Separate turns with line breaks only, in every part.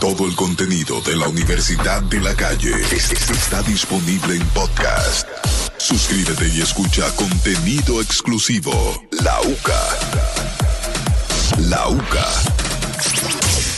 Todo el contenido de la Universidad de la Calle es- es- está disponible en podcast. Suscríbete y escucha contenido exclusivo. La UCA. La UCA.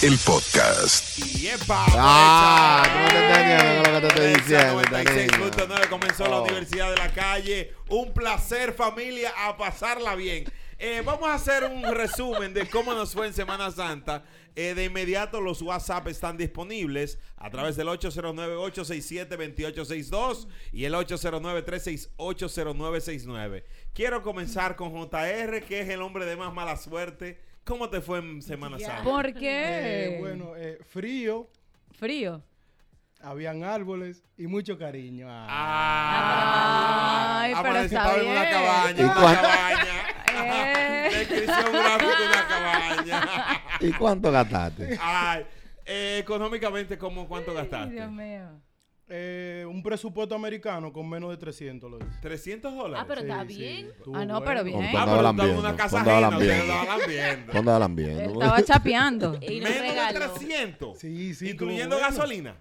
El podcast.
¡Yepa!
Ah, tú no te estás entendiendo con lo que te estoy
Esa
diciendo,
96.9 comenzó la
Oh.
Universidad de la Calle. Un placer, familia, a pasarla bien. Eh, vamos a hacer un resumen de cómo nos fue en Semana Santa. Eh, de inmediato los WhatsApp están disponibles a través del 809-867-2862 y el 809-368-0969. Quiero comenzar con JR, que es el hombre de más mala suerte. ¿Cómo te fue en Semana Santa?
¿Por qué?
Eh, bueno, eh, frío,
Frío.
habían árboles y mucho cariño. Ah.
Ah,
Ay, pero
Amanecipado
está
en una
bien.
cabaña.
¿Y
Una
cuánto?
cabaña.
Eh.
Descripción gráfica de una cabaña.
¿Y cuánto gastaste?
Ay, eh, económicamente, ¿cómo, ¿cuánto
Ay,
gastaste?
Dios mío.
Eh, un presupuesto americano con menos de 300 lo hice.
300 dólares.
Ah, pero está
Sí, sí,
bien.
estuvo
Ah, no, pero bien.
Con
Ah,
todo
pero
el
estaba en
ambiente.
una casa
Con todo el
ajena. Ustedes
ambiente.
estaban viendo.
¿Dónde andan viendo?
Él Estaba chapeando.
Y nos
Menos de
regaló.
300.
Sí, sí, estuvo
Incluyendo
bueno.
gasolina.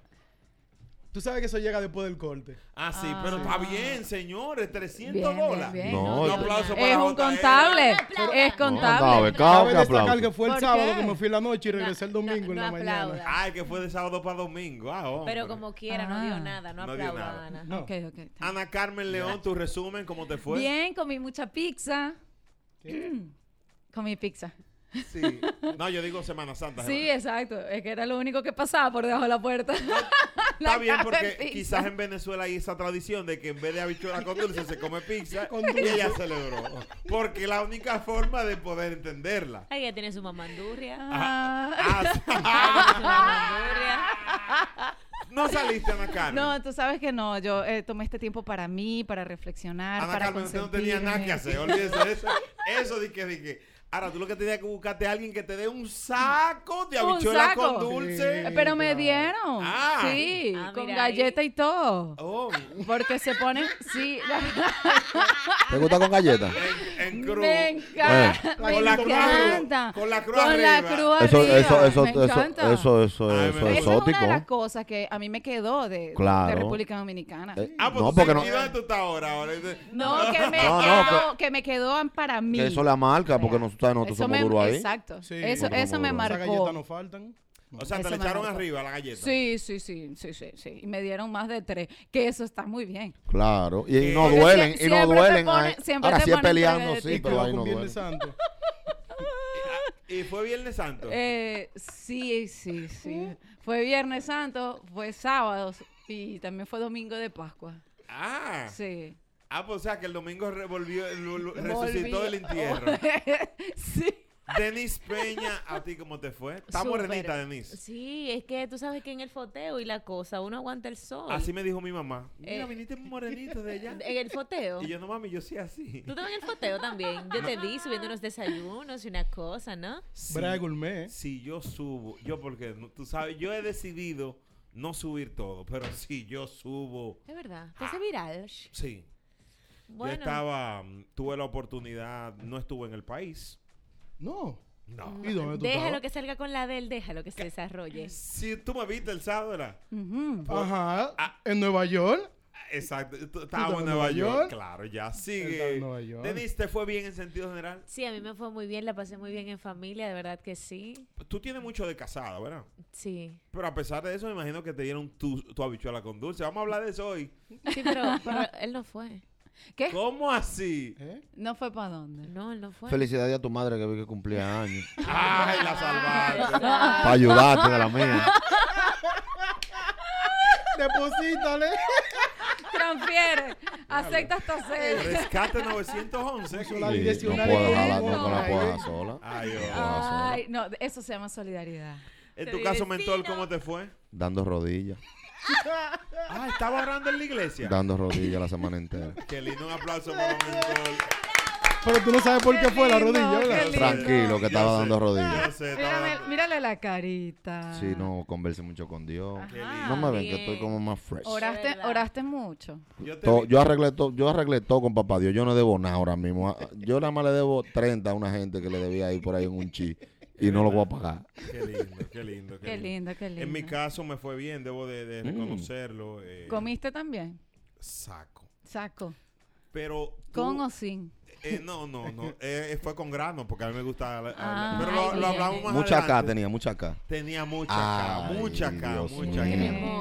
Tú sabes que eso llega después del corte.
Ah, sí, pero está bien, señores. 300
Bien, bien,
dólares.
bien.
No,
Un
yo-
aplauso para
Es
JR.
un contable.
Aplaudan.
Es
No,
contable.
no, Cao,
Cabe
que
destacar
Ah, aplauso.
que fue el
¿Por
sábado
qué?
que me fui en la noche y
No,
regresé el domingo
no,
en la
no
mañana.
aplaudan.
Ay, que fue de sábado para domingo. Ah, hombre.
Pero como quiera, no
Ah.
dio nada, no,
No dio nada.
aplaudan. Ana.
No.
Ok, ok, está bien.
Ana Carmen León, tu resumen, ¿cómo te Ah, fue?
Bien, comí mucha pizza. comí pizza.
Sí. No, yo digo Semana Santa.
Sí,
Semana-
exacto. Es que era lo único que pasaba por debajo de la puerta. La
Está bien
caja de
porque
pizza.
quizás en Venezuela hay esa tradición de que en vez de habichuela con dulce se come pizza
Con
y
dulce.
ella celebró. Porque la única forma de poder entenderla.
Ahí ya tiene su mamandurria.
Ah.
Ah,
Su mamandurria.
no saliste, Ana Carmen.
No, tú sabes que no. Yo eh, tomé este tiempo para mí, para reflexionar,
Ana
para
Carmen, usted Ah, no tenía nada que hacer.
consentirme.
Olvídese de eso. Eso di que di que. Ahora, tú lo que tenías que buscarte a alguien que te dé un saco de
Un
habichuela
saco.
con dulce.
Sí.
Pero me
claro.
dieron.
Ah.
Sí,
Ah,
con
mira ahí.
galleta y todo.
Oh,
Porque se ponen, sí,
¿Te gusta con galletas?
en, en cruz.
me encanta,
Eh.
me
Con la cruz
encanta.
arriba, con la cruz
Con la
arriba.
cruz
Eso,
arriba,
eso, eso,
me
eso,
encanta.
eso, eso, eso,
Ay, me
es
gusta.
Esa es una
exótico.
de las cosas que a mí me quedó de, de
Claro.
República Dominicana.
Eh,
Ah, pues
no,
tú
porque no.
sabes, ¿y dónde tú estás ahora? ahora?
No, que me,
No, no,
quedó, que me quedó para mí.
que Eso la marca, porque nosotros, nosotros
Eso
somos
me-
duros ahí.
Exacto.
Sí.
eso
Nosotros
eso me
somos
Esas galletas no
marcó.
faltan.
O sea, te
Eso
le
me
echaron
marcó.
arriba la galleta.
Sí, sí, sí, sí, sí, sí. Y me dieron más de tres. Que eso está muy bien.
Claro. Y, y no
Porque sie-
duelen, y
siempre
no
te
duelen.
ponen-
ahí.
siempre
Ahora
te
sí es
ponen
peleando,
de-
sí,
Y
pero
quedó
ahí no
con Viernes
duele.
Santo.
¿Y fue Viernes Santo?
Eh, sí, sí, sí. Fue Viernes Santo, fue sábado y también fue Domingo de Pascua.
ah,
Sí.
ah, pues o sea que el domingo revolvió, lo- lo-
Volví-
resucitó del entierro.
sí.
Denis Peña, ¿a ti cómo te fue? Está
Súper.
morenita, Denis.
Sí, es que tú sabes que en el foteo y la cosa, uno aguanta el sol.
Así me dijo mi mamá. Mira,
Eh.
viniste morenita de allá.
En el foteo.
Y yo, no mami, yo soy así.
Tú también en el foteo también. Yo te vi subiendo unos desayunos y una cosa, ¿no?
Sí.
Braga Gourmet. ¿eh?
Si yo subo, yo porque, no- tú sabes, yo he decidido no subir todo, pero si yo subo,
Es verdad. Te hace viral.
sí.
Bueno.
Yo estaba, mm, tuve la oportunidad, no estuve en el país.
No.
No.
¿Y dónde tú
Déjalo que
estabas?
salga con la del, déjalo que se desarrolle.
Si tú me viste el sábado, era.
Ujú.
Ajá.
Ah.
En Nueva York.
Exacto, tú-
estabas
estábamos en
en
Nueva
Nueva
York,
York.
claro, ya
Estaba
sigue.
en Nueva York.
Denis, ¿te fue bien en sentido general?
Sí, a mí me fue muy bien, la pasé muy bien en familia, de verdad que sí.
Tú tienes mucho de casada, ¿verdad?
Sí.
Pero a pesar de eso, me imagino que te dieron tu, tu habichuela con dulce. Vamos a hablar de eso hoy.
Sí, pero, pero él no fue.
¿Qué?
¿Cómo así?
¿Eh?
No fue para dónde.
No, él no fue.
Felicidades a tu madre que vi que cumplía años.
Ah.
¡Ay, la salvaste!
Para ayudarte de la mía.
Deposítale.
Transfiere. Acepta hasta seis.
Rescate 911.
Puso la
Sí, no
direccional
puedo
en
dejarla,
Google.
no la puedo dejar sola.
Ay, Dios.
Ay, no, eso se llama solidaridad.
En tu caso, mentor, ¿cómo te fue?
Dando rodillas.
Ah, estaba orando en la iglesia.
Dando rodillas la semana entera.
Qué lindo un aplauso para mentor.
Pero tú no sabes por qué fue la rodilla,
lindo,
¿verdad?
qué lindo.
Tranquilo, que
Yo
estaba
sé,
dando
Yo
rodillas.
sé, estaba
Mírame,
dando...
mírale la carita.
Sí, no conversé mucho con Dios.
Qué lindo.
No me ven, que
Bien.
estoy como más fresh.
Oraste,
verdad.
oraste mucho.
Yo te
To-
vi-
yo arreglé todo, yo arreglé todo con papá Dios. Yo no debo nada ahora mismo. Ah, Yo nada más le debo 30 a una gente que le debía ir por ahí en un chi. y no lo voy a pagar.
Qué lindo, qué lindo.
Qué lindo, qué lindo.
En mi caso me fue bien, debo de, de
Mm.
reconocerlo. eh,
¿Comiste también?
Saco.
Saco.
Pero. tú-
¿Con o sin?
eh, no, no, no. eh, fue con grano, porque a mí me gusta. la-
Ah,
pero lo,
ay,
lo
bien.
hablamos más
Mucha acá
adelante.
tenía, mucha acá.
Tenía mucha acá,
Ay,
mucha acá,
Dios mío.
mucha acá.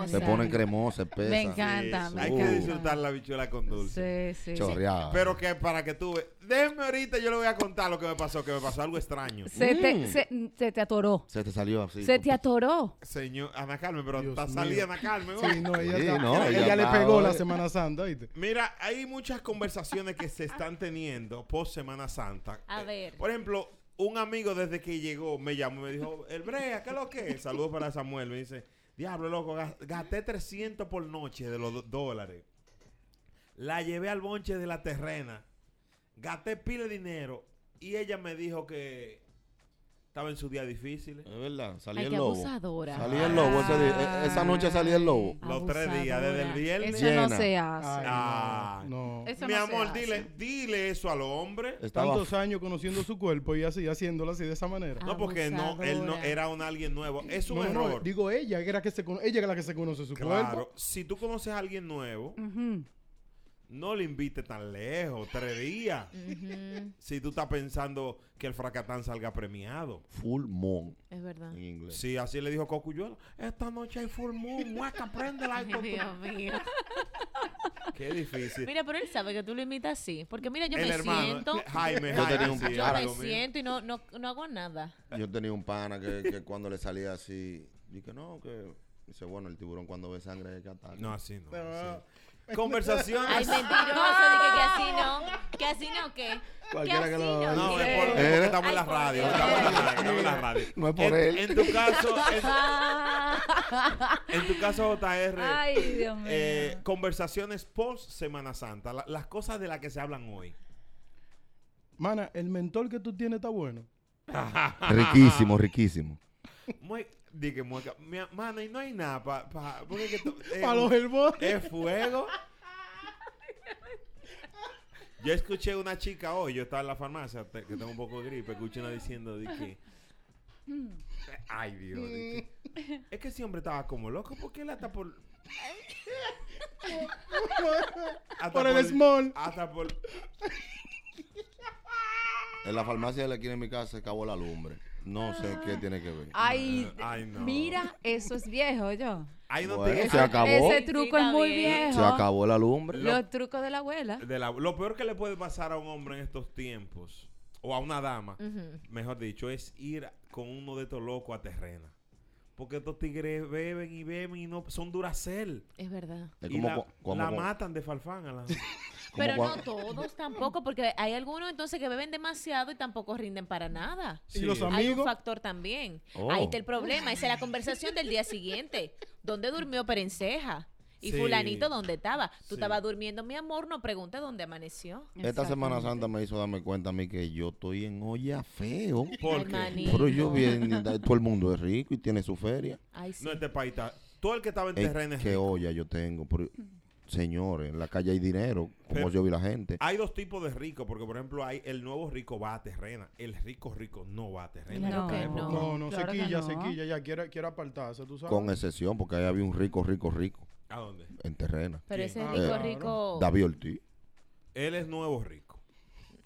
Se
Cremosa.
ponen cremosas, espesas.
Me encanta,
Sí,
me
Hay
Uh.
que
encanta.
disfrutar la bichuela con dulce.
Sí, sí.
Chorreada.
Pero que para que tú veas. Déjenme ahorita, yo le voy a contar lo que me pasó, que me pasó algo extraño.
Se, te,
Mm.
se, se te atoró.
Se te salió así.
Se te atoró.
Señor, Ana Carmen, pero
Dios
está
mío.
salida Ana Carmen. ¿no?
Sí, no, ella,
Sí,
está-
no,
ella,
ella
le
está
pegó la
hoy.
Semana Santa, ¿viste?
Mira, hay muchas conversaciones que se están teniendo post Semana Santa.
A
Eh,
ver.
Por ejemplo, un amigo desde que llegó me llamó y me dijo, El Brea, ¿qué es lo que es? Saludos para Samuel. Me dice, diablo, loco, gas- gasté 300 por noche de los do- dólares. La llevé al bonche de la terrena. Gasté pila de dinero. Y ella me dijo que estaba en su día difícil.
Es verdad, salí
Ay,
el
qué
lobo.
abusadora.
Salí el lobo ese día. E- Esa noche salí el lobo.
Los tres días, desde el
Abusadora.
viernes.
Eso
Llena.
no se hace.
Ay,
Ah.
no. no.
Eso
Mi
no se
amor,
hace.
dile, dile eso al hombre.
Estaba
Tantos años conociendo su cuerpo y así, haciéndolo así de esa manera.
Ah,
No, porque no, él no
Abusadora.
era un alguien nuevo. Es un
No, no,
error.
digo ella, que era que se cono- ella era la que se conoce su
Claro,
cuerpo.
si tú conoces a alguien nuevo,
Ujú.
no le invites tan lejos, tres días.
Mm. Ujú,
Si tú estás pensando que el fracatán salga premiado.
full moon
Es verdad.
en inglés.
Sí, así le dijo Cocuyuela, esta noche hay full moon, mueca, préndela. ahí con tu-".
Dios mío.
Qué difícil.
Mira, pero él sabe que tú lo imitas así. Porque mira, yo
el
me
hermano,
siento.
Jaime,
Yo
Jaime,
tenía un
sí,
Yo me
algo, mira.
siento y no, no, no hago nada.
Yo tenía un pana que, que cuando le salía así, dije, no, que. Dice, bueno, el tiburón cuando ve sangre es que ataca.
No, así no.
No.
así. Conversaciones.
Ay, mentiroso, dije que así no. Que así no, ¿qué?
Cualquiera
que
que
así
lo-
no.
No, es
dije.
por- es porque
Eh.
estamos en la
Ay, por
radio.
Dios.
Estamos en la radio. estamos en la radio.
No es por
en,
él.
En tu caso, en,
Ah,
en tu caso, JR,
Ay, Dios mío.
eh, conversaciones post Semana Santa, la- las cosas de las que se hablan hoy.
Mana, el mentor que tú tienes está bueno.
Riquísimo, riquísimo.
Muy, di que mueca. Mi a- Mano, y no hay nada para. Pa, porque es que to- eh,
Para los hermosos.
es fuego. Yo escuché una chica hoy, yo estaba en la farmacia, te- que tengo un poco de gripe, escuché una diciendo de que. Ay, Dios. di que, es que ese hombre estaba como loco, porque él hasta por. hasta
Por el small.
Hasta por.
En la farmacia de la esquina de mi casa se acabó la lumbre. No sé qué tiene que ver.
Ay,
Ay, no.
mira, eso es viejo, yo.
Ahí no
Bueno,
te
se acabó.
Ese
Sí,
truco
está
es muy
bien.
viejo.
Se acabó la lumbre.
Los trucos de la abuela.
de la- lo peor que le puede pasar a un hombre en estos tiempos, o a una dama,
Ujú.
mejor dicho, es ir con uno de estos locos a terrena. Porque estos tigres beben y beben y no son duracel.
Es verdad.
Es
y
como
la,
cu- como-
la
como-
matan de farfán a la-
como
Pero
cuan-
no todos tampoco, porque hay algunos entonces que beben demasiado y tampoco rinden para nada.
Y los
Sí.
Hay un
amigos.
factor también.
Oh.
Ahí está el problema. Esa es la conversación del día siguiente. ¿Dónde durmió Perenceja? Y
Sí.
fulanito, ¿dónde estaba?
Sí.
Tú estabas durmiendo, mi amor, no pregunte dónde amaneció.
Esta Semana
Exactamente.
Santa me hizo darme cuenta a mí que yo estoy en olla feo.
¿Por qué?
Hermanito.
Pero yo bien, todo el mundo es rico y tiene su feria.
Ay, sí.
No, este país está. Todo el que estaba en
Ey,
terreno es
¿Qué
rico.
olla yo tengo? Pero, señores, en la calle hay dinero, como
Pero- Ah,
yo vi la gente.
Hay dos tipos de ricos, porque por ejemplo hay el nuevo rico va a terrena, el rico rico no va a terrena.
Claro
No,
que no.
Eh, No, no,
claro que
sequilla,
no.
sequilla, ya quiere, quiere apartarse, tú sabes.
Con excepción, porque ahí había un rico, rico, rico
¿A dónde?
en terrena.
Pero
¿Quién?
ese
Ah,
rico,
claro.
rico.
David Ortiz.
Él es nuevo rico.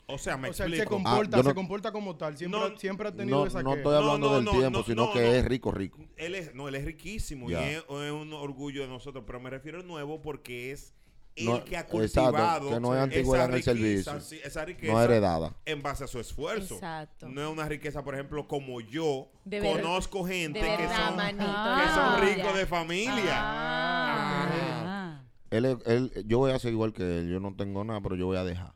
O sea, me
o sea, él se
explico.
comporta,
Ah, yo
se
no-
comporta como tal. Siempre,
No,
siempre ha tenido
No,
esa
no
que-
estoy
No,
hablando
no,
del
no,
tiempo,
no,
sino
no,
que
no.
es rico, rico.
Él es, no, él es riquísimo
Ya.
y es, es un orgullo de nosotros, pero me refiero a nuevo porque es el
No,
que ha
exacto,
cultivado
que no es
esa
antigüedad en el
riqueza,
servicio.
sí, esa riqueza
No heredada.
en base a su esfuerzo.
Exacto.
No es una riqueza, por ejemplo, como yo
De ver-
conozco gente
De
que
verdad,
son,
manito.
Ah.
que son
no,
ricos
ya.
de familia.
Ah.
Él, es- él- yo voy a ser igual que él. Yo no tengo nada, pero yo voy a dejar.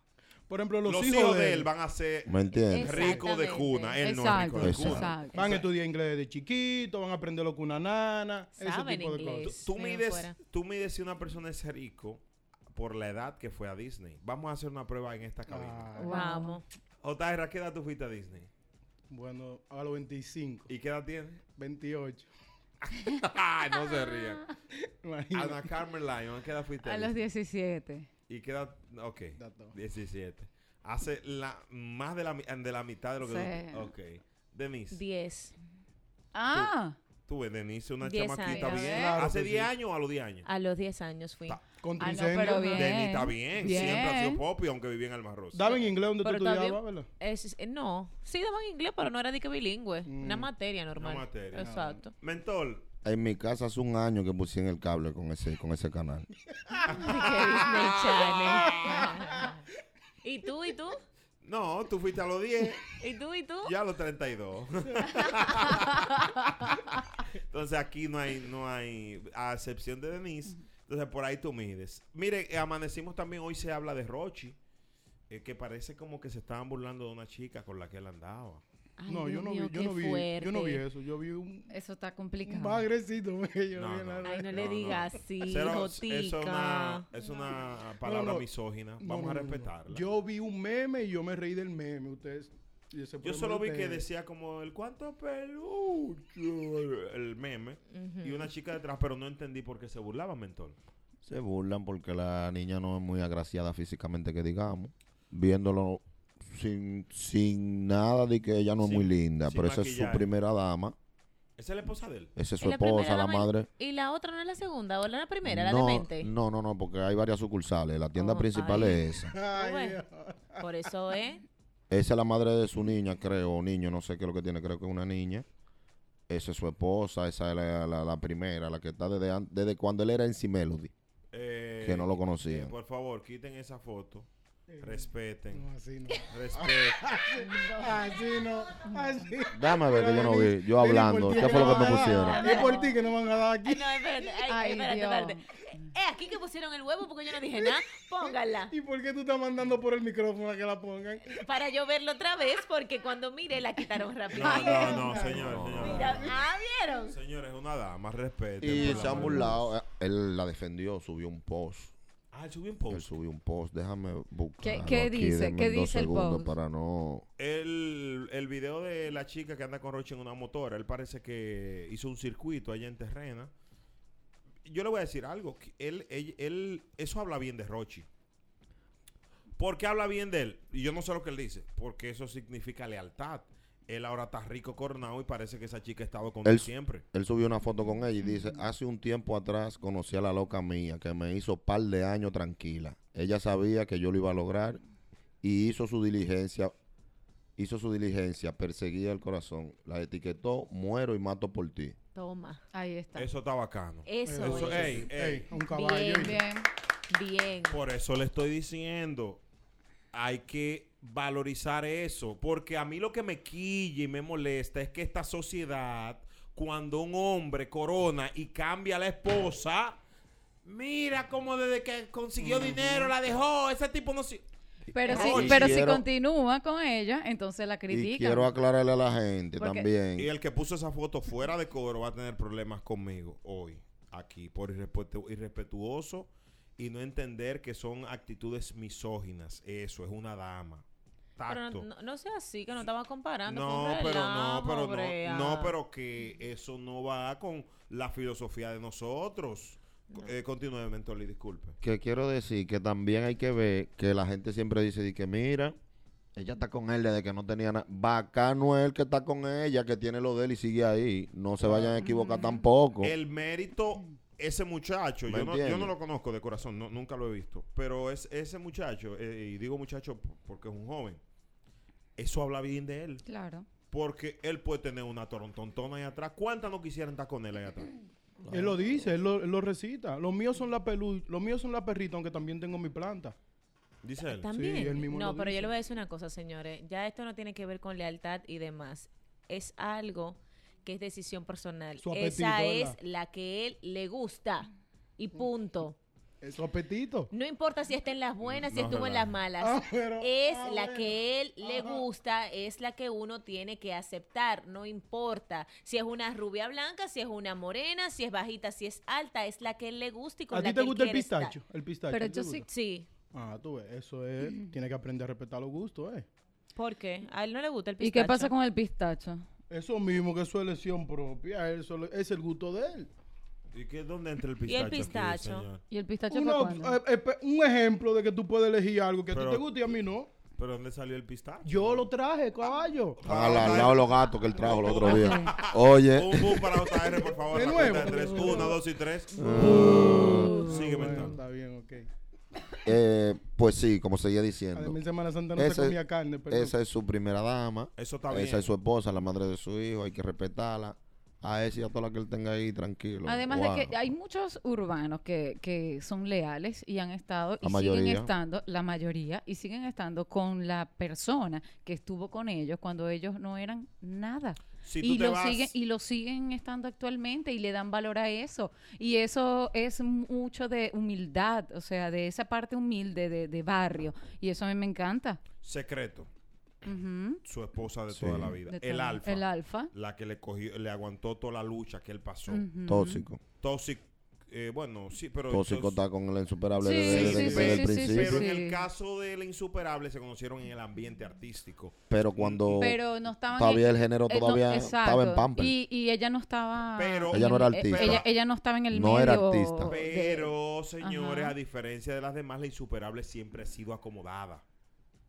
Por ejemplo, los,
Los, hijos, de él van a ser
¿Me entiendes?
Exacto.
ricos de cuna. Él
Exacto,
no es rico de cuna.
exacto.
Van a estudiar inglés desde chiquito, van a aprender lo que una nana,
Saben
ese tipo de
inglés.
cosas.
Tú, tú
Vengan
mides,
fuera.
tú mides si una persona es rico por la edad que fue a Disney. Vamos a hacer una prueba en esta cabina.
Ah,
Wow.
Vamos.
Otaira, ¿qué edad tú fuiste a Disney?
bueno, a los 25,
¿Y qué edad tienes?
28.
Ay, no se rían.
Imagínate.
Ana Carmen Lyon, ¿qué edad fuiste?
A los 17.
¿Y qué edad? Ok.
Dato.
17. Hace la, más de la, mi- de la mitad de lo que...
Sí.
Ok. Denise.
10.
Ah,
Tú ves, Denise, una
Diez
chamaquita
años.
bien.
Claro
¿Hace
que
10
sí.
años o a los 10 años?
A los 10 años fui.
Ta- Con tu
Ah, no,
incendio.
pero bien.
Denise está bien. Siempre ha sido
Bien.
popi, aunque vivía en Almarrosa.
Daba en inglés donde tú
Pero todavía-
estudiabas, ¿verdad?
Es- eh, no, sí daban inglés, pero no era de que bilingüe.
Mm.
Una materia normal.
Una materia.
Exacto.
Mentol.
En mi casa hace un año que puse en el cable con ese, con ese canal.
Así que Disney Channel. ¿Y tú? ¿Y tú?
No, tú fuiste a los 10,
¿Y tú? ¿Y tú?
ya a los 32. Entonces aquí no hay, no hay, a excepción de Denise. Entonces por ahí tú mides. Mire, eh, amanecimos también, hoy se habla de Rochi, eh, que parece como que se estaban burlando de una chica con la que él andaba.
Ay,
no, yo
Dios
no,
mío,
vi, yo,
qué
no vi, yo no vi
fuerte.
eso. Yo vi un,
eso está
un
complicado.
bagrecito. que yo
No,
vi en la
no.
red.
Ay, no le
No, no.
digas así,
Cero- es
Jotica.
una, es una palabra
No, no.
misógina.
No,
Vamos
no,
a
no, no.
respetarla. Yo,
Yo vi un meme y yo me reí del meme. Ustedes. y ese problema
solo vi
de
que
ustedes.
decía como el cuánto peluche el meme y una chica detrás, pero no entendí por qué se burlaba Mentol.
Se burlan porque la niña no es muy agraciada físicamente, que digamos. Viéndolo sin, sin nada de que ella no
Sin-
es muy linda.
sin
Pero esa es su
maquillaje.
primera dama.
Esa es la esposa de él.
Esa es
Es
su
la primera
esposa, la
dama y-
madre.
¿Y la otra no es la segunda? ¿O la la primera? ¿La
no,
demente?
no, no, no, porque hay varias sucursales. La tienda
Oh,
principal
ay.
es esa.
Ay,
Bueno. Por eso ¿eh? es.
Esa es la madre de su niña, creo, o niño, no sé qué es lo que tiene, creo que es una niña. Esa es su esposa, esa es la, la- la primera, la que está desde, an- desde cuando él era en C Melody,
Eh,
que no lo
eh,
conocía.
por favor, quiten esa foto. Respeten.
no, así no.
Respeten.
Así no. Así.
Dame a ver, que yo no vi, yo
Miren,
hablando,
por ti
¿qué fue lo que me
van a dar.
pusieron?
Es por ti que no van a dar
Ay,
aquí.
no, espérate, ay,
Ay,
espérate,
Dios.
espérate. Es aquí que pusieron el huevo porque yo no dije nada. Póngala.
¿Y por qué tú estás mandando por el micrófono a que la pongan?
Para yo verlo otra vez porque cuando mire la quitaron rápido.
No, no, no, señor,
Mira,
señor.
ah, ¿vieron?
Señores, es una dama, respeten.
Y
por
se
la
han
madre.
burlado, eh, él la defendió, subió un post.
Ah, él subió un
Él
post.
subió un post, déjame buscarlo
qué
aquí,
dice?
denme
¿Qué
dos
dice el
segundos
post?
para no...
El, el video de la chica que anda con Roche en una motora, él parece que hizo un circuito allá en Terrena. Yo le voy a decir algo. que Él, él, él- eso habla bien de Rochi. ¿Por qué habla bien de él? Y yo no sé lo que él dice. Porque eso significa lealtad. Él ahora está rico coronado y parece que esa chica ha estado con
Él
él
s-
siempre.
Él subió una foto con ella y dice, hace un tiempo atrás conocí a la loca mía que me hizo par de años tranquila. Ella sabía que yo lo iba a lograr y hizo su diligencia, hizo su diligencia, perseguía el corazón, la etiquetó, muero y mato por ti.
Toma.
Ahí está.
Eso está bacano.
Eso,
Eso,
es.
ey, ey.
Ey, a un caballo.
Bien,
oye.
Bien.
Bien.
Por eso le estoy diciendo, hay que valorizar eso, porque a mí lo que me quilla y me molesta es que esta sociedad, cuando un hombre corona y cambia a la esposa, mira como desde que consiguió dinero la dejó, ese tipo no... si-
Pero,
Y-
si,
y
pero si
quiero-
continúa con ella, entonces la
Y
critican.
quiero aclararle a la gente
Porque-
también.
Y el que puso esa foto fuera de coro va a tener problemas conmigo hoy, aquí, por irrespetu- irrespetuoso y no entender que son actitudes misóginas. Eso, es una dama.
Pero
Tacto.
no, no- no sea así, que no estaba comparando.
No,
fue un
pero no,
relajo,
pero no,
Brea.
no, pero que eso no va con la filosofía de nosotros. Eh, continúe, Mentoli, disculpe.
Que quiero decir que también hay que ver que la gente siempre dice de que mira, ella está con él desde que no tenía nada. Bacano es el que está con ella, que tiene lo de él y sigue ahí. No se vayan a equivocar tampoco.
Mm. El mérito, ese muchacho,
¿Me
yo no, yo no
entiendes?
lo conozco de corazón, no- nunca lo he visto, pero es ese muchacho, eh, y digo muchacho p- porque es un joven, eso habla bien de él,
Claro.
porque él puede tener una torontontona ahí atrás. ¿Cuántas no quisieran estar con él ahí atrás?
Él lo dice, él lo, él lo recita. Los míos son la pelu, los míos son la perrita, aunque también tengo mi planta.
Dice él.
También.
él mismo
no,
lo
pero yo
dice.
le voy a decir una cosa, señores. Ya esto no tiene que ver con lealtad y demás. Es algo que es decisión personal.
Su
Esa
apetito,
es la que él le gusta. Y punto.
Es su apetito.
No importa si está en las buenas, si
No,
estuvo en
relaja.
las malas.
Ah, pero-
es
ah,
la
bueno.
que él le
Ajá.
gusta, es la que uno tiene que aceptar. No importa si es una rubia blanca, si es una morena, si es bajita, si es alta, es la que él le gusta y con
¿A
la
ti
que
te
él
gusta el
quiere estar.
pistacho? El pistacho.
Pero
¿a ti
yo
te
sí-
gusta?
Sí.
Ah, tú ves, eso es. Tiene que aprender a respetar los gustos, ¿eh?
¿Por qué? A él no le gusta el pistacho.
¿Y qué pasa con el pistacho?
Eso mismo que es su elección propia, él solo- es el gusto de él.
¿Y qué, dónde entra el
¿Y
pistacho?
el
aquí,
pistacho?
señor?
¿Y el pistacho
Una
para
op-
cuándo?
eh, eh, pe- un ejemplo de que tú puedes elegir algo que a
Pero-
ti te gusta y a mí no.
¿Pero dónde salió el pistacho?
Yo lo traje, caballo.
Al al lado de los gatos que él trajo el otro día. Oye,
Un boom para JR, por favor.
De
la cuenta
nuevo.
tres. Uno, dos y tres. Uh, Sígueme
Bueno,
entonces.
Está bien, ok.
eh, pues sí, como seguía diciendo.
Además, en Semana Santa no se
Esa,
comía carne, pero
esa es su primera dama.
Eso está
esa
bien.
es su esposa, la madre de su hijo. Hay que respetarla. A esa y a toda la que él tenga ahí, tranquilo.
Además de
Guau.
que hay muchos urbanos que, que son leales y han estado y
La mayoría.
siguen estando, la mayoría, y siguen estando con la persona que estuvo con ellos cuando ellos no eran nada.
Si tú
y,
te
lo
vas-
siguen, y lo siguen estando actualmente y le dan valor a eso. Y eso es mucho de humildad, o sea, de esa parte humilde de, de barrio. Y eso a mí me encanta.
Secreto.
Ujú.
Su esposa de
Sí.
toda la vida.
De
el
todo.
alfa.
El alfa.
La que le cogió, le aguantó toda la lucha que él pasó.
Ujú.
Tóxico.
Toxic. eh, bueno, sí, pero.
Tóxico
entonces-
está con el insuperable
Sí,
desde,
sí,
desde-
sí,
desde
sí,
el
sí, sí,
principio.
Pero
sí.
en el caso del insuperable se conocieron en el ambiente artístico.
Pero cuando
Pero no estaban
Oh, todavía
en-
el género
Eh, no,
todavía
exacto.
estaba en Pamper.
Y, y ella no estaba.
Pero-
Ella no era
en- eh,
artista.
Ella, ella no estaba en el
No
medio.
era
Oh,
artista.
de-
Pero, señores,
Ajá.
a diferencia de las demás, la insuperable siempre ha sido acomodada.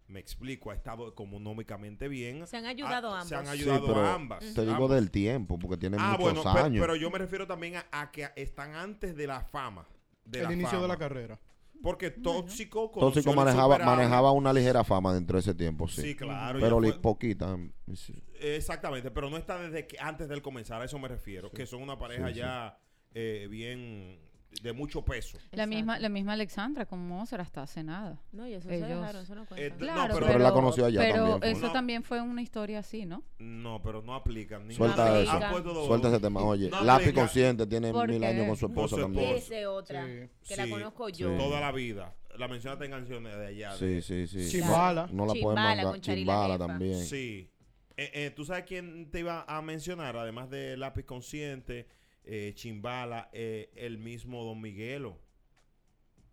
Me explico, ha estado económicamente bien.
Se han ayudado
Ah, Se han
ambas.
Sí,
ayudado
pero
ambas.
Te digo
ambas.
del tiempo, porque tiene
Ah,
muchos
bueno, pe-
años.
pero, yo me refiero también a, a que están antes de la fama. De
el
la
inicio de
fama.
la carrera.
Porque Tóxico conoció
Tóxico
al
manejaba,
Insuperable.
manejaba una ligera fama dentro de ese tiempo, sí.
Sí, claro.
pero
ya
li-
fue-
poquita. mm, sí.
Exactamente, pero no está desde que antes del comenzar, a eso me refiero, que son una pareja ya eh, bien de mucho peso.
La
Exacto.
misma, la misma Alexandra con Mozart hasta hace nada.
No, y eso
Ellos-
se dejaron, eso no cuenta.
Eh, no,
Claro,
pero,
Pero la conoció allá
pero
también, fue.
eso
No.
también fue una historia así, ¿no?
no, pero no aplican. ni-
Suelta
han-
eso.
han puesto dos-
Suelta ese tema. Oye,
No
Lápiz
aplica.
Consciente tiene
¿Por
mil
qué?
años con su esposa
Con su
también.
esposa.
Esa es otra,
Sí.
que la
Sí,
conozco
sí.
yo.
Toda la vida. La mencionaste en canciones de allá.
Sí,
de-
sí, sí.
Chimbala.
No la pueden
Chimbala
mandar.
con Charila
Chimbala
Jefa.
también.
Sí. Eh, eh, ¿Tú sabes quién te iba a mencionar? Además de Lápiz Consciente, eh, Chimbala, eh, el mismo Don Miguelo.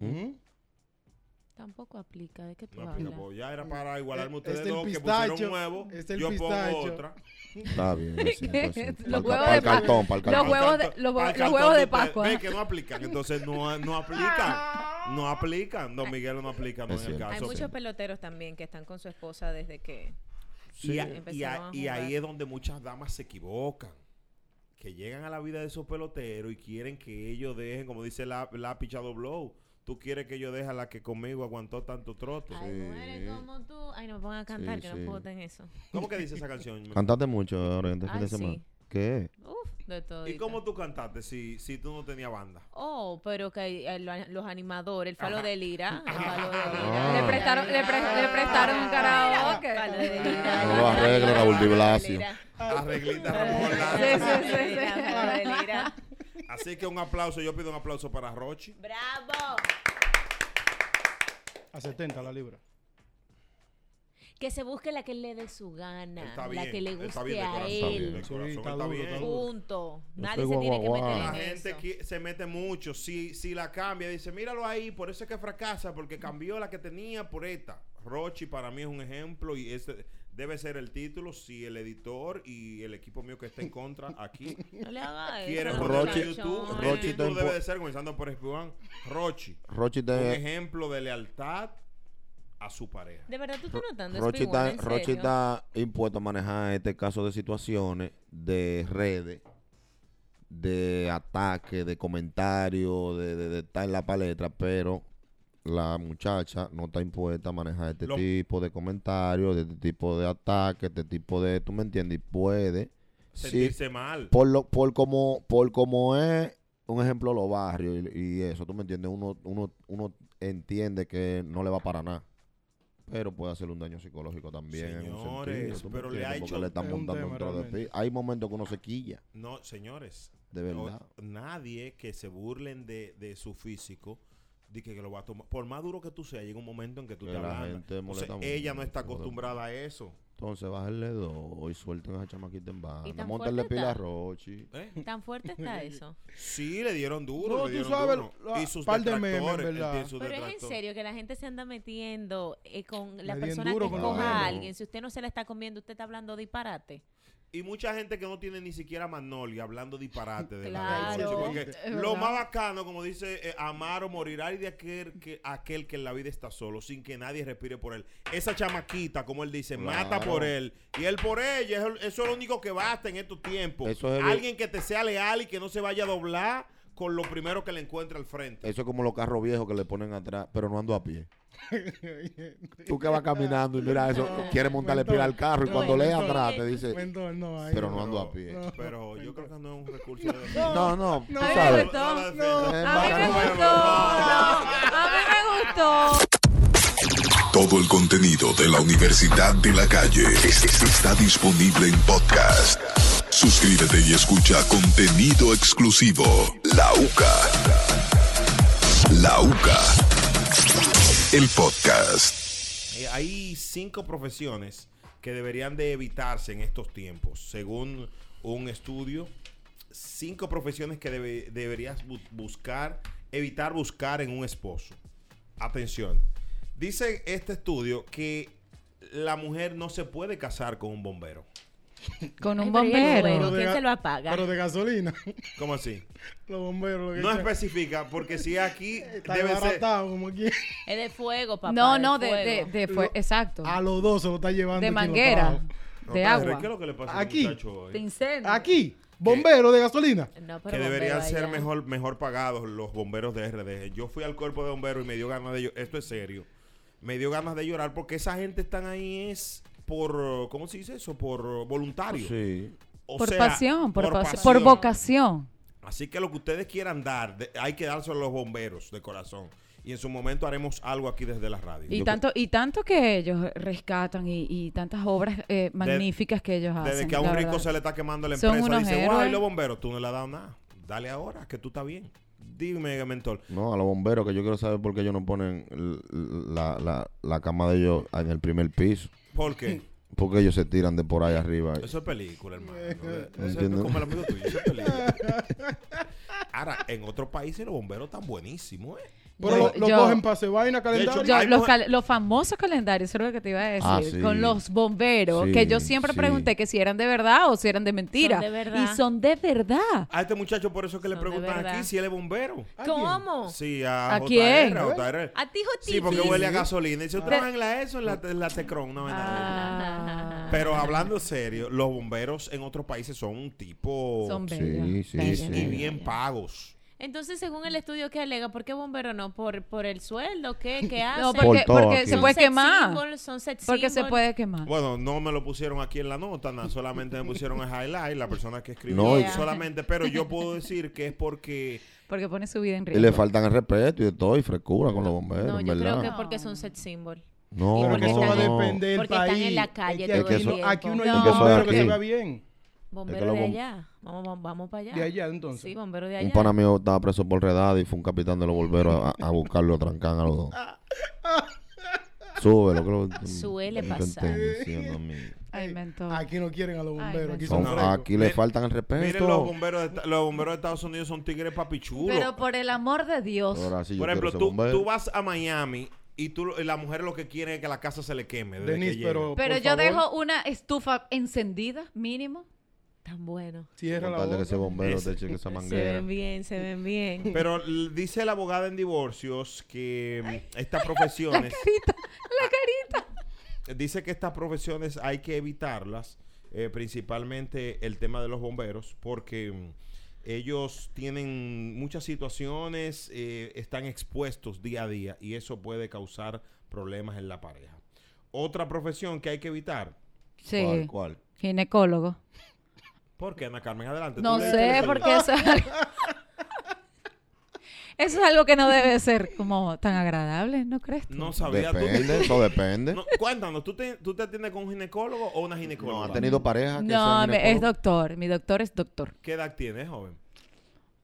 Ujú.
Tampoco aplica, ¿de qué tú
No aplica,
hablas?
pues ya era para igualarme
Eh,
ustedes
este el
dos que
pistacho,
pusieron huevo.
este el
yo
pistacho.
pongo otra.
Está bien. es cierto, es cierto. Pa'l
Los
ca-
huevos
pa'l
de pa-
cartón, pa'l
los
cartón.
huevos- de- los huevos- los huevos de Pascua.
Ve que no aplican, entonces no, no aplican. No aplican. Don Miguelo no aplica no
Es
en el
cierto.
Hay
caso.
muchos peloteros también que están con su esposa desde que...
Y, a-
Empezaron
y a-
a
y
jugar.
ahí es donde muchas damas se equivocan. Que llegan a la vida de esos peloteros y quieren que ellos dejen, como dice la, la pichado blow. Tú quieres que yo deje a la que conmigo aguantó tanto trote.
Ay, mujeres como tú. Ay, no me pongan a cantar,
Sí,
que
sí.
no puedo tener eso.
¿Cómo que dice esa canción?
Cantaste mucho ahora en este fin
Ay,
de
sí.
semana. ¿Qué?
Uf, de todo.
¿Y cómo tú cantaste si, si tú no tenías banda?
Oh, pero que eh, lo- los animadores, el falo de lira, el falo de
Ah.
lira.
Le prestaron, le, pre- le prestaron un
El falo de
karaoke.
lira.
No lo arregla, Raúl Di Blasio.
Lira.
Arreglita Ramón
El
Orlando.
Sí,
falo
sí,
de
sí,
lira,
sí.
el falo de lira.
Así que un aplauso, yo pido un aplauso para Rochi.
Bravo.
A 70 la libra.
Que se busque la que le dé su gana,
Está bien.
la que le
está
guste
bien, de
a
corazón,
él.
de
Sí,
corazón,
está
está
duro,
bien.
está duro.
Punto.
Yo
Nadie
soy
se tiene que
guaguaguá.
meter en
La
eso.
gente qui- se mete mucho. Si, si la cambia, dice, míralo ahí, por eso es que fracasa, porque cambió la que tenía por esta. Rochi para mí es un ejemplo y este debe ser el título si el editor y el equipo mío que está en contra aquí
No le haga eso.
quiere
no
ponerlo
Rochi-
en YouTube.
muchachones.
El
Rochi
título
está
debe
impu-
de ser, comenzando por Espuán, Rochi,
Rochi
un
te-
ejemplo de lealtad a su pareja.
De verdad, tú estás notando
Rochi
Speedwagon,
está,
¿en
Rochi
serio?
está impuesto a manejar este caso de situaciones, de redes, de ataques, de comentarios, de, de- de estar en la palestra, pero la muchacha no está impuesta a manejar este
Lo-
tipo de comentarios, de este tipo de ataques, este tipo de, tú me entiendes, y puede, sí,
Sentirse mal.
por lo, por como, por como es, un ejemplo los barrios y, y eso, tú me entiendes, uno, uno, uno entiende que no le va para nada. Pero puede hacerle un daño psicológico también. en un
Señores,
sentido, tú me
pero le
entiendes,
ha
porque
hecho-
le están
Es un
montando
tema
un trozo de
realmente.
pi- Hay momentos que uno se quilla,
No, señores.
de
No,
verdad.
nadie que se burlen de, de su físico di que, que lo va a tomar. Por más duro que tú seas, llega un momento en que tú
Que
te
la
ablandas.
gente
Entonces,
molesta mucho,
ella no
molesta
está acostumbrada a eso.
Entonces, bájenle dos y suelten a esa chamaquita en
¿Y
banda.
tan
Montenle
fuerte
pila a
está?
Rochi.
¿eh?
Tan fuerte está eso.
Sí, le dieron duro.
No,
le
tú
dieron
sabes,
duro.
la-
y sus
par de memes,
detractores. él
¿verdad?
tiene sus
Pero es en
detractores.
serio que la gente se anda metiendo eh, con la
Mediendo
persona que
duro con
la
escoja
vaina.
a alguien. Si usted no se la está comiendo, usted está hablando disparate.
Y mucha gente que no tiene ni siquiera Magnolia hablando disparate de
Claro.
Magnolia. Porque
Es verdad.
lo más bacano, como dice eh, Amaro, morirá y de aquel que, aquel que en la vida está solo, sin que nadie respire por él. Esa chamaquita, como él dice, mata
Claro.
por él y él por ella. Eso, eso es lo único que basta en estos tiempos.
Eso es evi-
Alguien que te sea leal y que no se vaya a doblar con lo primero que le encuentre al frente.
Eso es como los carros viejos que le ponen atrás, pero no ando a pie. Tú que vas caminando y mira eso, quieres montarle pie al carro y cuando lees atrás te dice,
Mentor, no, ahí
pero no ando a pie.
Pero yo creo que no es un recurso de
No, no, tú
A mí me
sabes.
gustó.
No, no, no.
Eh,
A mí me
bacano.
gustó. no. A mí me gustó.
Todo el contenido de la Universidad de la Calle es- es- está disponible en podcast. Suscríbete y escucha contenido exclusivo. La UCA. La UCA. El podcast.
Eh, hay cinco profesiones que deberían de evitarse en estos tiempos, según un estudio. Cinco profesiones que debe- deberías bu- buscar, evitar buscar en un esposo. Atención. Dice este estudio que la mujer no se puede casar con un bombero.
Con un
Ay, pero ¿y el
bombero.
Pero ¿quién
de-
se lo apaga?
Pero de gasolina.
¿Cómo así?
Los bomberos. lo que
No
sea.
especifica, porque si aquí
Está
debe ser...
desbaratado, como aquí.
Es de fuego, papá.
No, no, de,
fuego.
de, de fue-
Lo-
exacto.
A los dos se lo está llevando.
De
el
manguera.
tiroteo.
No,
De
pero
agua.
¿Qué es lo que le pasa a este
Aquí.
muchacho hoy?
Te incendia.
Aquí, bombero de gasolina.
No, pero
que deberían
bombero
ser
allá.
mejor, mejor pagados los bomberos de RDG. Yo fui al cuerpo de bomberos y me dio ganas de llorar. Esto es serio. Me dio ganas de llorar porque esa gente están ahí es por, ¿cómo se dice eso? Por eh, voluntario.
Sí.
O
por
sea,
pasión, por, pas-
pasión.
por vocación.
Así que lo que ustedes quieran dar, de- hay que dárselo a los bomberos de corazón. Y en su momento haremos algo aquí desde la radio.
Y tanto, y tanto que ellos rescatan y, y tantas obras eh, magníficas que ellos hacen.
Desde que a un
la
rico
verdad.
se le está quemando la
Son
empresa,
unos
dice, guay,
héroes".
los bomberos, tú no le has dado nada. Dale ahora, que tú estás bien. Dime, mentor.
No, a los bomberos, que yo quiero saber por qué ellos no ponen l- la, la, la cama de ellos en el primer piso.
¿Por qué?
Porque ellos se tiran de por ahí arriba.
Eso es película, hermano. Eso es
Entiendo.
como el amigo tuyo, eso es película. Ahora, en otros países los bomberos están buenísimos, ¿eh?
Pero
Yo-
lo, lo
yo-
cogen para vaina calendario.
Yo-
Hay
los,
mujer-
cal- los famosos calendarios, eso es lo que te iba a decir,
Ah, sí.
con los bomberos,
Sí,
que yo siempre
sí.
pregunté que si eran de verdad o si eran de mentira.
Son de verdad.
Y son de verdad.
A este muchacho por eso es que le
Son de
preguntan
verdad.
aquí si él es bombero.
¿A quién?
¿Cómo?
Sí, a,
¿A
JR,
quién?
a JR.
A ti, Jotiti.
Sí, porque huele a gasolina. Y se trabaja en la ESO, en la, en la Tecron, una vaina de-
Ah,
Pero hablando serio, los bomberos en otros países son un tipo...
son
Sí,
bellos.
sí,
bellos,
y, y
sí.
bellos.
bien pagos.
Entonces, según el estudio que alega, ¿por qué bombero no? ¿Por, por el sueldo? ¿Qué, qué hace?
No,
Por
porque,
todo
porque
aquí.
se
Son
puede
sex
quemar.
symbols, son sex
Porque se
symbols.
puede quemar.
Bueno, no me lo pusieron aquí en la nota, nada, solamente me pusieron el highlight, la persona que escribió
No,
y-
solamente, pero yo puedo decir que es porque
Porque pone su vida en
Y
riesgo.
le faltan el respeto y de todo, y frescura con los bomberos,
No,
en
yo
¿verdad?
creo que porque son sex symbol.
No,
Pero que eso va a
no, no.
depender del
Porque
país.
están en la calle
Es que
todo el
aquí no- Aquí uno
tiempo.
hay
No.
un
Es que eso es
bombero que
aquí.
se vea bien.
Bombero
lo
de
bom-
allá. Vamos, vamos, vamos para allá.
De allá, entonces.
Sí, bombero de allá.
Un pana mío estaba preso por redada y fue un capitán de los bomberos a, a buscarlo a Trancán a los dos. Súbelo, creo. que-
Suele
¿qué
pasar.
estoy diciendo a mí?
Ay, mentor.
Aquí no quieren a los bomberos.
Ay,
Aquí son
Son-
frescos.
aquí le
Miren-
faltan el
Miren, los
respeto.
bomberos, de, esta- los bomberos de Estados Unidos son tigres papichulos.
Pero por el amor de Dios.
Ahora sí, yo
Por ejemplo,
quiero ser
tú,
bombero.
tú vas a Miami y tú lo- y la mujer lo que quiere es que la casa se le queme. desde
Denise,
que llega.
pero-
Pero
Por
yo
favor.
dejo una estufa encendida, mínimo.
Tan bueno.
Cierra
Con
la
tal de que
boca.
ese bombero te
Ese-
eche esa
Se
manguera.
ven bien, se ven bien.
Pero l- dice la abogada en divorcios que mm, estas profesiones. Dice que estas profesiones hay que evitarlas, eh, principalmente el tema de los bomberos, porque mm, ellos tienen muchas situaciones, eh, están expuestos día a día y eso puede causar problemas en la pareja. Otra profesión que hay que evitar.
Sí.
¿Cuál, cuál?
Ginecólogo.
¿Por qué, Ana Carmen? Adelante.
No
tú leíste
sé,
eso.
porque eso es algo... Eso es algo que no debe ser como tan agradable, ¿no crees? tú?
No sabía. tú-
Depende, eso depende.
No, cuéntanos, ¿tú te, ¿tú te atiendes con un ginecólogo o una
No,
ginecóloga?
¿Ha tenido pareja? Ah, que
No,
sean
me- es
ginecólogos?
doctor. Mi doctor es doctor.
¿Qué edad tienes, joven?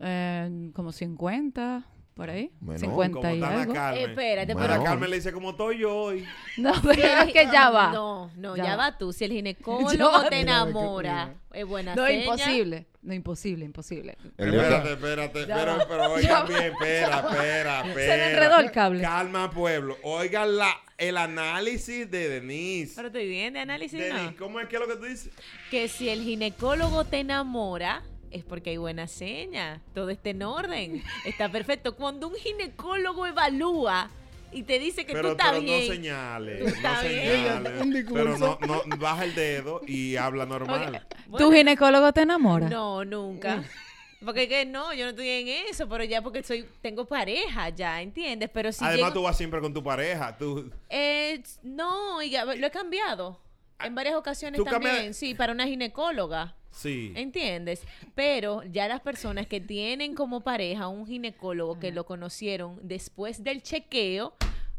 Eh, como 50, por ahí.
Menor.
50 y
como Ana
algo.
Carmen.
Espérate,
Bueno.
Ana
pero...
Carmen le dice como estoy yo hoy.
No, pero es que ya va. No,
No, no,
Ya
ya,
va.
va tú. Si el ginecólogo
Yo-
te enamora, es buena seña.
imposible. No, imposible, imposible.
El día que-
espérate, espérate,
Ya
pero,
va.
pero
Ya
oigan
va.
bien, espera, espera, espera.
Se le enredó el cable.
Calma, pueblo. Oigan la, el análisis de Denise.
Pero estoy bien de análisis,
Denise,
¿no?
¿cómo es que es lo que tú dices?
Que si el ginecólogo te enamora, es porque hay buena seña. Todo está en orden. Está perfecto. Cuando un ginecólogo evalúa y te dice que tú
Pero,
estás
pero no
bien.
señales,
Tú
no
estás bien.
señales.
Un discurso.
Pero no, no, baja el dedo y habla normal.
Bueno,
¿Tu ginecólogo te enamora?
No, nunca. Porque que no, yo no estoy en eso, pero ya porque soy, tengo pareja, ya, ¿entiendes? Pero si
Además,
llego-
tú vas siempre con tu pareja. Tú,
Eh, no, y ya- lo he cambiado. En varias ocasiones
Ah, ¿Tú cambias-
también, sí, para una ginecóloga.
sí.
¿Entiendes? Pero ya las personas que tienen como pareja un ginecólogo que lo conocieron después del chequeo,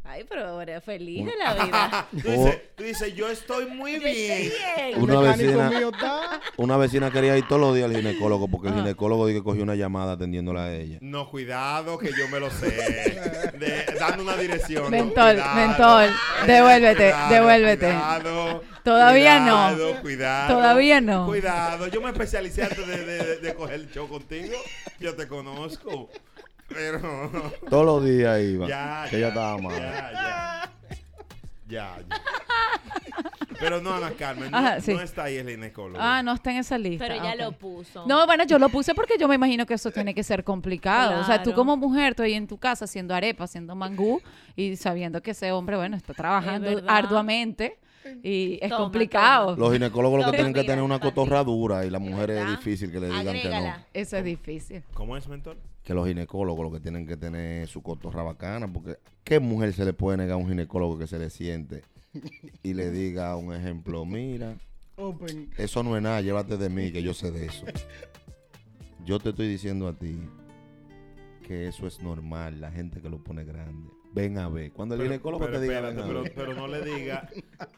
ay, pero ahora feliz de la vida.
Tú dices, tú dices, yo estoy muy
Yo estoy
bien.
bien.
El
Una
mecánico
vecina-
mío está.
Una vecina quería ir todos los días al ginecólogo porque
Ah.
el ginecólogo dijo que cogió una llamada atendiéndola a ella.
No, cuidado, que yo me lo sé. De- dando una dirección. no,
Mentol,
cuidado.
mentol. Devuélvete,
Cuidado,
devuélvete.
cuidado,
Todavía no.
Cuidado, cuidado.
Todavía no.
Cuidado. Yo me especialicé antes de, de- de coger el show contigo. Yo te conozco. Pero.
Todos los días iba.
Ya,
que
ya,
ella estaba mal.
Ya, ya. Ya, ya. Pero no, Ana Carmen, no,
Ajá, sí.
no está ahí el ginecólogo.
Ah, no está en esa lista.
Pero ya
ok.
lo puso.
No, bueno, yo lo puse porque yo me imagino que eso tiene que ser complicado. O sea, tú
Claro.
como mujer, tú ahí en tu casa haciendo arepa, haciendo mangú y sabiendo que ese hombre, bueno, está trabajando
Es verdad.
arduamente y es
Toma,
complicado.
Los ginecólogos lo que
Todo
tienen que
mira,
tener una
Pati.
cotorradura y las mujeres es
¿Verdad?
difícil que le digan que no.
Agrégala.
Eso es difícil.
¿Cómo es, mentor?
Que los ginecólogos lo que tienen que tener es su cotorra bacana porque ¿qué mujer se le puede negar a un ginecólogo que se le siente y le diga un ejemplo? Mira,
Open.
eso no es nada, llévate de mí que yo sé de eso. Yo te estoy diciendo a ti que eso es normal, la gente que lo pone grande. Ven a ver. Cuando el
Pero-
ginecólogo
pero
te diga,
espérate,
"Ven a
pero,
ver".
pero no le diga.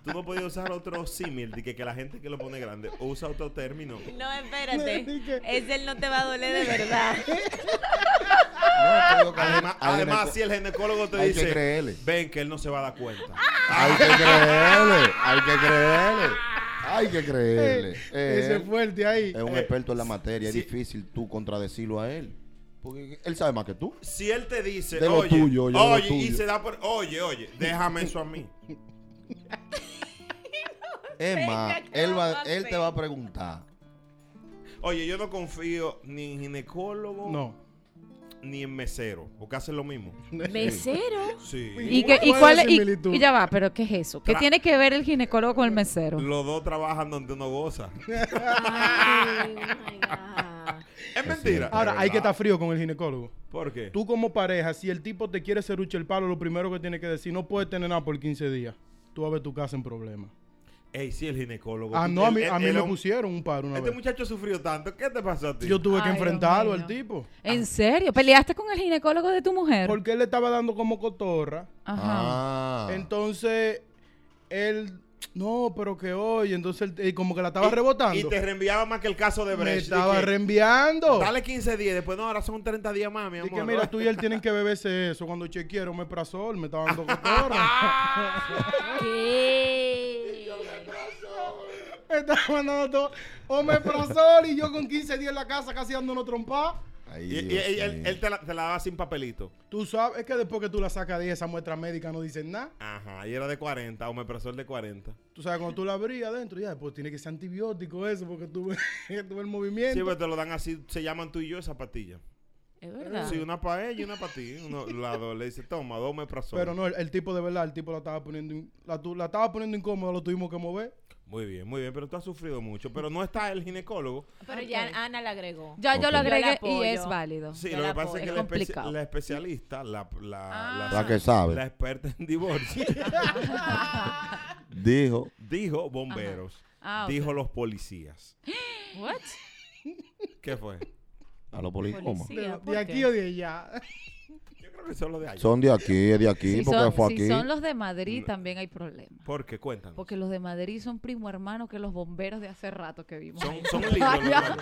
Tú no podías usar otro símil de que, que la gente que lo pone grande usa otro término.
No, espérate. Ese él no te va a doler de verdad.
No, te digo
Ah.
que hay-
Además,
hay
además
gineco-
si el ginecólogo te
hay que
dice,
creerle.
ven que él no se va a dar cuenta.
Ah.
Hay que creerle, hay que creerle, hay que creerle.
Ese
Eh,
fuerte ahí.
es un
eh,
experto en la materia,
sí.
es difícil tú contradecirlo a él. Porque él sabe más que tú.
Si él te dice,
De lo
oye,
tuyo, yo de lo
oye, y
tuyo.
se da por, oye, oye, déjame eso a mí.
Es más,
que
él,
no
va,
va a
él te
ser.
va a preguntar.
Oye, yo no confío ni en ginecólogo
No.
ni en mesero, porque hacen lo mismo.
Mesero.
Sí.
¿Y, que, y,
¿Cuál
cuál
es
es-
la
y-
similitud?
y ya va, pero ¿qué es eso? ¿Qué
Tra-
tiene que ver el ginecólogo con el mesero?
Los dos trabajan donde uno goza.
Ay, oh my God.
Es mentira.
Ahora, hay que
¿Verdad?
estar frío con el ginecólogo.
¿Por qué?
Tú como pareja, si el tipo te quiere ceruche el palo, lo primero que tiene que decir, no puedes tener nada por 15 días. Tú vas a ver tu casa en problemas.
Ey, sí, el ginecólogo.
Ah, no, a
Él-
mí,
él-
a mí
él
me
es un-
pusieron un paro una
Este
vez.
muchacho sufrió tanto. ¿Qué te pasó a ti?
Yo tuve que
Ay, Dios
enfrentarlo
mío.
al tipo.
¿En serio? ¿Peleaste con el ginecólogo de tu mujer?
Porque él le estaba dando como cotorra.
Ajá.
Ah.
Entonces, él, no, pero que hoy, entonces, él- eh, como que la estaba rebotando.
Y te reenviaba más que el caso de
me
Brecht.
estaba
Dije,
reenviando.
Dale 15 días. Después, no, ahora son 30 días más, mi amor.
Dije, mira, tú y él tienen que beberse eso. Cuando chequearon, me prazol, me estaba dando cotorra.
¿Qué?
me estaba mandando todo. O me prazol y yo con 15 días en la casa casi dándonos trompa.
Ay,
Y, y-
Dios
y él,
mío.
él te, la, te la daba sin papelito.
Tú sabes, es que después que tú la sacas de esa muestra médica no dicen nada.
Ajá, y era de 40, o me pasó el de 40.
Tú sabes, cuando tú la abrías adentro, ya, pues tiene que ser antibiótico eso, porque tú ves, tú ves el
Sí, pues,
movimiento.
pero te lo dan así, se llaman tú y yo esa pastilla.
Es
Ah.
verdad.
Sí, una para ella y una para ti. Uno, la dos, le dice, toma, dos me pasó.
Pero no, el, el tipo de verdad, el tipo la estaba poniendo, in- la, tu- la estaba poniendo incómoda, lo tuvimos que mover.
Muy bien, muy bien, pero tú has sufrido mucho. Pero no está el ginecólogo.
Pero ya Ana le agregó.
Ya yo
Ok.
lo
Yo la
agregué y
apoyo.
es válido.
Sí,
Yo
lo
la
que pasa
apoyo.
es que
Es
la, espe-
complicado.
la especialista, la, la,
Ah.
la,
La que
la
sabe,
experta en divorcio,
dijo.
dijo bomberos,
Ah, ok.
dijo los policías.
What?
¿Qué fue?
A los policomas.
Policía. Sí,
De,
¿por
de
qué?
aquí o de allá.
Yo creo que son los de allá.
Son de aquí, es de aquí,
Si
porque
son,
fue
si
aquí.
son los de Madrid también hay problemas.
¿Por qué? Cuéntanos.
Porque los de Madrid son primo hermano que los bomberos de hace rato que vimos.
Son,
ahí.
son lindos los de allá.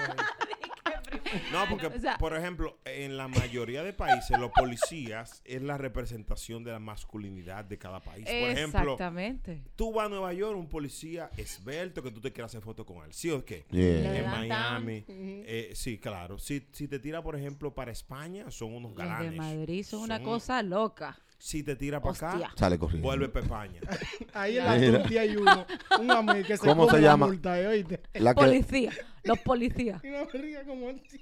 No, porque,
O sea-
por ejemplo, en la mayoría de países, los policías es la representación de la masculinidad de cada país. Por ejemplo,
Exactamente.
tú vas a Nueva York, un policía esbelto que tú te quieras hacer foto con él, ¿sí o qué?
Yeah.
En
downtown.
Miami. eh, sí, claro. Si, si te tira, por ejemplo, para España, son unos
Los de
galanes.
Madrid son una
Son-
cosa loca.
Si te tira para acá,
Hostia.
Sale corriendo.
vuelve Pepaña.
Ahí en la
Mira.
Tuti hay uno. Un amigo que se
¿Cómo
come
se
la
llama?
multa, ¿eh? ¿oíste?
La Ah, que,
Policía, los policías.
Y una barriga como así.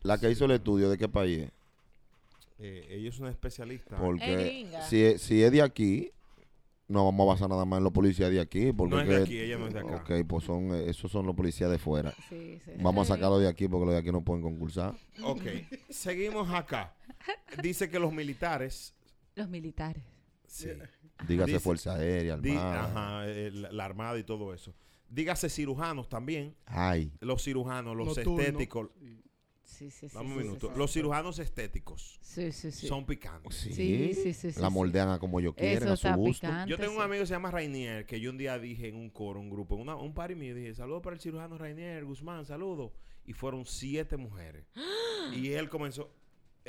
la que hizo el estudio, ¿de qué país es?
Eh, ella es una especialista.
Es
Porque
gringa.
si, es- si es de aquí, no vamos a basar nada más en los policías de aquí. Porque
No es de
que-
aquí, ella no es de acá.
Ok, pues son, eh, esos son los policías de fuera.
Sí, sí.
Vamos a sacarlos de aquí porque los de aquí no pueden concursar.
Ok, seguimos acá. Dice que los militares...
Los militares.
Sí.
Dígase
Dice-
Fuerza Aérea,
Di-
Armada.
ajá, el- la armada y todo eso. Dígase cirujanos también.
Ay,
Los cirujanos, los
Nocturno.
estéticos.
Sí, sí, sí.
Dame
sí,
un minuto.
sí, sí.
Los cirujanos estéticos
Sí, sí, sí.
son picantes.
sí.
Sí, sí, sí, sí,
la
sí.
moldean a como yo quiera,
Eso
a su
está
gusto.
picante.
Yo tengo un
sí.
amigo que se llama Rainier, que yo un día dije en un coro, un grupo, una- un party mío, dije, saludo para el cirujano Rainier, Guzmán, saludo. Y fueron siete mujeres. y él comenzó,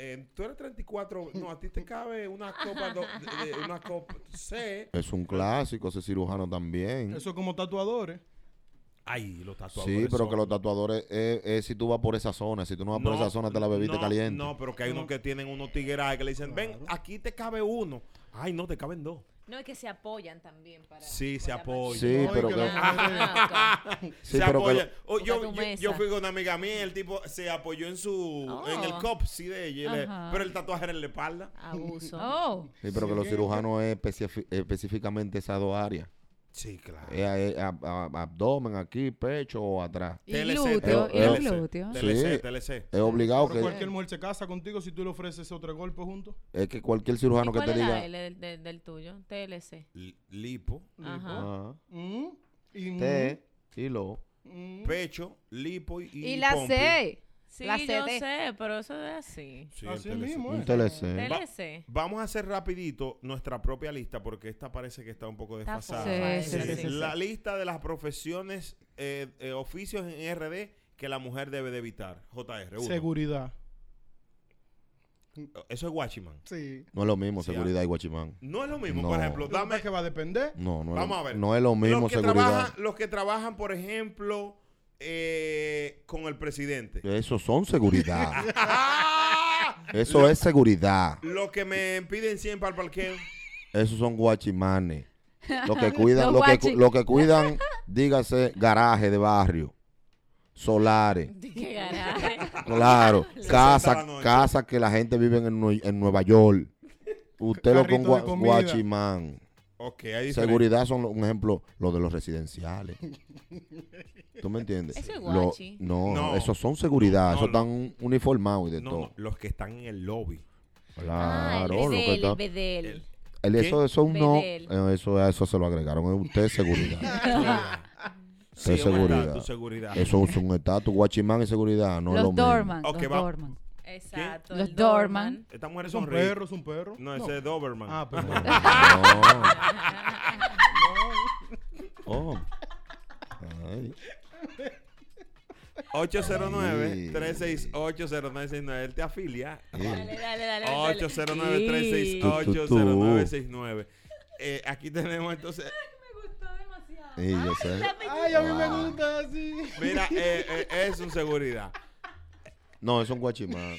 eh, tú eres 34, no, a ti te cabe una copa, do- de- de- una copa C.
Es un clásico, ese cirujano también.
Eso es como tatuadores.
Ay, los tatuadores.
Sí, pero
son-
que los tatuadores es, es si tú vas por esa zona. Si tú no vas por esa zona, te la bebiste
no,
caliente.
No, pero que hay unos que tienen unos tigueras que le dicen, ven, aquí te cabe uno. Ay, no, te caben dos.
No, es que se apoyan también para.
Sí,
con
se
la
apoyan.
Sí,
Oye,
pero
que
que-
la mujer-
Ah, ok.
sí,
se
pero que
apoya.
lo-
O- yo,
Busca tu
yo-
mesa.
yo fui con una amiga mía, el tipo se apoyó en su en el
Oh.
cop, sí, de ella. y le-
Ajá.
pero el tatuaje era en la espalda.
Abuso.
Oh,
sí, pero que los cirujanos es especifi- específicamente esas dos áreas.
Sí, claro.
Es a- es a- a- abdomen, aquí, pecho o atrás.
y
TLC,
glúteo,
eh,
y
eh,
glúteo.
Sí.
TLC, TLC.
Es obligado
Pero
que,
cualquier mujer se casa contigo si tú le ofreces esos tres golpes juntos.
es que cualquier cirujano
¿Y
que
cuál
te
es la
diga.
L del, del- del tuyo? TLC.
L- Lipo,
Ajá.
Ah,
Mm, y-
T y lo.
mm,
pecho, lipo y.
Y la
pompi.
C.
Sí,
La
yo
CD.
sé, pero eso es así.
Sí,
Así
el TLC.
mismo,
Un
eh.
TLC.
TLC.
Vamos a hacer rapidito nuora propia lista porque esta parece que está un poco
Está
desfasada.
full.
Sí, sí, sí, sí,
La lista de las profesiones, eh, eh, oficios en RD que la mujer debe de evitar. JR. uno.
Seguridad.
Eso es Watchman.
Sí.
No es lo mismo,
Sí,
seguridad y guachimán.
No es lo mismo,
No.
por ejemplo,
Lo que pasa
dame,
es que va a depender.
No, no,
Vamos
es,
a ver.
no es lo mismo
los que
seguridad.
trabajan, los que trabajan, por ejemplo, eh, con el presidente.
Eso son seguridad.
¡Ah!
Eso es seguridad.
Los que me piden siempre al parqueo.
Esos son guachimanes. Los que cuidan,
Los
lo que,
guachi.
cu- lo que cuidan, dígase, garaje de barrio, solares,
Qué garaje.
claro,
Se sienta
casas,
la noche.
casas que la gente vive en, Nue- en Nueva York. Usted lo con
Carrito de
gua-
comida.
guachimán.
Ok, ahí
Seguridad son, lo- un ejemplo, lo de los residenciales. ¿Tú me entiendes?
Eso es
Lo-
guachi.
no,
No.
esos son seguridad.
No,
esos
no.
están uniformados y de
No,
todo.
no, los que están en el lobby.
Ah,
Claro,
el
lo que
BDL,
está-
el BDL.
El-
el-
¿Qué?
eso, eso no,
Bedel.
eh, eso, eso se lo agregaron. Es Usted seguridad.
Sí,
Es
es verdad,
seguridad.
tu seguridad.
Eso es un estatus, guachimán y seguridad, no es lo
Los
mismo.
doorman.
Ok,
Los
va-
doorman.
Exacto.
Los
el
doorman.
Estas mujeres
Es un
son ricas.
perro, es un perro.
No, ese es Doberman.
Ah, perdón.
No. Oh. Ay.
809-368-0969. Él te afilia.
Dale, dale, dale.
Ah,
dale.
Sí.
809-368-0969. Eh, aquí tenemos entonces.
Sí, yo sé.
Ay, a mí me gusta así.
Mira, eh, eh, es un seguridad.
No, es un guachimán.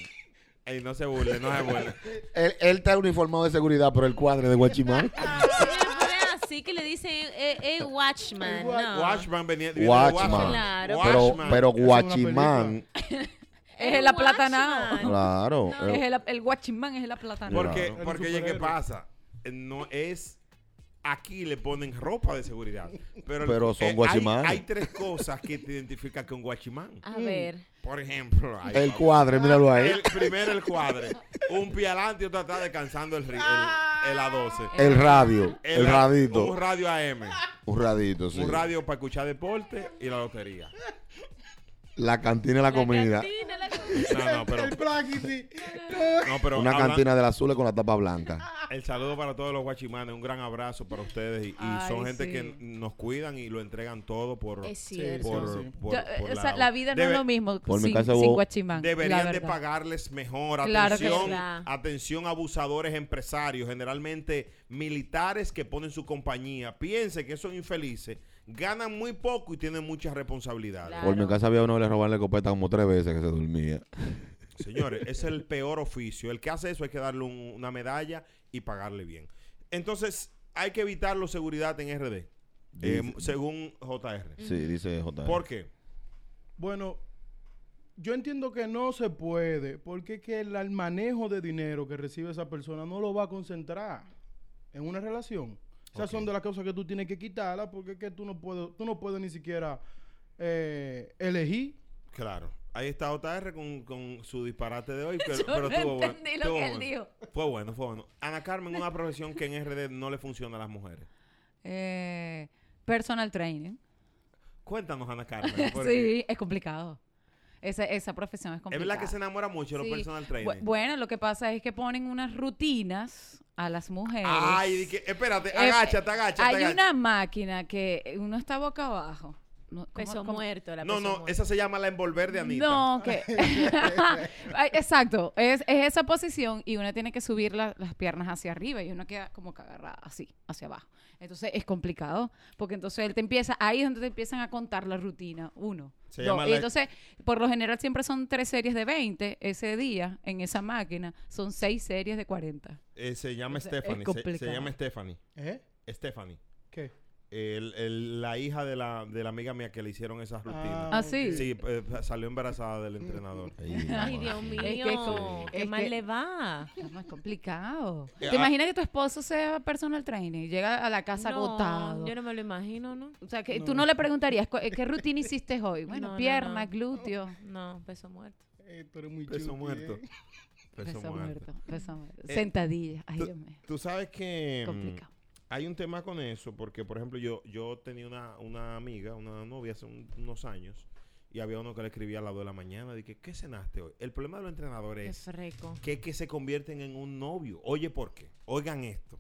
Ey, no se burle, no se burle.
Él, él está uniformado de seguridad, pero el cuadro es de guachimán.
Sí, pero es así que le dicen, eh, eh, Watchman. no.
Watchman venía. viene de
Watchman.
Ah. Claro.
Pero,
Watchman.
pero
una
guachimán,
Es
El
el aplatanado.
Watchman.
claro.
Es
eh,
el, el guachimán es el aplatanado.
Porque,
Claro.
porque
El
oye, ¿qué
superhéroe.
pasa? Eh, No es. Aquí le ponen ropa de seguridad. Pero, el-
Pero son
hay-
guachimanes.
Hay, tres cosas que te identifican con guachimán.
A ver.
Mm.
Por ejemplo, ay,
el
papá.
cuadro, míralo ahí.
El primero el cuadre. Un pie adelante y otro atrás descansando el, ri- el, el A12.
El radio, el,
a-
radito.
Un radio AM.
Un radito, sí.
Un radio para escuchar deporte y la lotería.
La cantina y la comida.
cantina, la comida.
No, no, pero,
El Blackity.
no, pero
Una
habla-
cantina del azul con la tapa blanca.
el saludo para todos los guachimanes, un gran abrazo para ustedes y, y
Ay,
son gente
sí.
que nos cuidan y lo entregan todo por,
Es cierto.
por,
sí.
por-
Yo, eh,
por
o sea, la, vida no
Debe-
es lo mismo
Por mi
sin,
casa
sin
hubo-
Guachimán. la
Deberían de
verdad.
pagarles mejor
Claro que
atención,
sí.
atención abusadores empresarios, generalmente militares que ponen su compañía. Piense que son infelices, ganan muy poco y tienen muchas responsabilidades.
Claro.
Por mi casa había uno que le robaron la escopeta como tres veces que se dormía.
Señores, es el peor oficio. El que hace eso hay que darle un- una medalla y pagarle bien. Entonces, hay que evitar la seguridad en RD, eh,
Dice-
según JR.
Sí, dice J.
¿Por qué?
Bueno, yo entiendo que no se puede, porque es que el, el manejo de dinero que recibe esa persona no lo va a concentrar en una relación. O sea, son de las cosas que tú tienes que quitarlas, porque es que tú no puedes, tú no puedes ni siquiera eh, elegir.
Claro. Ahí está JR con, con su disparate de hoy, pero,
Yo
pero
no
estuvo bueno.
entendí lo
estuvo
que él
bueno.
dijo.
Fue bueno, fue bueno. Ana Carmen, una profesión que en RD no le funciona a las mujeres.
Eh, personal training.
Cuéntanos, Ana Carmen. porque
Sí, es complicado. Esa, esa profesión es
Es
complicada.
verdad que se enamora mucho de
Sí.
los personal
Bu-
trainers.
Bueno, lo que pasa es que ponen unas rutinas a las mujeres.
Ay, di que- espérate,
Eh,
agáchate, agáchate.
Hay
agáchate.
una máquina que uno está boca abajo. No, ¿cómo-
Peso
cómo?
muerto, la
No,
peso
no,
muerto.
esa se llama la envolver de Anita.
No, que. Ay, Exacto, es, es esa posición y uno tiene que subir la- las piernas hacia arriba y uno queda como que agarrada así, hacia abajo. Entonces es complicado, porque entonces él te empieza, ahí es donde te empiezan a contar la rutina, uno.
Se
dos.
llama
Y
la-
entonces, por lo general siempre son tres series de 20 ese día en esa máquina, son seis series de 40.
Eh, se llama
O sea, es
Stephanie. Se, se
complicado.
llama Stephanie.
¿Eh?
Stephanie.
¿Qué?
El- el- la hija de la, de la amiga mía que le hicieron esas rutinas.
Ah, sí.
ok.
Sí, eh, salió embarazada del entrenador.
Ay, Dios mío,
Es que es co-
qué
es
mal
que-
le va.
Es más complicado.
Eh,
¿Te
ah-
imaginas que tu esposo sea personal trainer y llega a la casa
No,
agotado?
Yo no me lo imagino, ¿no?
O sea, que tú no le preguntarías, "¿Cu- ¿qué rutina hiciste hoy?
No,
Bueno,
no, no.
pierna, glúteo.
No, peso muerto.
Eh, tú eres muy
Peso
chuki,
muerto.
¿eh?
Peso muerto.
peso muerto.
Eh,
Sentadilla. Ay,
tú-
Dios mío.
Tú sabes que... mm,
Complicado.
Hay un tema con eso, porque por ejemplo yo, yo tenía una, una amiga, una novia hace un- unos años, y había uno que le escribía a las 2 de la mañana, dije, ¿qué cenaste hoy? El problema de los
Qué
entrenadores es
freco.
que, es que se convierten en un novio. Oye, ¿por qué? Oigan esto,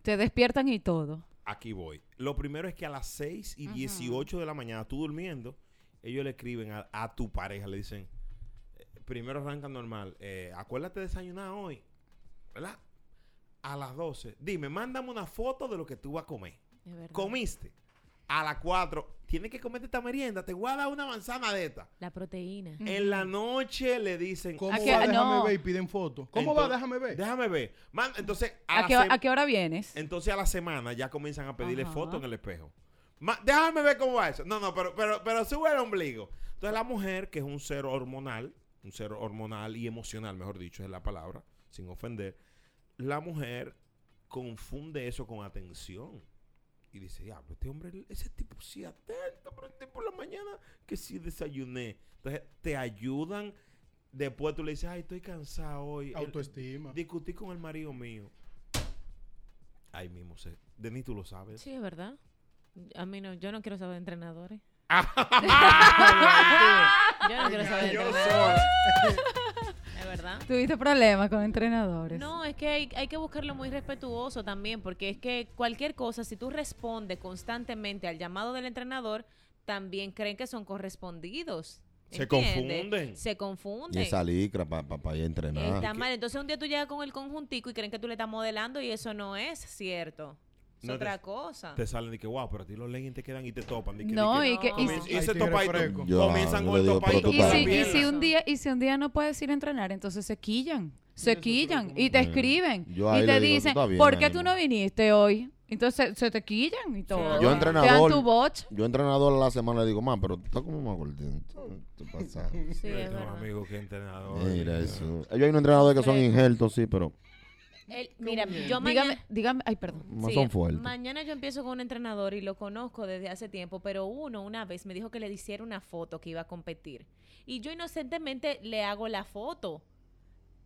Te despiertan y todo.
aquí voy. Lo primero es que a las 6 y 18 de la mañana, tú durmiendo, ellos le escriben a, a tu pareja, le dicen, eh, primero arranca normal, eh, acuérdate de desayunar hoy, ¿verdad? A las 12, dime, mándame una foto de lo que tú vas a comer.
Es verdad.
comiste a las 4, tienes que comerte esta merienda, te voy a dar una manzana de esta.
La proteína.
En la noche le dicen,
¿Cómo
¿A
va?
qué?
Déjame
No.
ver y piden foto. ¿Cómo va?
Entonces-
Déjame ver.
déjame ver. Man, entonces, a
¿A
la
qué, ho-
se-
a qué hora vienes?
entonces a la semana ya comienzan a pedirle
Ajá.
fotos en el espejo. Ma- déjame ver cómo va eso. No, no, pero, pero, pero sube el ombligo. Entonces la mujer, que es un ser hormonal, un ser hormonal y emocional, mejor dicho, es la palabra, sin ofender, la mujer confunde eso con atención. Y dice, diablo, este hombre, ese tipo sí atento, pero este por la mañana que sí desayuné. Entonces te ayudan. Después tú le dices, ay, estoy cansado hoy. El-
Autoestima.
Discutí con el marido mío. Ahí mismo se. Denis, tú lo sabes.
Sí, es verdad. A mí no, yo no quiero saber de entrenadores. yo no quiero saber de entrenadores. Es verdad.
¿Tuviste problemas con entrenadores?
No, es que hay, hay que buscarlo muy respetuoso también, porque es que cualquier cosa, si tú respondes constantemente al llamado del entrenador, también creen que son correspondidos.
Se
¿entiendes?
confunden.
Se
Y
confunden.
esa licra para ir a
Está
entrenar.
mal. Entonces un día tú llegas con el conjuntico y creen que tú le estás modelando y eso no es cierto. Es
No,
otra
te-
cosa.
Te salen de que, wow, pero a ti los leggings te quedan y te topan. Di que-
No,
di
y que. Y,
No.
Comien-
si-
y
Ay,
se
tigre
topadito.
fresco.
Yo,
Comienzan
yo
con el
le digo,
topadito.
pero
y
tú
con la
si, y
pierna.
si un día, y si un día no puedes ir a entrenar, entonces se quillan. Se quillan y te
Bueno,
escriben.
yo
Y
ahí
te
le digo, "Tú
dicen,
estás bien,
¿por qué tú
ánimo".
no viniste hoy? Entonces se te quillan y todo.
Yo
Te dan
entrenador.
tu boche.
Yo entrenador a la semana le digo, man, pero tú estás como más gordito. ¿eh? Te pasa.
Sí,
Yo
es
tengo
verdad.
amigos que entrenador.
Mira eso. Ellos hay unos entrenadores que son injertos, sí, pero
El- mira, yo
Dígame,
mañana,
dígame, ay, perdón.
no
sí,
son fuertes.
mañana yo empiezo con un entrenador y lo conozco desde hace tiempo, pero uno una vez me dijo que le hiciera una foto que iba a competir. Y yo inocentemente le hago la foto.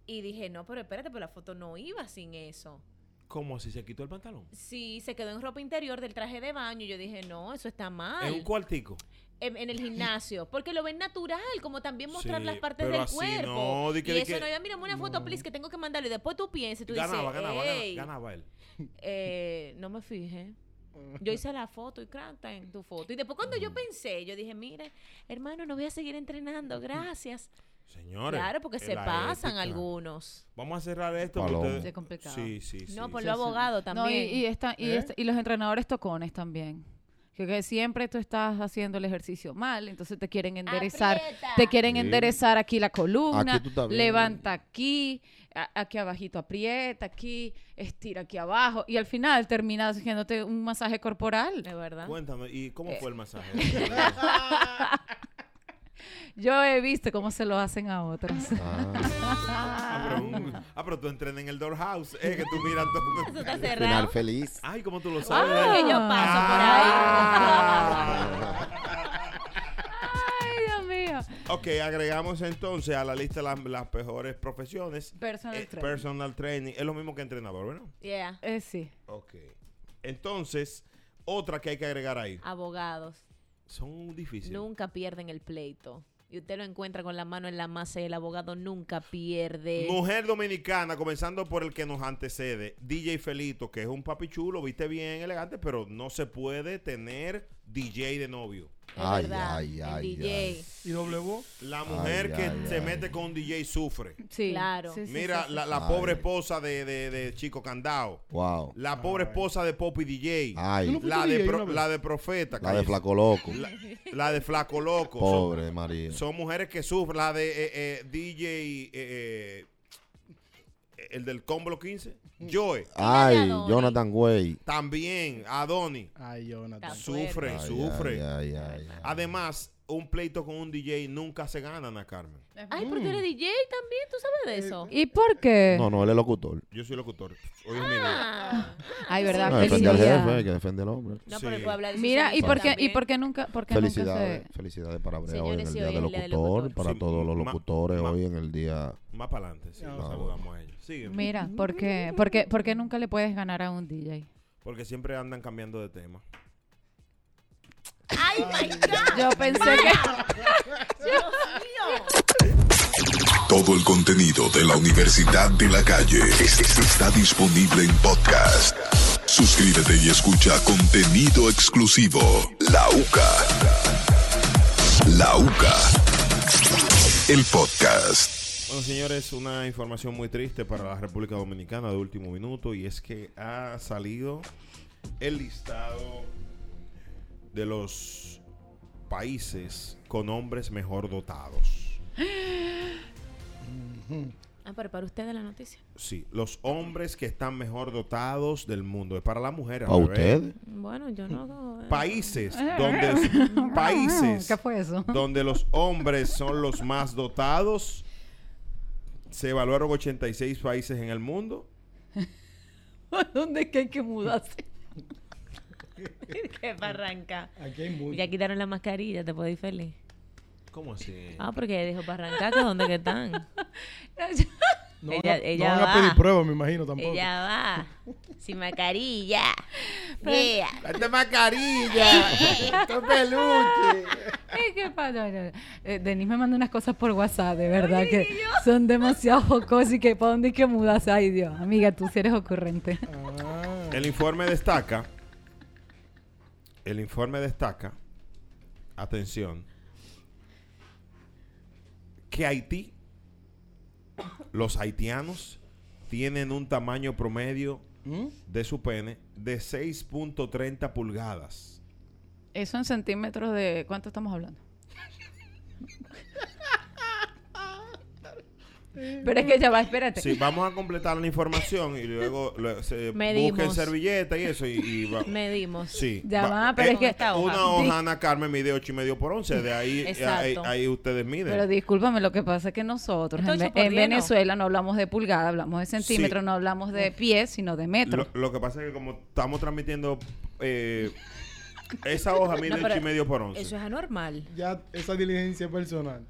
Y dije, no, pero espérate, pero la foto no iba sin eso.
Como si se quitó el pantalón.
Sí, se quedó en ropa interior del traje de baño. y Yo dije, no, eso está mal.
En un cuartico.
en, en el gimnasio, porque lo ven natural, como también mostrar
Sí,
las partes
pero
del
así
cuerpo.
no, di que-
y
di
eso
que-
no, ya mírame una foto, please, que tengo que mandarlo. Y después tú piensas, y tú
ganaba,
dices,
ganaba, ganaba,
"Ey,
ganaba él.
eh, no me fijé. Yo hice la foto y crack, está en tu foto. Y después cuando yo pensé, yo dije, mire, hermano, no voy a seguir entrenando, gracias.
Señores.
claro, porque
es
se
la
pasan
ética.
algunos.
Vamos a cerrar esto.
Paloma.
porque
Sí, es complicado.
Sí, sí,
No,
sí.
por lo abogado también.
No, y, y esta- y,
¿Eh?
esta- y los entrenadores tocones también. Que, que siempre tú estás haciendo el ejercicio mal, entonces te quieren enderezar,
Aprieta.
te quieren
Sí.
enderezar aquí la columna,
Aquí tú estás bien.
levanta aquí, a- aquí abajito aprieta, aquí estira aquí abajo y al final terminas haciéndote un masaje corporal.
Es verdad.
Cuéntame, ¿y cómo fue el masaje?
Yo he visto cómo se lo hacen a otros.
Ah,
ah, pero, un- ah, pero tú entrenas en el doorhouse, eh, que tú miras
Eso
todo.
está
final
cerrado.
feliz.
Ay, ¿cómo tú lo sabes?
Ah.
Porque yo paso por ahí.
Ay, Dios mío.
Ah. Ok, agregamos entonces a la lista las, las peores profesiones.
Personal
Eh,
trainer.
personal training. Es lo mismo que entrenador, ¿verdad?
Yeah.
Eh, sí.
Ok. Entonces, otra que hay que agregar ahí.
Abogados.
Son difíciles.
Ah. Nunca pierden el pleito. Y usted lo encuentra con la mano en la masa y el abogado nunca pierde.
Mujer dominicana, comenzando por el que nos antecede, DJ Felito, que es un papi chulo, viste bien elegante, pero no se puede tener DJ de novio.
Es
Ay,
verdad.
ay,
El
ay,
DJ.
ay.
Y W.
La mujer que
ay,
se
ay.
mete con DJ sufre.
Sí.
Claro.
Sí, sí,
Mira,
sí, sí.
la, la
Ay.
pobre esposa de, de- de Chico Candao.
Wow.
La pobre esposa de Poppy DJ.
Ay,
Tú no fuiste
La de,
DJ
pro-
una vez.
la de Profeta.
la de
cállese.
Flaco Loco.
La, la de Flaco Loco. Son-
Pobre María.
Son, mujeres que sufren. La de eh, eh, DJ. eh, eh, el del Combo 15. Joe.
Ay,
Adonis.
Jonathan Way.
También. Adoni.
Ay, Jonathan.
Está
Sufre,
Ay,
sufre.
ay, ay, ay.
Además, un pleito con un DJ nunca se gana, Ana Carmen.
Ay, pero tú eres DJ también, ¿tú sabes de eso?
¿Y por qué?
No, no, él es locutor.
Yo soy locutor. Hoy es mi día.
Ah.
Ay, verdad,
No,
Ah,
defiende al
felicidad.
jefe, hay que defiende al hombre.
No,
Sí.
pero él puede hablar de su
Mira, ¿y
servicio
por qué, y
también.
por qué nunca, por qué nunca
Felicidades,
se...
felicidades para Brea hoy en
Señores,
el
sí,
Día
hoy
del
es el Día del
Locutor,
Locutor.
para
Sí,
todos los
ma-
locutores
ma-
hoy en el Día.
Más para adelante. Sí, nos saludamos a ellos. Sígueme.
Mira, ¿por qué, por, qué, por qué nunca le puedes ganar a un DJ?
Porque siempre andan cambiando de tema.
¡Ay, my God!
Yo pensé que...
¡Dios mío!
Todo el contenido de la Universidad de la Calle es- es- está disponible en podcast. Suscríbete y escucha contenido exclusivo. La UCA. La UCA. El podcast.
Bueno, señores, una información muy triste para la República Dominicana de último minuto y es que ha salido el listado de los países con hombres mejor dotados.
Ah, pero para ustedes la noticia.
Sí, los hombres que están mejor dotados del mundo. Es para las mujeres.
¿A
al revés.
ustedes?
Bueno, yo no... eh.
Países donde países
¿Qué fue eso?
donde los hombres son los más dotados. Se evaluaron 86 países en el mundo.
¿Dónde es que hay que mudarse?
¡Qué barranca!
Aquí hay mucho.
Ya quitaron la mascarilla, te puedes ir feliz.
¿Cómo así?
Ah, porque ella dijo barranca, que dónde que están.
No, yo-
No,
Ella-
van a-
ella
no van
va.
a pedir pruebas, me imagino, tampoco.
Ella va sin mascarilla. Yeah.
¡Date mascarilla! ¡Tu peluche!
Ay, qué pa- no, no, no. Eh, Denise me manda unas cosas por WhatsApp, de verdad, que son demasiado jocosas y que para dónde hay que mudarse. Ay, Dios, amiga, tú sí eres ocurrente.
Ah,
El informe destaca. El informe destaca. Atención. Que Haití. Los haitianos tienen un tamaño promedio
¿Mm?
de su pene de 6.30 pulgadas.
Eso en centímetros de... ¿Cuánto estamos hablando? Pero es que ya va, espérate.
Sí, vamos a completar la información y luego lo- se
Medimos.
busquen servilleta y eso. Y, y va-
Medimos.
sí,
Ya va, pero es que-
Una
Esta hoja.
hoja, Ana Carmen, mide 8 y medio por 11. De ahí, ahí,
Exacto.
ahí ustedes miden.
Pero discúlpame, lo que pasa es que nosotros en,
Esto
Ve-
ocho por
en
diez, ¿no?
Venezuela no hablamos de pulgada, hablamos de centímetros,
Sí.
no hablamos de pies, sino de metros.
Lo, lo que pasa es que como estamos transmitiendo eh, esa hoja mide
No,
8
pero
y medio por 11.
Eso es anormal.
Ya esa diligencia personal.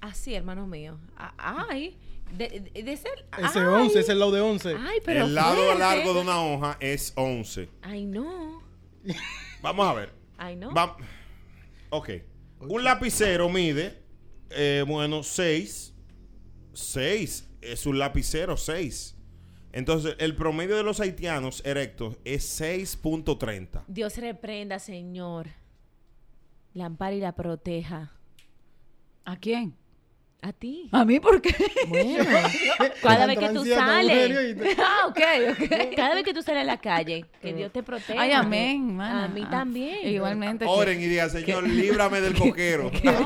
Así, hermano mío. Ah, Ay. De, de, de ser.
Ese
ay. Ah,
11, ese es el lado de 11.
Ay, pero.
El lado
fuerte.
largo de una hoja es 11.
Ay, no.
Vamos a ver.
Ay, no.
Va- Ok. Un lapicero mide, eh, bueno, 6. 6. Es un lapicero 6. Entonces, el promedio de los haitianos erectos es 6.30.
Dios reprenda, Señor. La ampara y la proteja.
¿A quién?
A ti.
¿A mí por qué?
Bueno. Cada vez que tú
Entrancía Ah, con
sales.
Eugenio y-
ah, ok, ok.
Cada vez que tú sales a la calle, que Dios te proteja.
Ay, amén, mana.
A mí
Ah,
también.
Igualmente.
Oren y digan, Señor, líbrame del coquero.
Que me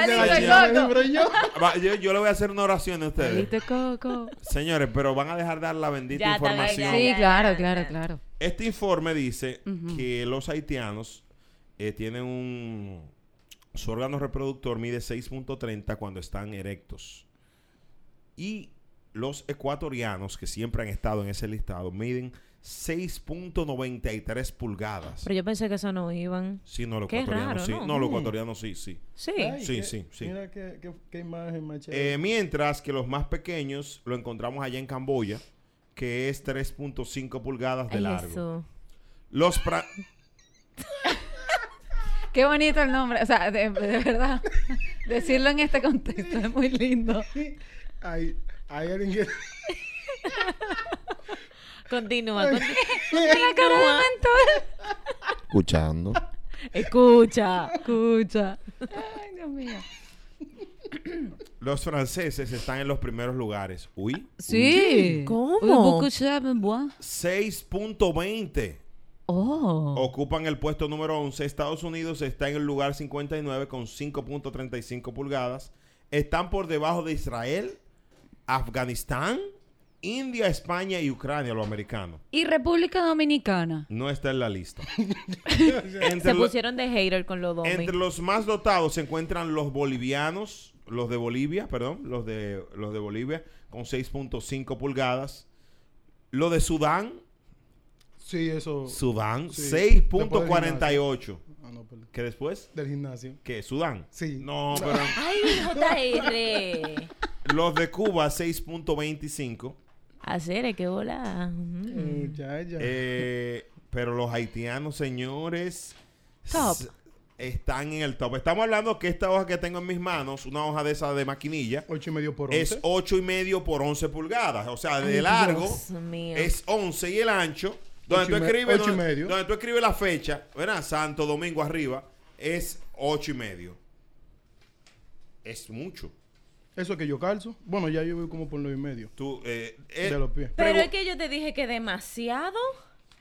Palito de
la llave,
coco.
pero yo-
Va, yo, yo le voy a hacer una oración a ustedes.
Palito coco.
Señores, pero van a dejar dar la bendita
Ya, está bien,
información.
ya,
Sí, claro, claro, claro.
Este informe dice
Ujú.
que los haitianos eh, tienen un... Su órgano reproductor mide 6.30 cuando están erectos. Y los ecuatorianos, que siempre han estado en ese listado, miden 6.93 pulgadas.
Pero yo pensé que eso no iban.
Sí, no, los
Qué
ecuatorianos sí.
raro, ¿no?
No, los
Mm.
ecuatorianos sí, sí.
Sí.
Ay,
Sí,
qué-
sí, sí.
Mira qué, qué- qué imagen más chévere.
Eh, mientras que los más pequeños lo encontramos allá en Camboya, que es 3.5 pulgadas de
Ay,
largo.
eso.
Los pra-
Qué bonito el nombre. O sea, de, de verdad. Decirlo en este contexto es muy lindo.
Ay, hay alguien que...
Continúa, continúa.
Escuchando.
Escucha.
Escucha. Ay, Dios mío.
Los franceses están en los primeros lugares. Uy,
Sí.
¿Cómo?
Uy, beaucoup de chats, bois.
6.20
Oh.
ocupan el puesto número 11. Estados Unidos está en el lugar 59 con 5.35 pulgadas. Están por debajo de Israel, Afganistán, India, España y Ucrania, los americanos.
Y República Dominicana.
No está en la lista.
Se
entre, lo-
pusieron de hater con los domi.
entre los más dotados se encuentran los bolivianos, los de Bolivia, perdón, los de, los de Bolivia con 6.5 pulgadas. Los de Sudán,
Sí, eso...
Sudán,
Sí,
6.48.
Ah, no, perdón.
¿Qué después?
Del gimnasio.
¿Qué? ¿Sudán?
Sí.
No, pero
Ay, JR.
los de Cuba, 6.25.
Hacer, qué bola. Mm.
Muchacha.
Eh, pero los haitianos, señores,
Top.
s- están en el top. Estamos hablando que esta hoja que tengo en mis manos, una hoja de esa de maquinilla,
Ocho y medio por once.
es 8 y medio por 11 pulgadas. O sea, de
Ay,
largo
Dios mío.
es 11 y el ancho. Donde
Ocho
tú,
y me-
escribes,
ocho y
donde-
medio.
donde tú escribes la fecha, ¿verdad? Santo Domingo arriba, es 8 y medio. Es mucho.
Eso que yo calzo. Bueno, ya yo voy como por nueve y medio.
Tú, eh, eh,
De los pies.
Pero
pregu-
es que yo te dije que demasiado.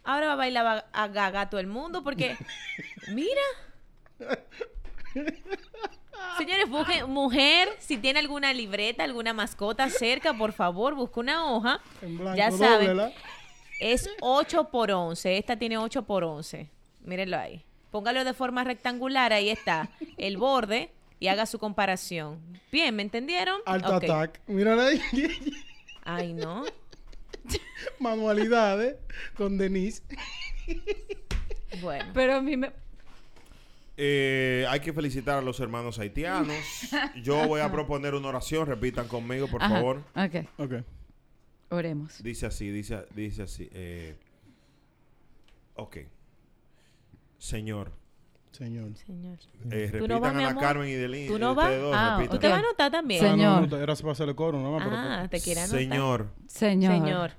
Ahora va a bailar a- a gaga todo el mundo porque. Mira. Señores, busquen- mujer, si tiene alguna libreta, alguna mascota cerca, por favor, busca una hoja.
En blanco,
ya saben,
dóblela.
es 8 por 11. Esta tiene 8 por 11. Mírenlo ahí. Póngalo de forma rectangular, ahí está, el borde, y haga su comparación. Bien, ¿me entendieron?
Alto
Ok.
attack. Mírala ahí.
Ay, no.
Manualidades con Denise.
Bueno.
Pero a mí me.
Eh, hay que felicitar a los hermanos haitianos. Yo voy a proponer una oración, repitan conmigo, por
Ajá,
favor.
Ok,
Ok.
oremos.
Dice así, dice, dice así. eh, ok. Señor,
Señor.
Señor.
eh,
no
repitan
vas,
a
mi
la
amor?
Carmen y eh, Delin.
¿Tú no vas?
Ah,
¿Tú te vas a anotar
Ah,
también?
no,
Señor.
no, te- era para hacerle coro, nomás. pero-
Ah, te quiero anotar.
Señor,
Señor.
Señor,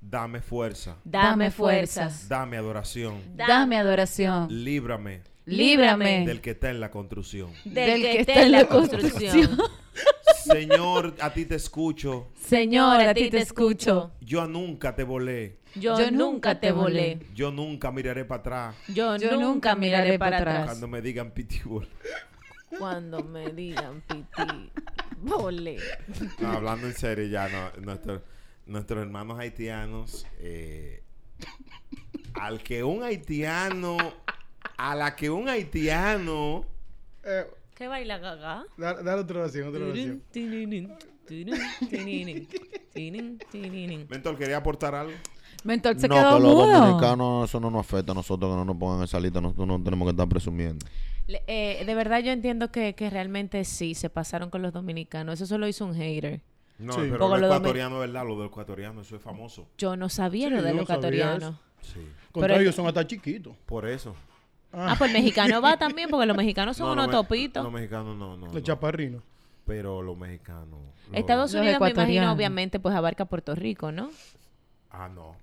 dame fuerza,
dame fuerzas.
dame adoración,
Dame adoración.
líbrame
Líbrame
del que está en la construcción.
Del que está en la construcción.
Señor, a ti te escucho.
Señor, a ti te escucho.
Yo nunca te volé.
Yo,
Yo
nunca te volé.
Yo nunca miraré para atrás
Yo,
Yo
nunca miraré para atrás.
cuando me digan pitbull.
Cuando me digan piti, volé.
No, hablando en serio ya, no, nuestro- nuestros hermanos haitianos, eh, al que un haitiano, a la que un haitiano,
Eh,
¿Qué baila gaga?
da- dale otra oración, otra oración.
Mentor, quería aportar algo.
Mentor se
no,
quedó
que los
mudo.
dominicanos eso no nos afecta a nosotros que no nos pongan esa lista, nosotros no tenemos que estar presumiendo.
Le- eh, de verdad yo entiendo que, que realmente sí, se pasaron con los dominicanos. Eso solo hizo un hater.
No,
Sí.
pero lo
Porque lo domi-
ecuatoriano, ¿verdad? Lo del ecuatoriano, eso es famoso.
Yo no sabía
Sí,
lo de
yo
los
no sabía
ecuatorianos.
eso.
Sí.
Contra ellos son hasta chiquitos.
Por eso.
Ah, pues el mexicano va también, porque los mexicanos son
No,
unos
no, me-
topitos.
Los mexicanos no, no.
Los
Ah.
no.
chaparrinos.
Pero los mexicanos. los-
Estados
Los
Unidos, me imagino,
ecuatorianos.
obviamente, pues abarca Puerto Rico, ¿no?
Ah, no.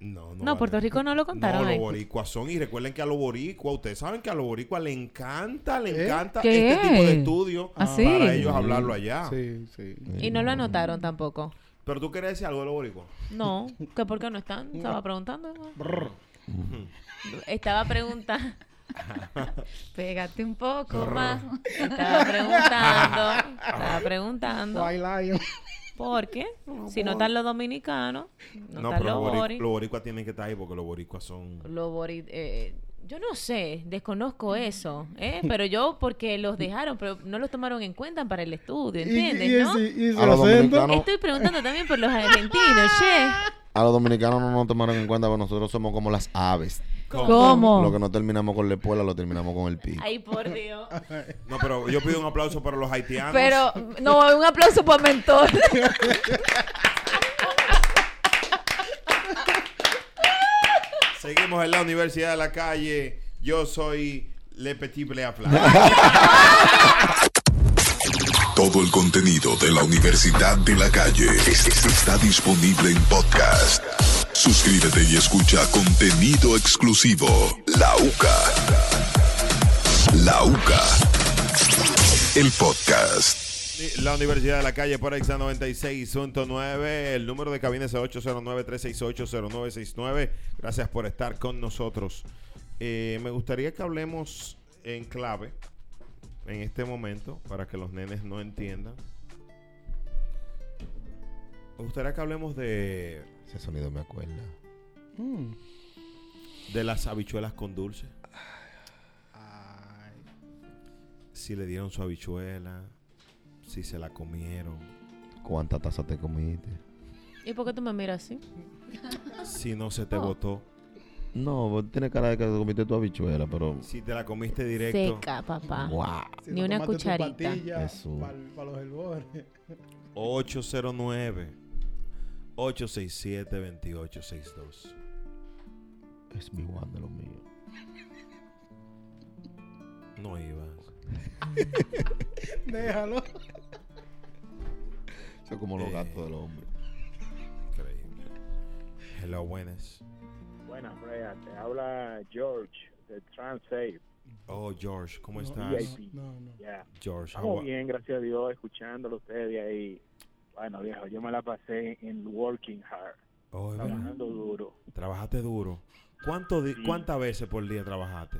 No, no.
No, Puerto Rico no lo contaron
No, los
ahí.
boricuas son, y recuerden que a los boricuas, ustedes saben que a los boricuas le encanta, le
¿Eh?
encanta
¿Qué?
este tipo de estudio
¿Ah, sí?
para ellos hablarlo allá.
Ah.
Sí, sí.
Y no lo anotaron tampoco.
Pero tú quieres decir algo de los boricuas.
No, que por qué no están, estaba preguntando. ¿no? Estaba preguntando.
Pégate un poco más.
Estaba preguntando. Estaba preguntando.
White Lion.
¿Por qué? Si no están los dominicanos, no, están
pero
los
los, bori-
boris.
los boricuas tienen que estar ahí porque los boricuas son.
Los boris. eh, yo no sé, desconozco eso, ¿eh? Pero yo, porque los dejaron, pero no los tomaron en cuenta para el estudio, ¿entiendes?
y, y
no?
ese, y ese
A los
acento.
dominicanos.
Estoy preguntando también por los argentinos, che.
A los dominicanos no nos tomaron en cuenta, porque nosotros somos como las aves. Lo
¿Cómo?
que no terminamos con la espuela, lo terminamos con el pico.
Ay, por Dios.
No, pero yo pido un aplauso para los haitianos.
Pero, no, un aplauso para Mentor.
Seguimos en la Universidad de la Calle. Yo soy Le Petit Bleafla.
Todo el contenido de la Universidad de la Calle es- es- está disponible en podcast. Suscríbete y escucha contenido exclusivo. La UCA. La UCA. El podcast.
La Universidad de la Calle por Exa 96.9. El número de cabina es el 809-368-0969. Gracias por estar con nosotros. Eh, me gustaría que hablemos en clave en este momento para que los nenes no entiendan. Me gustaría que hablemos de,
Ese sonido me acuerda.
Mm.
de las habichuelas con dulce.
Ay.
Si le dieron su habichuela, si se la comieron,
¿Cuánta taza te comiste?
¿Y por qué tú me miras así?
si no se te
Oh.
botó,
No, vos tienes cara de que te comiste tu habichuela, pero.
si te la comiste directo.
Seca, papá.
¡Guau!
Si
Ni
no
una
tomaste tu
cucharita.
patilla
Jesús.
pa'l- pa' los albores.
809-867-2862.
Es mi Juan de los míos.
No ibas.
Déjalo.
Eh. Eso es como los
Eh.
gatos del hombre.
Increíble. Hello, buenas.
Buenas, Brea. Te habla George de Transafe.
Oh, George, ¿cómo
No,
estás?
Ah, no, Ah, no.
ya
George, how
Estamos
are-
bien, gracias a Dios, escuchándolo ustedes de ahí. Bueno, viejo, yo me la pasé en working hard,
Ah.
Oh, es verdad.
trabajando duro.
Trabajaste duro. ¿Cuánto di-
Sí.
¿Cuántas veces por día trabajaste?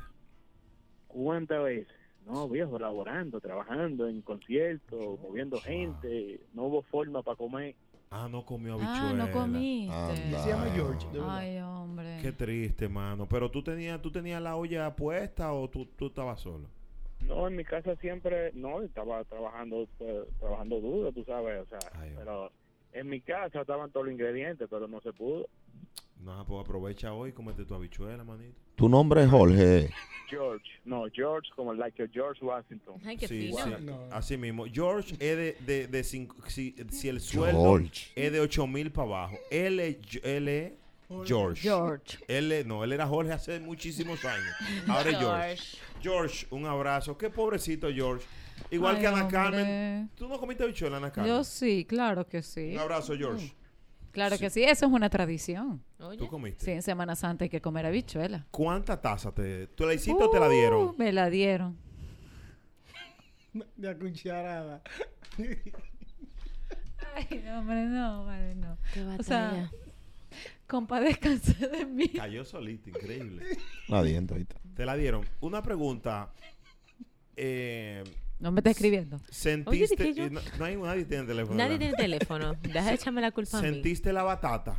¿Cuántas veces? No, viejo, laborando, trabajando en conciertos, moviendo gente. No hubo forma para comer.
Ah, no comió habichuela.
Ah, no comiste.
Anda.
Se llama George, de verdad.
Ay, hombre.
Qué triste, mano. Pero tú tenías, tú tenías la olla puesta o tú, tú estabas solo.
No, en mi casa siempre, no, estaba trabajando eh, trabajando duro, tú sabes, o sea,
oh.
Ay,
pero en mi casa estaban todos los ingredientes, pero no se pudo.
No, pues aprovecha hoy y comete tu habichuela, manito.
Tu nombre es Jorge.
George, no, George, como like George Washington.
Ay, qué
sí,
fino.
sí.
No.
Así mismo. George es de, de, de cinco- si, si el sueldo
George.
es de 8 mil para abajo. Él es, él es George.
George.
Él es- no, él era Jorge hace muchísimos años. Ahora es George. George, un abrazo. Qué pobrecito George. Igual
Ay,
que Ana
hombre.
Carmen. ¿Tú no comiste bichuela, Ana Carmen?
Yo sí, claro que sí.
Un abrazo, George.
Claro que sí, eso es una tradición.
Oye,
¿Tú comiste?
Mm. Sí, en Semana Santa hay que comer habichuela.
¿Cuánta taza te... ¿Tú la hiciste o te la dieron?
Uh, me la dieron.
De cucharada.
Ay, no, hombre, no, hombre, no.
qué
O sea,
batalla.
compadézcanse de mí.
Cayó solita, increíble.
La diente ahorita.
Te la dieron. Una pregunta. Eh,
No me está escribiendo.
¿Sentiste...
que yo-
eh, no, no hay nadie tiene teléfono.
Nadie
¿verdad?
tiene teléfono. Deja de echarme la culpa a mí.
¿Sentiste la batata?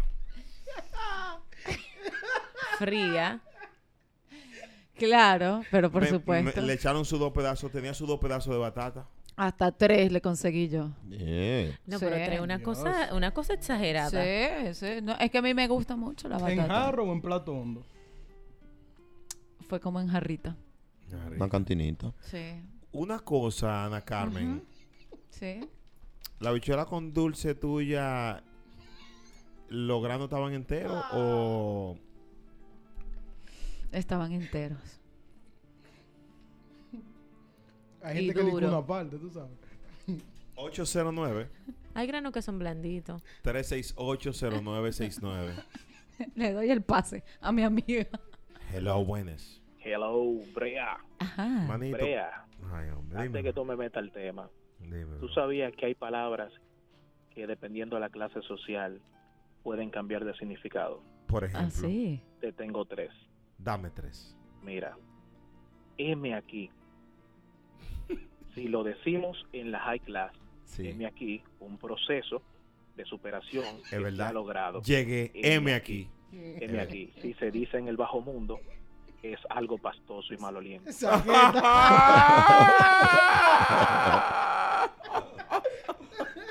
Fría.
Claro, pero por
Me-
supuesto.
me- le echaron sus dos pedazos, tenía sus dos pedazos de batata.
Hasta tres le conseguí yo.
Yeah.
No,
Sí.
pero trae una
Dios.
cosa, una cosa exagerada.
Sí, sí. No, es que a mí me gusta mucho la
¿En
batata.
jarro o en plato hondo?
Fue como en jarrita.
Una cantinita.
Sí,
Una cosa, Ana Carmen.
sí.
¿La bichuela con dulce tuya, los granos estaban enteros o
Estaban enteros.
Hay
Y
gente que discute
duro.
aparte, tú sabes.
809
Hay granos que son blanditos.
3680969.
Le doy el pase a mi amiga.
Hello, buenas.
Hello, Brea.
Ajá.
Manito.
Brea,
Ay, hombre,
antes
dime.
que tú me metas el tema,
Dime,
tú
bro.
sabías que hay palabras que dependiendo de la clase social pueden cambiar de significado.
Por
ah,
ejemplo,
Así.
Te tengo tres.
dame tres.
Mira, M aquí. Si lo decimos en la high class,
Sí.
M aquí, un proceso de superación que se
verdad.
ha logrado.
Llegué M aquí.
M aquí. Si se dice en el bajo mundo, es algo pastoso y maloliente.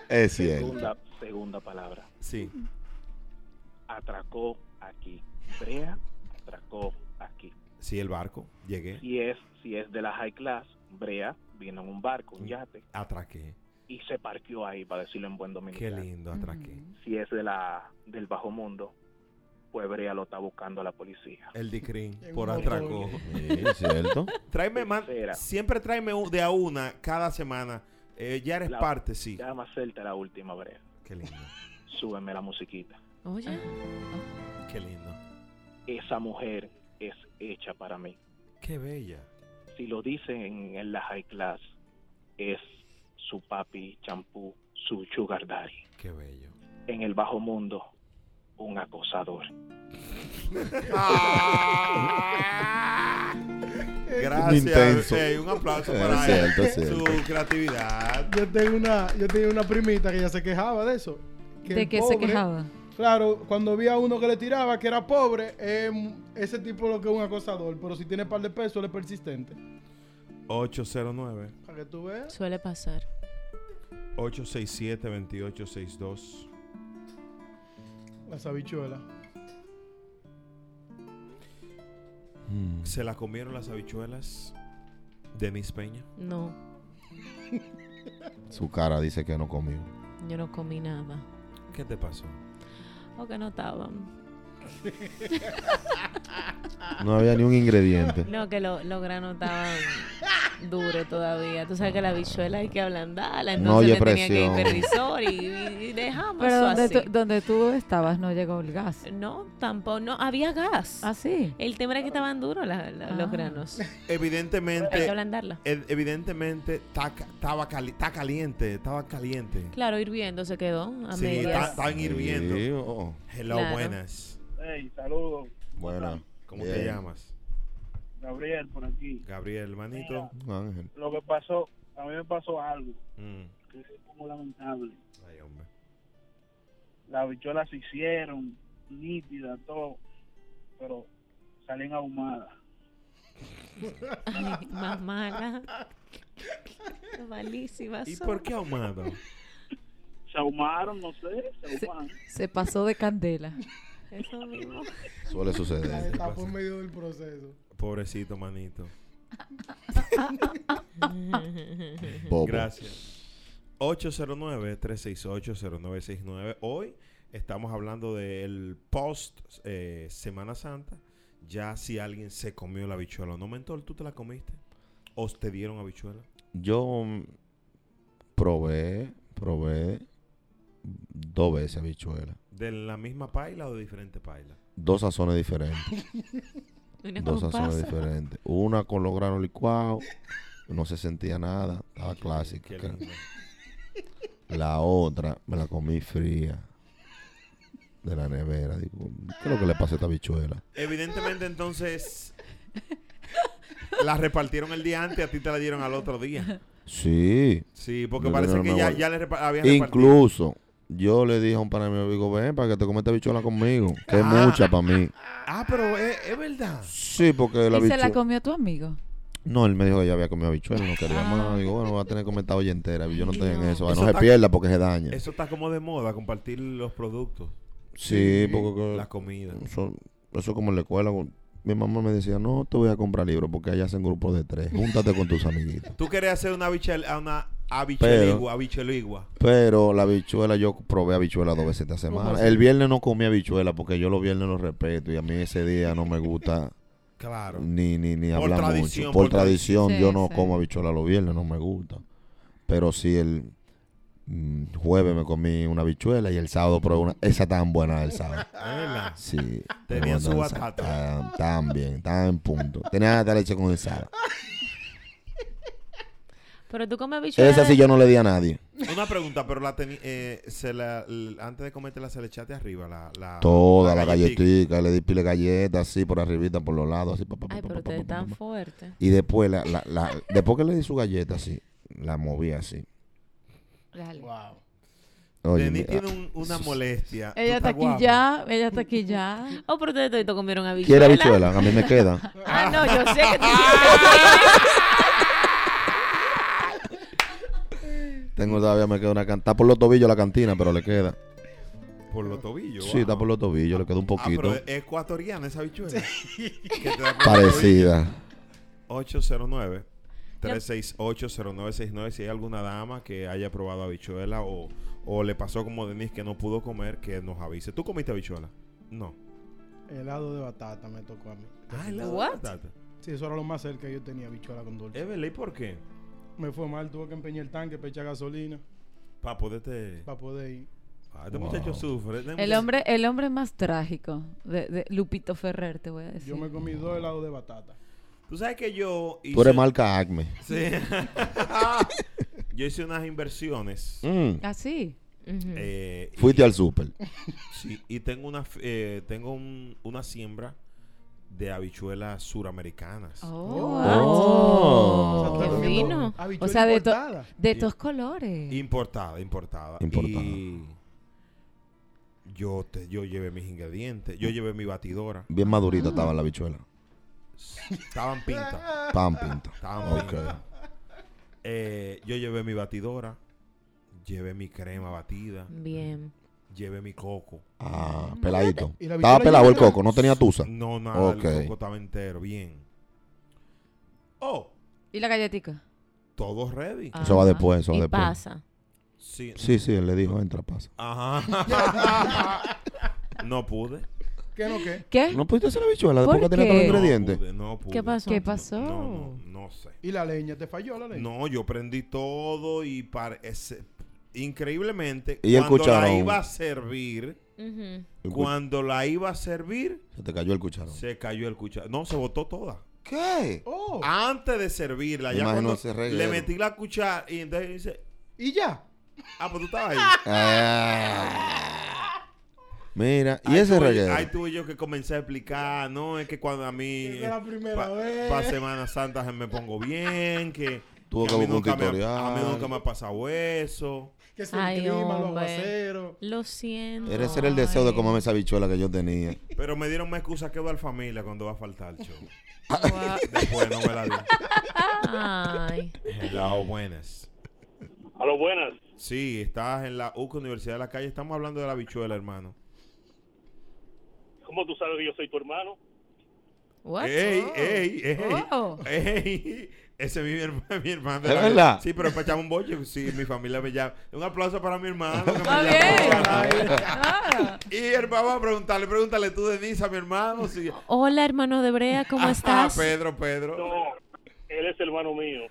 Es cierto.
Segunda, segunda palabra.
Sí.
Atracó aquí. Brea atracó aquí.
Sí, el barco. Llegué.
Si es, si es de la high class, Brea vino en un barco,
Mm.
un yate,
Atraqué.
y se parqueó ahí, para decirlo en buen
Qué
dominicano.
lindo, atraqué.
Mm.
si es de la del bajo mundo, pues Brea lo está buscando la policía.
El Dicrin
En
por
un
atraco.
Sí, Eh, es cierto.
Tráeme más.
Tercera.
Siempre tráeme un- de a una cada semana. Eh, ya eres
La-
parte, sí.
Ya más cerca la última, Brea.
Qué lindo.
Súbeme la musiquita.
Oye,
Qué lindo.
Esa mujer es hecha para mí.
Qué bella.
Si lo dicen en, en la high class, es su papi champú, su sugar daddy.
Qué bello.
En el bajo mundo, un acosador.
Gracias.
intenso.
Ey, un aplauso
Es
para
cierto, es
él.
cierto.
Su creatividad.
Yo tengo una, yo tenía una primita que ella se quejaba de eso.
¿De
el
qué se
pobre-
quejaba?
Claro, cuando vi a uno que le tiraba que era pobre, eh, ese tipo lo que es un acosador. Pero si tiene par de pesos, él es persistente.
809
Para que tú veas.
suele pasar.
867 2862.
Las habichuelas.
Mm.
¿Se la comieron las habichuelas? Denis Peña.
No,
Su cara dice que no comió.
yo no comí nada.
¿Qué te pasó?
O que no estaban.
No había ni un ingrediente.
No, que lo- los granos estaban duros todavía. Tú sabes que la bichuela hay que ablandarla.
No oye
Entonces le tenía que
presión.
hipervisor y, y dejamos
Pero
eso
donde
así.
tú, donde tú estabas no llegó el gas.
No, tampoco. No, había gas.
Ah, sí.
El tema era que estaban duros la- la-
Ah.
los granos. Hay que
Evidentemente,
ablandarla.
ev- evidentemente está ca- estaba cali- está caliente, estaba caliente.
Claro, hirviendo se quedó a
Sí, está-
medias.
estaban hirviendo.
Sí, oh.
Hello,
Claro.
buenas.
Hey, saludos,
Buena.
¿Cómo te
Bien.
llamas?
Gabriel, por aquí.
Gabriel, manito.
Un ángel.
Lo que pasó, a mí me pasó algo
Mm.
que es como lamentable.
Ay, hombre.
Las bichuelas se hicieron nítidas, todo, pero salen ahumadas.
Ay, más mala. Malísimas.
¿Y
son.
por qué ahumado?
Se ahumaron, no sé, se ahumaron.
Se pasó de candela.
Eso mismo.
Suele
La
suceder.
etapa en medio del proceso.
Pobrecito, manito.
Bobo.
Gracias. 809-368-0969. Hoy estamos hablando del post eh, Semana Santa. Ya si alguien se comió la habichuela. ¿No, mentor? ¿Tú te la comiste? ¿O te dieron habichuela?
Yo mm, probé, probé dos veces habichuela.
¿De la misma paila o de diferente paila?
Dos sazones diferentes.
Una
dos
con
sazones
pasa.
diferentes. Una con los granos licuados. No se sentía nada. Estaba clásica.
Qué lindo.
La otra me la comí fría. De la nevera. Digo, ¿qué es lo que le pasa a esta bichuela?
Evidentemente, entonces... La repartieron el día antes, a ti te la dieron al otro día.
Sí.
Sí, porque
No,
parece
no, no,
que
no,
ya,
no.
ya le repa- habían repartido.
Incluso yo le dije a un pana mío, digo, ven para que te comas esta bichuela conmigo. Que es
Ah.
mucha para mí.
Ah, pero es, es verdad.
Sí, porque la
¿Y se la
bichuela...
comió tu amigo?
No, él me dijo que ya había comido bichuela, no quería
Ah.
más. Digo, bueno, va a tener que comer esta olla entera. Yo no estoy en
No.
eso. para
Eso
no se
está-
pierda porque se daña.
Eso está como de moda, compartir los productos,
Sí, porque...
la comida.
Eso, eso como en la escuela. con- Mi mamá me decía, no te voy a comprar libros porque allá hacen grupos de tres. Júntate con tus amiguitos.
Tú querías hacer una, habichel, a una habicheligua, habicheligua.
Pero la bichuela, yo probé habichuela dos veces esta semana. El viernes no comí habichuela porque yo los viernes los respeto y a mí ese día no me gusta
Claro.
ni, ni, ni
Por
habla
tradición,
mucho. Por,
por
tradición,
tradición.
yo
Sí,
no
sí.
como habichuela los viernes, no me gusta. Pero sí, el mm, jueves me comí una habichuela y el sábado probé una. Esa tan buena el sábado.
¿Verdad?
Sí.
Tenía su
Bueno, esa
batata.
Tan, tan bien, tan en punto. Tenía hasta leche condensada.
Pero tú comes habichuela.
Esa sí
de-
yo no le di a nadie.
Una pregunta, pero la teni- eh, se la, l- antes de comértela se le echaste arriba la, la
Toda la
Ah, galletita.
galletita, le di pile galletas así por arribita, por los lados, así. pa, pa, pa,
Ay,
pa,
pero
pa, pa,
ustedes
pa, pa,
tan
pa.
fuerte.
Y después, la, la, la- después que le di su galleta así, la moví así.
Dale.
Wow.
Oye,
Denis
mi-
tiene
ah,
un- una molestia.
Ella
estás
está aquí
guapa.
ya, ella está aquí ya.
Oh, pero ustedes toditos comieron habichuela.
¿Quiere habichuela? A mí me queda.
Ah, no, yo sé que tú
Tengo todavía, me queda una cantada por los tobillos la cantina, pero le queda.
Por los tobillos.
Sí, está por los tobillos, le queda un
Ah, pero
poquito.
es ecuatoriana esa bichuela. que te da por los tobillos.
Parecida.
809 3680969 si hay alguna dama que haya probado habichuela o, o le pasó como Denise que no pudo comer, que nos avise. ¿Tú comiste habichuela? No.
Helado de batata me tocó a mí.
helado de
What?
batata.
Sí, eso era lo más cerca que yo tenía, bichuela con dulce.
Es verdad, ¿y por qué?
Me fue mal, tuve que empeñar el tanque, para echar gasolina
Para poderte...
para poder ir.
este, Ah, este
Wow.
muchacho sufre. este
El
muchacho-
hombre, el hombre más trágico de, de Lupito Ferrer, te voy a decir.
Yo me comí dos helados de batata.
Tú sabes que yo... Hice...
Tú eres marca Acme.
Sí. yo hice unas inversiones.
Mm,
Ah, sí.
Ujú.
eh, y-
Fuiste al súper.
Sí, y tengo una, f- eh, tengo un- una siembra de habichuelas
Oh,
suramericanas.
Oh.
O
qué
estás comiendo
fino.
O
habichuela
sea, de, to-
importada.
de todos
Mm.
colores.
Importada, importada.
Importada.
Y yo, te, yo llevé mis ingredientes, yo llevé mi batidora.
Bien madurita estaba la habichuela.
Estaban pintas.
Pan pinta.
Estaban
Ok.
pintas. Eh, yo llevé mi batidora, llevé mi crema batida,
Bien.
llevé mi coco.
Ah, peladito.
¿Y la
Estaba
habichuela
pelado el
llena?
coco, no tenía tusa.
No, nada,
Ok.
el coco estaba entero, bien. Oh,
¿Y la galletica?
todo ready.
Eso va
Ajá.
después, eso va
Y
después.
pasa.
Sí.
Sí, sí, él le dijo, entra, pasa.
Ajá. no pude.
¿Qué no qué?
¿Qué?
¿No pudiste hacer la habichuela después
¿Por
que tenía todos los
qué?
No
ingredientes?
pude, no pude.
¿Qué pasó?
¿Qué pasó?
No, no, no sé.
¿Y la leña? ¿Te falló la leña?
No, yo prendí todo y para ese- increíblemente
Y el
cuando la
cucharón.
iba a servir,
Ujú.
El cu-
cuando la iba a servir,
Se te cayó el cucharón.
se cayó el cucharón. No, se botó toda.
¿Qué?
Oh,
Ah.
Antes de servirla,
Me
ya
imagino
cuando
ese reguero.
le metí la cuchara y entonces dice,
¿y ya?
ah, pues tú estabas ahí.
Ah. Mira, y
Ahí
ese
tuve-
reguero.
Ahí tuve yo que comencé a explicar, no, es que cuando a mí...
Esa es la primera vez.
Para Semana Santa se me pongo bien, que...
Tuvo
a
que
mí
buscar un
nunca me ha-
tutorial.
A mí nunca me ha pasado eso.
Que se el
Ay,
clima, los
hombre.
aguaceros.
Lo siento.
Era ese era el deseo de
Ay.
comerme esa bichuela que yo tenía.
Pero me dieron más excusa que va al familia cuando va a faltar el show. Después no me la di.
Ay.
Hello, buenas.
A lo buenas.
Sí, estás en la UCA Universidad de la Calle. Estamos hablando de la bichuela, hermano.
¿Cómo tú sabes que yo soy tu hermano?
What?
¡Ey, ey, ey!
Oh.
¡Ey! Ese es mi, herma- mi hermano.
¿Es verdad?
Sí, pero es para echar un boche. Sí, mi familia me llama. Un aplauso para mi hermano. que me
Está
llama.
bien. Ah,
Y el- vamos a preguntarle, pregúntale tú, Denise, a mi hermano. Si...
Hola, hermano de Brea, ¿cómo
Ah,
estás?
Pedro, Pedro. Ah.
No, él es hermano mío.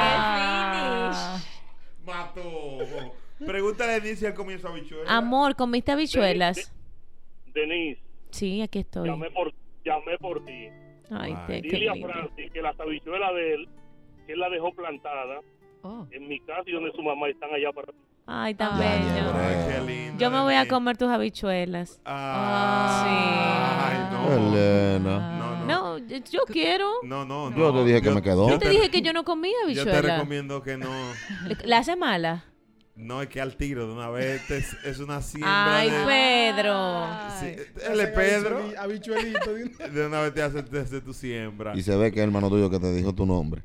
Ah, qué finish.
Mató. Pregúntale a Denise si él comienza a bichuela.
Amor, ¿comiste habichuelas?
Denise,
Sí, aquí estoy.
llamé por, llamé por ti.
Ay,
Ay.
te, qué
Dile a
lindo.
Francis que la habichuelas de él, que él la dejó plantada
oh.
en mi casa y donde su mamá están allá para...
Ay, tan
Ya,
ya,
bello.
Ay, qué lindo.
Yo me voy a
Denise.
comer tus habichuelas.
Ah,
Sí.
Ay, no.
Elena.
No, no.
No, yo yo quiero.
No, no, no.
Yo te dije que me quedó.
Yo te dije que yo no comía
Yo te
habichuelas.
recomiendo que no.
¿La hace mala?
No, es que al tiro de una vez te- es, es una siembra.
Ay, pues.
de,
Pedro.
Sí,
Te
él es
hacen
Pedro. eh,
habichueli- Habichuelito. de un-
De una vez te hace, te hace tu
Ah.
siembra.
Y se ve que es hermano tuyo que te dijo tu nombre.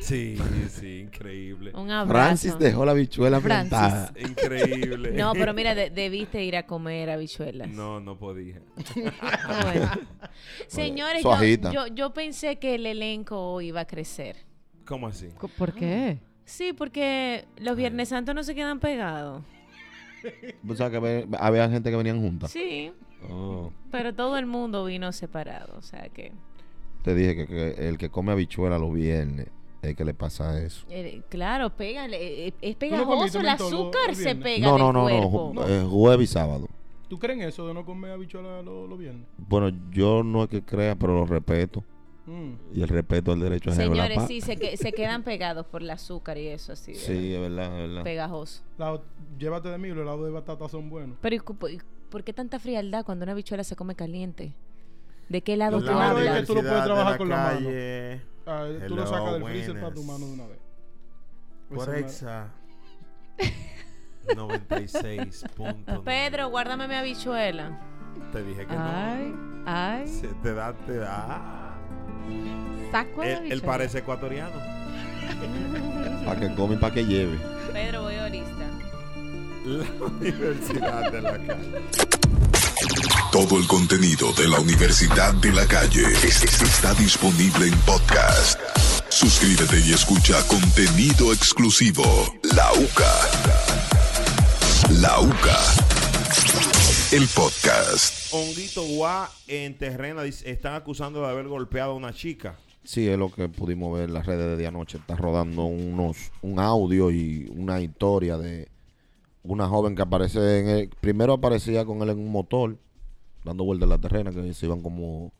Sí, sí, increíble.
Un abrazo.
Francis dejó la bichuela
Francis.
plantada.
Increíble.
No, pero mira, de- debiste ir a comer habichuelas.
No, no podía.
Ah, bueno. Señores,
Suajita.
yo, yo, yo pensé que el elenco hoy iba a crecer.
¿Cómo así?
¿Por qué?
Sí, porque los Viernes Santos no se quedan pegados.
O sea, que ve- había gente que venían juntas.
Sí,
Oh.
pero todo el mundo vino separado, o sea que...
Te dije que, que el que come habichuela los viernes es que le pasa eso.
eh, claro, pégale, eh, es
no comiste
pegajoso, el
mentol,
azúcar
lo-
se
viernes?
pega
No,
del
no, no, no,
cuerpo.
ju- eh, jueves y sábado.
¿Tú crees en eso de no comer habichuela los los viernes?
Bueno, yo no es que crea, pero lo respeto.
Mm.
Y el respeto al derecho a ajeno es la
Señores,
paz.
sí, se, que- se quedan pegados por el azúcar y eso así. de
Sí, es verdad, es verdad.
Pegajoso.
La ot- llévate de mí, los helados de batata son buenos.
Pero ¿y cu- po- y ¿por qué tanta frialdad cuando una bichuela se come caliente? ¿De qué lado
Lo
tú
primero
hablas?
es que tú lo puedes trabajar con la mano.
calle,
Ah, tú
Hello,
lo sacas del
buenas.
freezer para tu mano de una vez. Esa
Por
madre.
Exa.
96.9.
Pedro, guárdame mi habichuela.
Te dije que
Ay, ay.
no. Se te da, te da.
Saco de
Él, él parece ecuatoriano.
Para que come y para que lleve.
Pedro, voy ahorita.
La universidad de la calle.
Todo el contenido de la Universidad de la Calle es- es- está disponible en podcast. Suscríbete y escucha contenido exclusivo. La UCA. La UCA. El podcast.
Honguito Guá en Terrena dice- están acusando de haber golpeado a una chica.
Sí, es lo que pudimos ver en las redes de anoche. Está rodando unos, un audio y una historia de una joven que aparece en el, primero aparecía con él en un motor, dando vueltas en la terrena, que se iban como,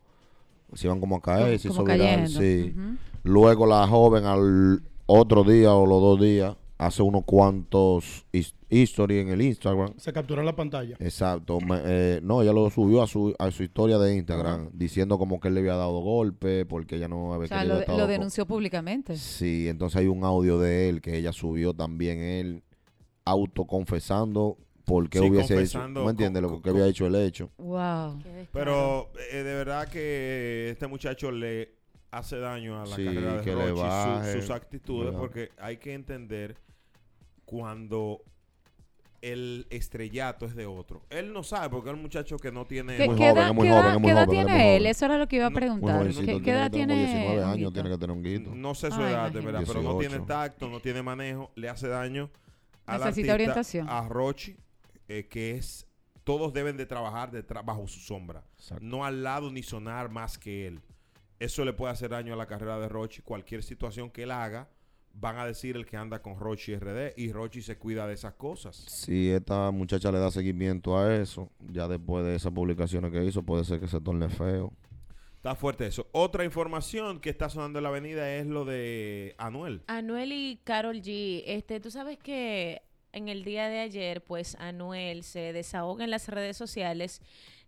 se iban como a caer, se hizo
Como
viral,
cayendo.
sí.
Ujú.
Luego la joven al otro día o los dos días hace unos cuantos his- history en el Instagram.
Se captura la pantalla.
Exacto. me- eh, no, ella lo subió a su, a su historia de Instagram diciendo como que él le había dado golpe porque ella no había
O sea,
querido
lo,
estar
lo
con-
denunció públicamente.
Sí, entonces hay un audio de él que ella subió también él autoconfesando porque
Sí,
hubiese hecho,
confesando
¿me entiendes?
con-
Lo que
con-
había hecho el hecho.
Wow.
Pero eh, de verdad que este muchacho le hace daño a la
Sí,
carrera de
que le
Rochi, su-
baje,
sus actitudes,
¿verdad?
porque hay que entender cuando el estrellato es de otro. Él no sabe porque es un muchacho que no tiene...
¿Qué,
muy
qué
joven,
edad,
es muy
qué
joven,
edad-
es muy
qué edad
joven, es muy
tiene
joven.
él? Eso era lo que iba a
Muy
preguntar.
jovencito,
¿Qué,
tiene
qué
que
edad
tener como
tiene?
19 años,
Honguito?
tiene que tener un guito.
No sé su
Ah,
edad, de
imagínate.
verdad, pero no
18.
tiene tacto, no tiene manejo, le hace daño al
Necesita
artista,
orientación.
A Rochi, eh, que es... Todos deben de trabajar de tra- bajo su sombra.
Exacto.
no al lado ni sonar más que él. Eso le puede hacer daño a la carrera de Rochi. Cualquier situación que él haga, van a decir el que anda con Rochi RD y Rochi se cuida de esas cosas.
Si esta muchacha le da seguimiento a eso, ya después de esas publicaciones que hizo, puede ser que se torne feo.
Está fuerte eso. Otra información que está sonando en la avenida es lo de Anuel.
Anuel y Carol G, este, tú sabes que en el día de ayer, pues Anuel se desahoga en las redes sociales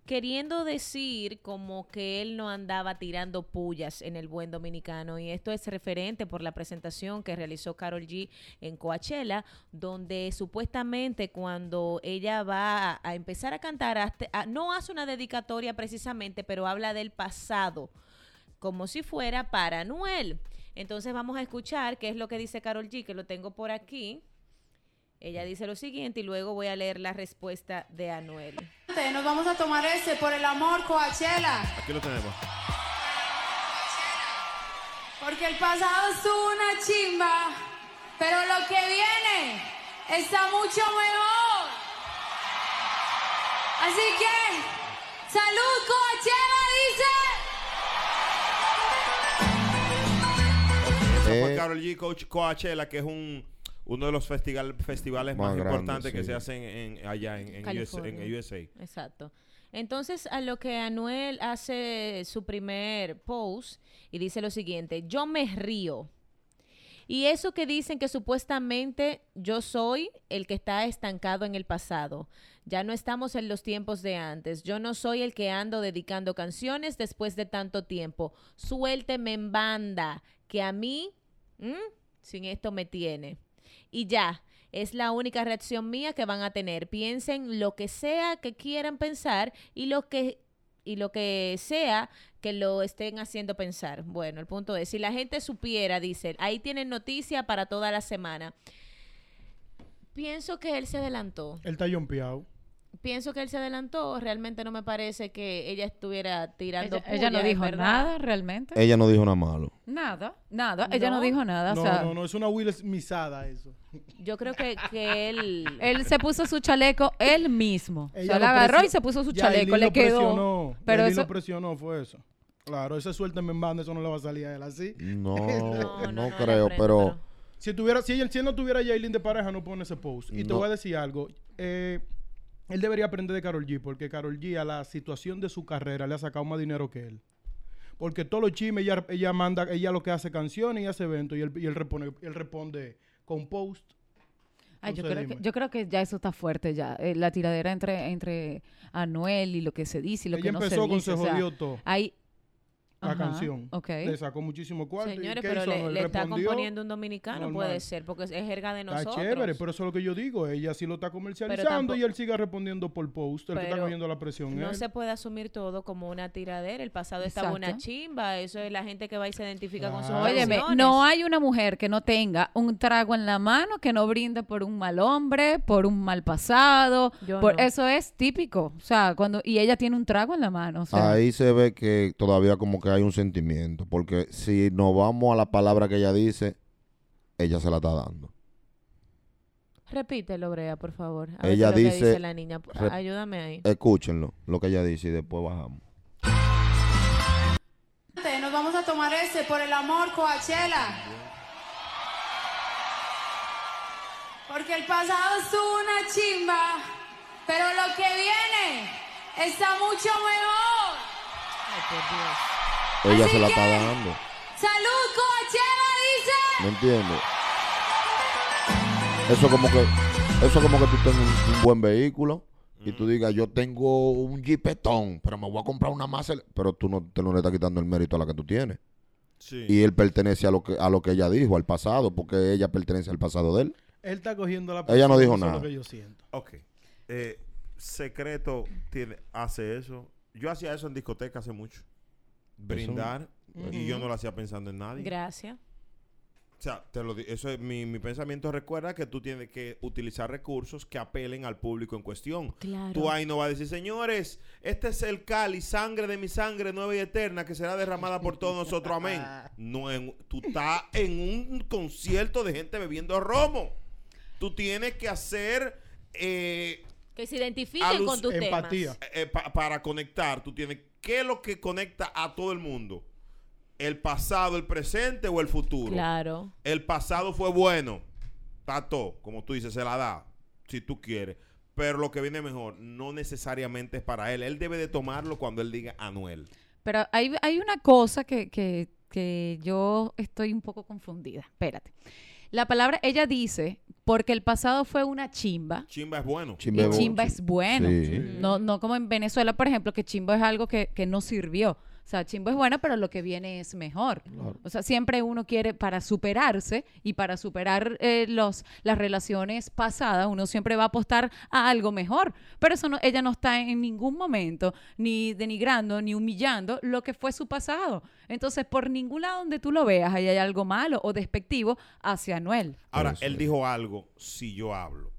queriendo decir como que él no andaba tirando pullas en el buen dominicano y esto es referente por la presentación que realizó Carol G en Coachella, donde supuestamente cuando ella va a empezar a cantar, hasta- a- no hace una dedicatoria precisamente, pero habla del pasado como si fuera para Anuel. Entonces vamos a escuchar qué es lo que dice Carol G, que lo tengo por aquí. Ella dice lo siguiente y luego voy a leer la respuesta de Anuel.
Nos vamos a tomar ese por el amor, Coachella.
Aquí lo tenemos.
Porque el pasado estuvo una chimba, pero lo que viene está mucho mejor. Así que, salud, Coachella,
Esa fue
Eh.
Karol G Coach Coachella, que es un uno de los festival- festivales más,
Más grande,
importantes que
sí.
se hacen en- allá en, en USA, en
California.
USA.
Exacto. Entonces, a lo que Anuel hace su primer post y dice lo siguiente, yo me río. Y eso que dicen que supuestamente yo soy el que está estancado en el pasado. Ya no estamos en los tiempos de antes. Yo no soy el que ando dedicando canciones después de tanto tiempo. Suélteme en banda, que a mí ¿Mm? sin esto me tiene. Y ya, es la única reacción mía que van a tener. Piensen lo que sea que quieran pensar y lo que y lo que sea que lo estén haciendo pensar. Bueno, el punto es, si la gente supiera, dice, ahí tienen noticia para toda la semana. Pienso que él se adelantó.
Él está yompeado.
pienso que él se adelantó. Realmente no me parece que ella estuviera tirando.
Ella, ella no
puya,
dijo
en verdad.
nada realmente.
Ella no dijo nada malo.
Nada, nada. Ella no
No.
dijo nada.
Eh. No,
o sea,
no, no, es una Will misada eso.
Yo creo que, que él.
Él se puso su chaleco él mismo. O sea,
Ella
la
lo
agarró y
presio-
se puso su
Yailin
chaleco, le
lo
quedó.
presionó,
Pero
Yailin
eso,
lo presionó, fue eso. Claro, ese suéltame en banda, eso no le va a salir a él así.
No, no,
la
creo,
prendo,
pero
Si tuviera, si, él- si él no tuviera a Yailin de pareja, no pone ese post. Y te
No.
voy a decir algo. eh, él debería aprender de Carol G, porque Carol G a la situación de su carrera le ha sacado más dinero que él. Porque todos los chismes, ella, ella manda, ella lo que hace canciones y hace eventos, y él, y él repone- él responde con post.
ay, yo,
Entonces,
creo que,
dime.
yo creo que ya eso está fuerte ya. Eh, la tiradera entre, entre Anuel y lo que se dice y lo
ella
que no se dice.
empezó con Se
o sea,
Jodió Todo,
hay-
la
Ajá,
canción.
ok.
Le sacó muchísimo cuarto. ¿y
Señores,
qué
pero
hizo?
le,
No, él
le está
respondió,
componiendo un dominicano,
normal.
puede ser, porque es es jerga de
Está
nosotros.
chévere, pero eso es lo que yo digo. Ella sí lo está comercializando
tampoco-
y él sigue respondiendo por post. El que está
Pero
cogiendo la presión.
No
él.
se puede asumir todo como una tiradera. El pasado estaba
Exacto.
una chimba. Eso es la gente que va y se identifica con sus
Claro.
Óyeme,
canciones.
no hay una mujer que no tenga un trago en la mano que no brinde por un mal hombre, por un mal pasado.
Yo
por,
no.
Eso es típico. O sea, cuando y ella tiene un trago en la mano. O sea,
ahí se ve que todavía como que hay un sentimiento. Porque si nos vamos a la palabra que ella dice, ella se la está dando.
Repítelo, Brea, por favor. A ver
Ella
qué es lo que
dice-
dice la niña.
Rep-
Ayúdame ahí.
Escúchenlo, lo que ella dice y después bajamos.
Nos vamos a tomar ese por el amor, Coachella. Porque el pasado es una chimba, pero lo que viene está mucho mejor.
Ella
Así
se la
que-
está dando.
¡Salud, Coachella!
¿Me
Dice.
entiendes? Eso como que eso como que tú tengas un, un buen vehículo y tú digas, yo tengo un jeepetón, pero me voy a comprar una más. Pero tú no, te no le estás quitando el mérito a la que tú tienes.
Sí.
Y él pertenece a lo que a lo que ella dijo, al pasado, porque ella pertenece al pasado de él.
Él está cogiendo la
Ella no
eso
dijo
es
nada.
lo que yo siento.
Ok. Eh, secreto tiene, hace eso. Yo hacía eso en discoteca hace mucho. Brindar. Y yo no lo hacía pensando en
Eh,
nadie.
Gracias.
o sea, te lo di- eso es mi, mi pensamiento recuerda que tú tienes que utilizar recursos que apelen al público en cuestión.
Claro.
Tú ahí no vas a decir, señores, este es el cali, sangre de mi sangre nueva y eterna que será derramada por todos nosotros, amén. No, en- tú estás en un concierto de gente bebiendo romo. Tú tienes que hacer eh,
Que se identifiquen
Alus-
con tus
Empatía.
temas.
eh, pa- para conectar, tú tienes qué es lo que conecta a todo el mundo, el pasado, el presente o el futuro.
Claro.
El pasado fue bueno, tato, como tú dices, se la da, si tú quieres. Pero lo que viene mejor no necesariamente es para él. Él debe de tomarlo cuando él diga Anuel.
Pero hay, hay una cosa que, que- que yo estoy un poco confundida. Espérate. La palabra, ella dice, porque el pasado fue una chimba.
Chimba es bueno.
Y
Chimbebo-
chimba
chi-
es bueno.
Sí.
No, no como en Venezuela, por ejemplo, que chimba es algo que, que no sirvió. O sea, chimba es bueno, pero lo que viene es mejor. O sea, siempre uno quiere, para superarse y para superar eh, los, las relaciones pasadas, uno siempre va a apostar a algo mejor. Pero eso no, ella no está en ningún momento ni denigrando ni humillando lo que fue su pasado. Entonces, por ningún lado donde tú lo veas, ahí hay algo malo o despectivo hacia Noel.
Ahora,
Eso
él
es.
dijo algo si yo hablo.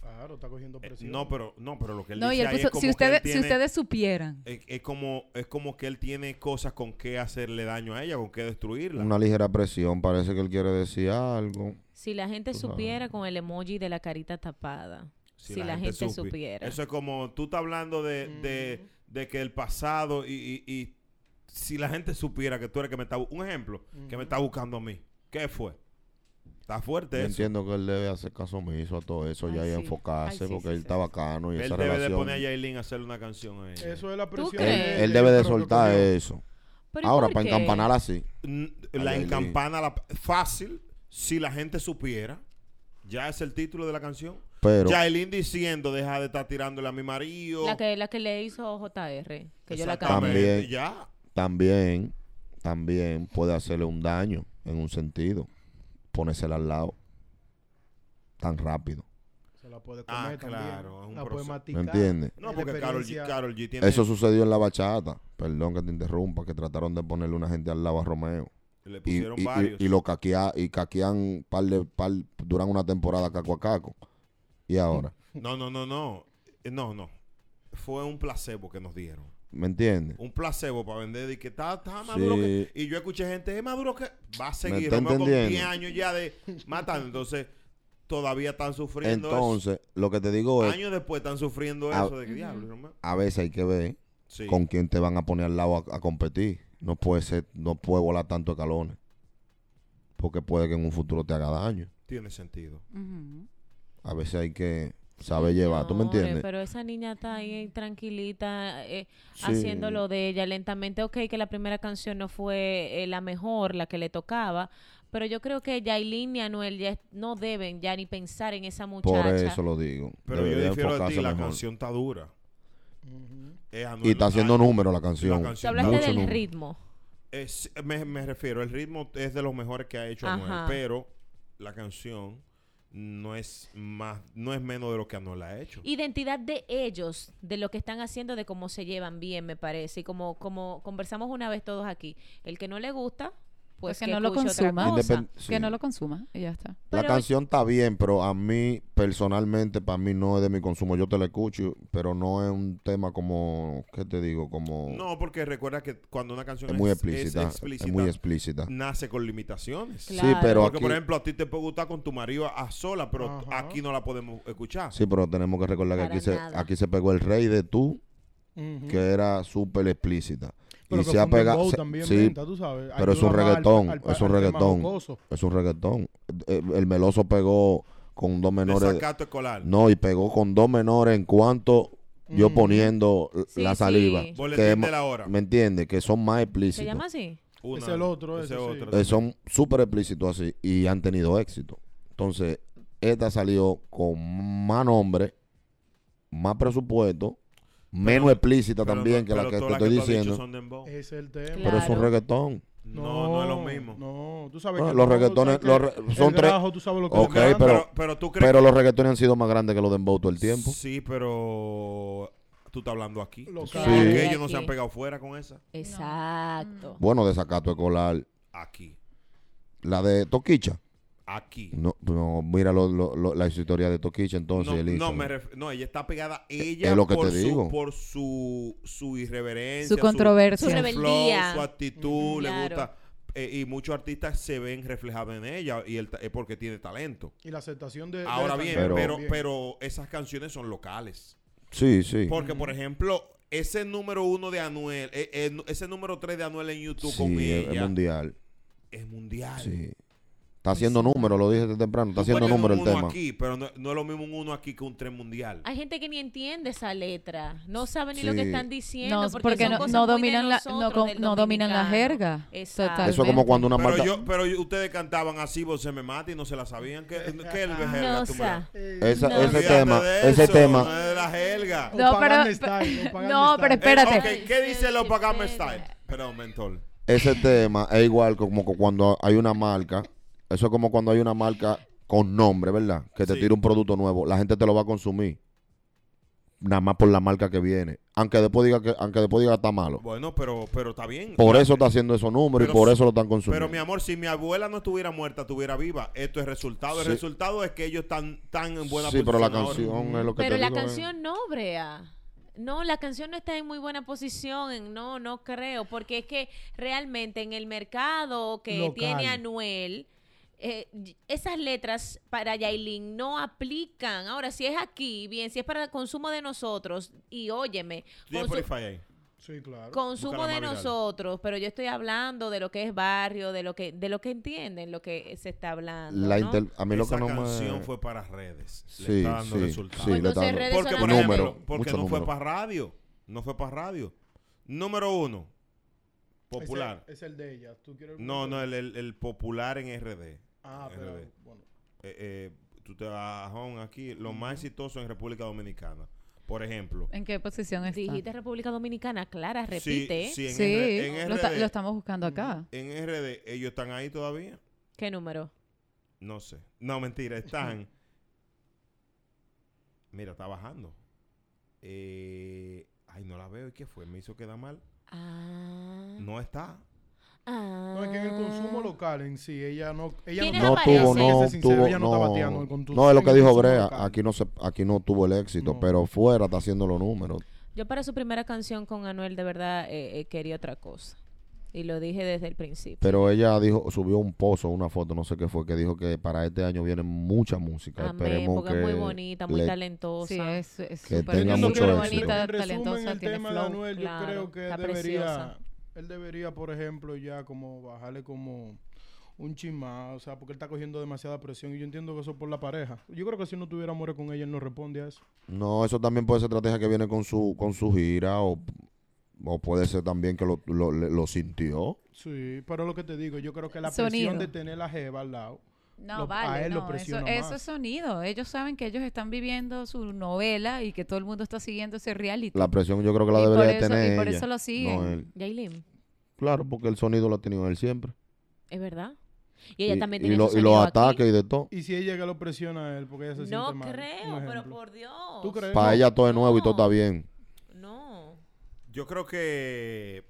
Claro, está cogiendo
Eh,
presión.
no, pero, no, pero lo que él
No, y
dice
él
ahí es
puso,
como
si
que él
ustedes, si
tiene-
ustedes supieran.
Es, es como, es como que él tiene cosas con que hacerle daño a ella, con que destruirla.
Una ligera presión, parece que él quiere decir algo.
Si la gente supiera con el emoji de la carita tapada. Si, la, gente,
supi-
supiera.
Eso es como tú estás hablando de, de- de que el pasado y, y- y si la gente supiera que tú eres que me está bu- un ejemplo, que me está buscando a mí. ¿Qué fue? Está fuerte
Yo
eso.
entiendo que él debe hacer caso omiso a todo eso ya
Ay,
y
sí.
enfocarse
Ay, sí,
porque
sí,
él
sí,
está
sí.
bacano y
Él
esa
debe de
relación.
poner a Yailin a hacerle una canción a ella.
Eso es la presión.
crees?
de
él, él
de
debe de
creo que
soltar eh.
cogió.
eso.
Pero ¿y
Ahora,
por
para
qué?
encampanar así.
N-
A
La
Yailin.
encampana la, fácil si la gente supiera. Ya es el título de la canción.
Pero-
Yailin diciendo, deja de estar tirándole a mi marido.
La que, la que le hizo JR. Que yo la
Exactamente.
cambié.
También.
Ya.
también, también puede hacerle un daño en un sentido. Ponérsela al lado tan rápido.
Se la puede
Ah,
comer también.
claro, es un
la puede
proceso.
¿Me
maticar.
entiendes?
No,
Es
porque
la
Carol G,
experiencia.
Karol G tiene...
Eso sucedió en la bachata. Perdón que te interrumpa, que trataron de ponerle una gente al lado a Romeo.
Le
Y,
pusieron
y- y-
varios.
y lo caquea, y caquean par de, par, duran una temporada caco a caco. Y ahora,
No, no, no, no. No, no. Fue un placebo que nos dieron.
¿Me entiendes?
Un placebo para vender y que está, está más
Sí.
duro que. Y yo escuché gente, es más duro que. Va a seguir,
está
Romeo, con
entendiendo?
10 años ya de matando. Entonces, todavía están sufriendo
Entonces, pues, lo que te digo
eso.
es,
Años después están sufriendo
Ah,
eso de que diablo, Romeo.
a veces hay que ver
Sí.
con quién te van a poner al lado a, a competir. No puede ser, no puede volar tanto de calones. Porque puede que en un futuro te haga daño.
Tiene sentido.
Ujú.
A veces hay que saber llevar, ¿tú me
Señores,
entiendes?
Pero esa niña está ahí eh, tranquilita, eh,
Sí.
haciendo lo de ella lentamente. Ok, que la primera canción no fue eh, la mejor, la que le tocaba. Pero yo creo que Yailin y Anuel ya no deben ya ni pensar en esa muchacha.
Por eso lo digo.
Pero
Debería
yo difiero de ti,
enfocarse
la
mejor.
canción está dura. Eh, Anuel-
Y está haciendo
Ay,
número la canción.
canción.
Tú hablaste
Mucho
del
número.
ritmo.
es- me, me refiero, el ritmo es de los mejores que ha hecho Anuel,
Ajá.
pero la canción no es más, no es menos de lo que Anuel ha hecho.
identidad de ellos, de lo que están haciendo, de cómo se llevan bien, me parece. Y como, como conversamos una vez todos aquí, el que no le gusta, pues,
Pues que
que
no lo
escuche otra
consuma.
cosa.
Independ- sí.
Que no lo consuma y ya está.
La
Pero-
canción está bien, pero a mí personalmente, para mí no es de mi consumo. Yo te la escucho, pero no es un tema como, ¿qué te digo? Como
No, porque recuerda que cuando una canción
es muy explícita, es,
explícita,
muy explícita.
nace con limitaciones.
Claro.
Sí, pero
Porque,
aquí,
por ejemplo, a ti te puede gustar con tu marido a sola, pero t-
Ajá.
aquí no la podemos escuchar.
sí, pero tenemos que recordar que
Para
aquí se,
nada.
aquí se pegó el rey de tú,
Ujú.
que era súper explícita.
Pero
y
que
se ha
fue un
pegado,
dembow
se-
también
sí,
venta, tú sabes,
pero es
ayuda
un
más al-
reggaetón,
al-
es un
al tema
reggaetón,
jocoso.
es un reggaetón. El, el meloso pegó con dos menores.
Desacato escolar.
No, y pegó con dos menores en cuanto yo poniendo l-
Sí,
la saliva.
sí.
Boletín
es
de
ma-
la hora.
¿Me entiendes? Que son más
¿Se
explícitos.
llama así?
Una,
es el otro, ese, sí.
Eh, son súper explícitos así y han tenido éxito. Entonces, esta salió con más nombre, más presupuesto, menos explícita
Pero
también
no-
que la
pero
que te
todas las
estoy
tú has dicho
diciendo.
son dembow.
Ese es el tema.
Pero es un
Claro.
reggaetón.
No, no, es lo mismo.
Eh, No, tú sabes
No,
que
los
no,
reggaetones-
tú sabes
los
que
re- son
el
tres-
grajo, tú sabes lo que
Ok,
demanda.
pero-
tú crees
Pero los reggaetones han sido más grandes que los de Embow todo el tiempo.
Sí, pero tú estás hablando aquí.
Lo
Porque
que
Sí.
hay.
ellos no se
Aquí.
han pegado fuera con esa.
Mm.
Exacto.
Bueno, desacato escolar.
Aquí.
La de Toquicha.
Aquí.
No, no, mira lo- lo- lo- la historia de Toquicha entonces.
No,
Elizabeth.
no, me ref- no, ella está pegada ella
Eh, es lo que
por,
te
su,
digo.
por su su irreverencia,
Su controversia.
su,
Su rebeldía.
flow, su actitud,
Ujú,
le
claro.
gusta eh, y muchos artistas se ven reflejados en ella y él ta- eh, porque tiene talento.
Y la aceptación Eh, de... de
Ahora
esta
bien,
canción
pero,
Pero-
pero
también.
esas canciones son locales.
Sí, sí.
Porque por ejemplo, ese número uno de Anuel, eh, eh, ese número tres de Anuel en YouTube
Sí,
con
es-
ella
es mundial.
es mundial.
Sí. Está haciendo número, lo dije temprano. Está
Tú
haciendo
puedes tener
número
un
el tema.
uno aquí, pero no, no es lo mismo un uno aquí que un tres mundial.
Hay gente que ni entiende esa letra, no sabe ni lo que
Sí.
están diciendo.
No,
porque,
porque
son
no-
cosas
no
muy de
dominan la-
nosotros,
no com-
del
no dominan la
dominicano.
jerga.
Exacto.
Total.
Eso es como cuando una
Pero,
marca.
yo, pero yo- ustedes cantaban así, vos se me mata y no se la sabían. ¿Qué, qué es el jerga?
No,
tú me-
sa.
eh,
esa-
No.
ese
Olvídate
tema,
de
ese
eso, No
tema.
es de la jerga.
Eh, O
No,
Pagan
pero-
Style, o Pagan
no, pero
Style.
espérate.
Eh, ok, ¿Qué dice los Pagame Style?
Espera.
Perdón, mentor.
Ese tema es igual como cu- cuando hay una marca. Eso es como cuando hay una marca con nombre, ¿verdad? Que te
Sí.
tira un producto nuevo. La gente te lo va a consumir. Nada más por la marca que viene. Aunque después diga que, aunque después diga que está malo.
Bueno, pero, pero está bien.
Por
Ya,
eso está haciendo esos números
Pero
y por
si-
eso lo están consumiendo.
Pero mi amor, si mi abuela no estuviera muerta, estuviera viva. Esto es resultado. El
Sí.
resultado es que ellos están tan en buena
sí, pero la
posición ahora.
canción es lo que
Pero
te
la
digo, eh.
canción no, Brea. No, la canción no está en muy buena posición, en- no, no creo, porque es que realmente en el mercado que
Local.
tiene Anuel, eh, y- esas letras para Yailin no aplican. Ahora, si es aquí, bien, si es para el consumo de nosotros, y óyeme,
Tiene
consu-
Spotify ahí.
Sí, claro.
consumo
Búscala
de
más viral.
nosotros, pero yo estoy hablando de lo que es barrio, de lo que, de lo que entienden, lo que se está hablando.
La
¿no?
inter- A mí lo
Esa
que no
canción
me.
fue para redes. Le
Sí,
está dando
sí,
resultados.
sí, le está
Entonces,
dando-
redes
Porque, por
solamente-
ejemplo,
Número,
porque
mucho
no fue
número.
para radio. No fue para radio. Número uno, popular.
Ese- Es el de ella. ¿Tú quieres el
No, no,
primero?
el, el- el popular en RD.
Ah,
RD.
pero
Eh,
bueno.
eh, tú te vas a Home aquí, lo más exitoso en República Dominicana. Por ejemplo.
¿En qué posición está?
Dijiste República Dominicana, Clara,
Sí,
repite. ¿eh?
sí, en,
sí,
R- en
lo,
RD,
ta- lo estamos buscando acá.
en RD, ellos están ahí todavía.
¿Qué número?
No sé. No, mentira, están. Mira, está bajando. Eh, ay, no la veo. ¿Y qué fue? Me hizo quedar mal.
Ah.
No está.
No, es que en el
Mm.
consumo local en sí, ella no. Ella
¿Quiénes
está
No
aparecen?
tuvo,
bateando,
no
sé sincero,
tuvo,
ella no, está bateando
no.
el consumo-
No, es lo que
en el
dijo
consumo
Brea.
local.
Aquí no, se, aquí no tuvo el éxito,
No.
pero fuera está haciendo los números.
Yo para su primera canción con Anuel de verdad eh, eh, quería otra cosa. Y lo dije desde el principio.
Pero ella dijo, subió un pozo, una foto, no sé qué fue, que dijo que para este año viene mucha música.
Amén,
Esperemos
porque
que
es muy bonita, muy
le-
talentosa.
Sí, es es
que
súper
Yo
tenga
linda,
creo
mucho
súper
éxito.
bonita,
En resumen,
talentosa,
el
tiene
tema de
flow.
Anuel,
claro,
yo creo que
está
él debería,
preciosa.
él debería, por ejemplo, ya como bajarle como un chimá, o sea, porque él está cogiendo demasiada presión y yo entiendo que eso es por la pareja. Yo creo que si no tuviera amores con ella, él no responde a eso.
No, eso también puede ser estrategia que viene con su con su gira o, o puede ser también que lo, lo- le- lo sintió.
Sí, pero lo que te digo, yo creo que la
Sonido.
presión de tener la jeva al lado.
No,
Lo- a
vale,
él lo
no, eso,
presiona
eso
más.
es sonido. Ellos saben que ellos están viviendo su novela y que todo el mundo está siguiendo ese reality.
La presión yo creo que la
Y por
debería de
eso- y
tener
por
ella,
eso lo siguen.
no él.
Yailin,
Claro, porque el sonido lo ha tenido él siempre.
es verdad. Y ella también
y
tiene
lo-
su
y los
sonido aquí.
ataques y de todo.
Y si ella que lo presiona a él, porque ella se
No
siente mal.
creo,
un
pero
ejemplo.
por Dios.
¿Tú crees?
Para
No.
ella todo es nuevo y todo está
No.
bien.
No.
Yo creo que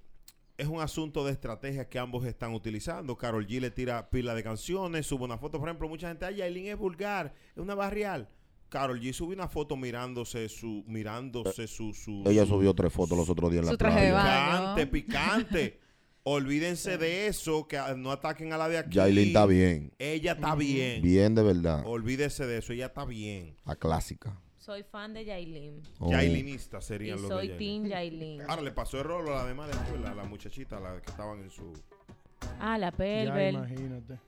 es un asunto de estrategia que ambos están utilizando. Carol G le tira pila de canciones, sube una foto. Por ejemplo, mucha gente, ay, Yailin es vulgar, es una barrial. Carol G sube una foto mirándose su, mirándose su, su,
Ella
su-
subió tres fotos los otros días en
Su
la
traje de
playa.
baño.
picante, picante. Olvídense de eso, que ah, no ataquen a la de aquí.
Yailin está bien.
Ella está bien.
Bien de verdad.
Olvídese de eso, ella está bien.
La clásica.
Soy fan de Yailin.
Oh.
Yailinista
Y
serían los de
soy
Yailin.
Team Yailin.
Ahora le pasó el rolo a la demás después, la, la muchachita, la que estaban en su.
Ah, la
Ya,
Pelbel.
imagínate.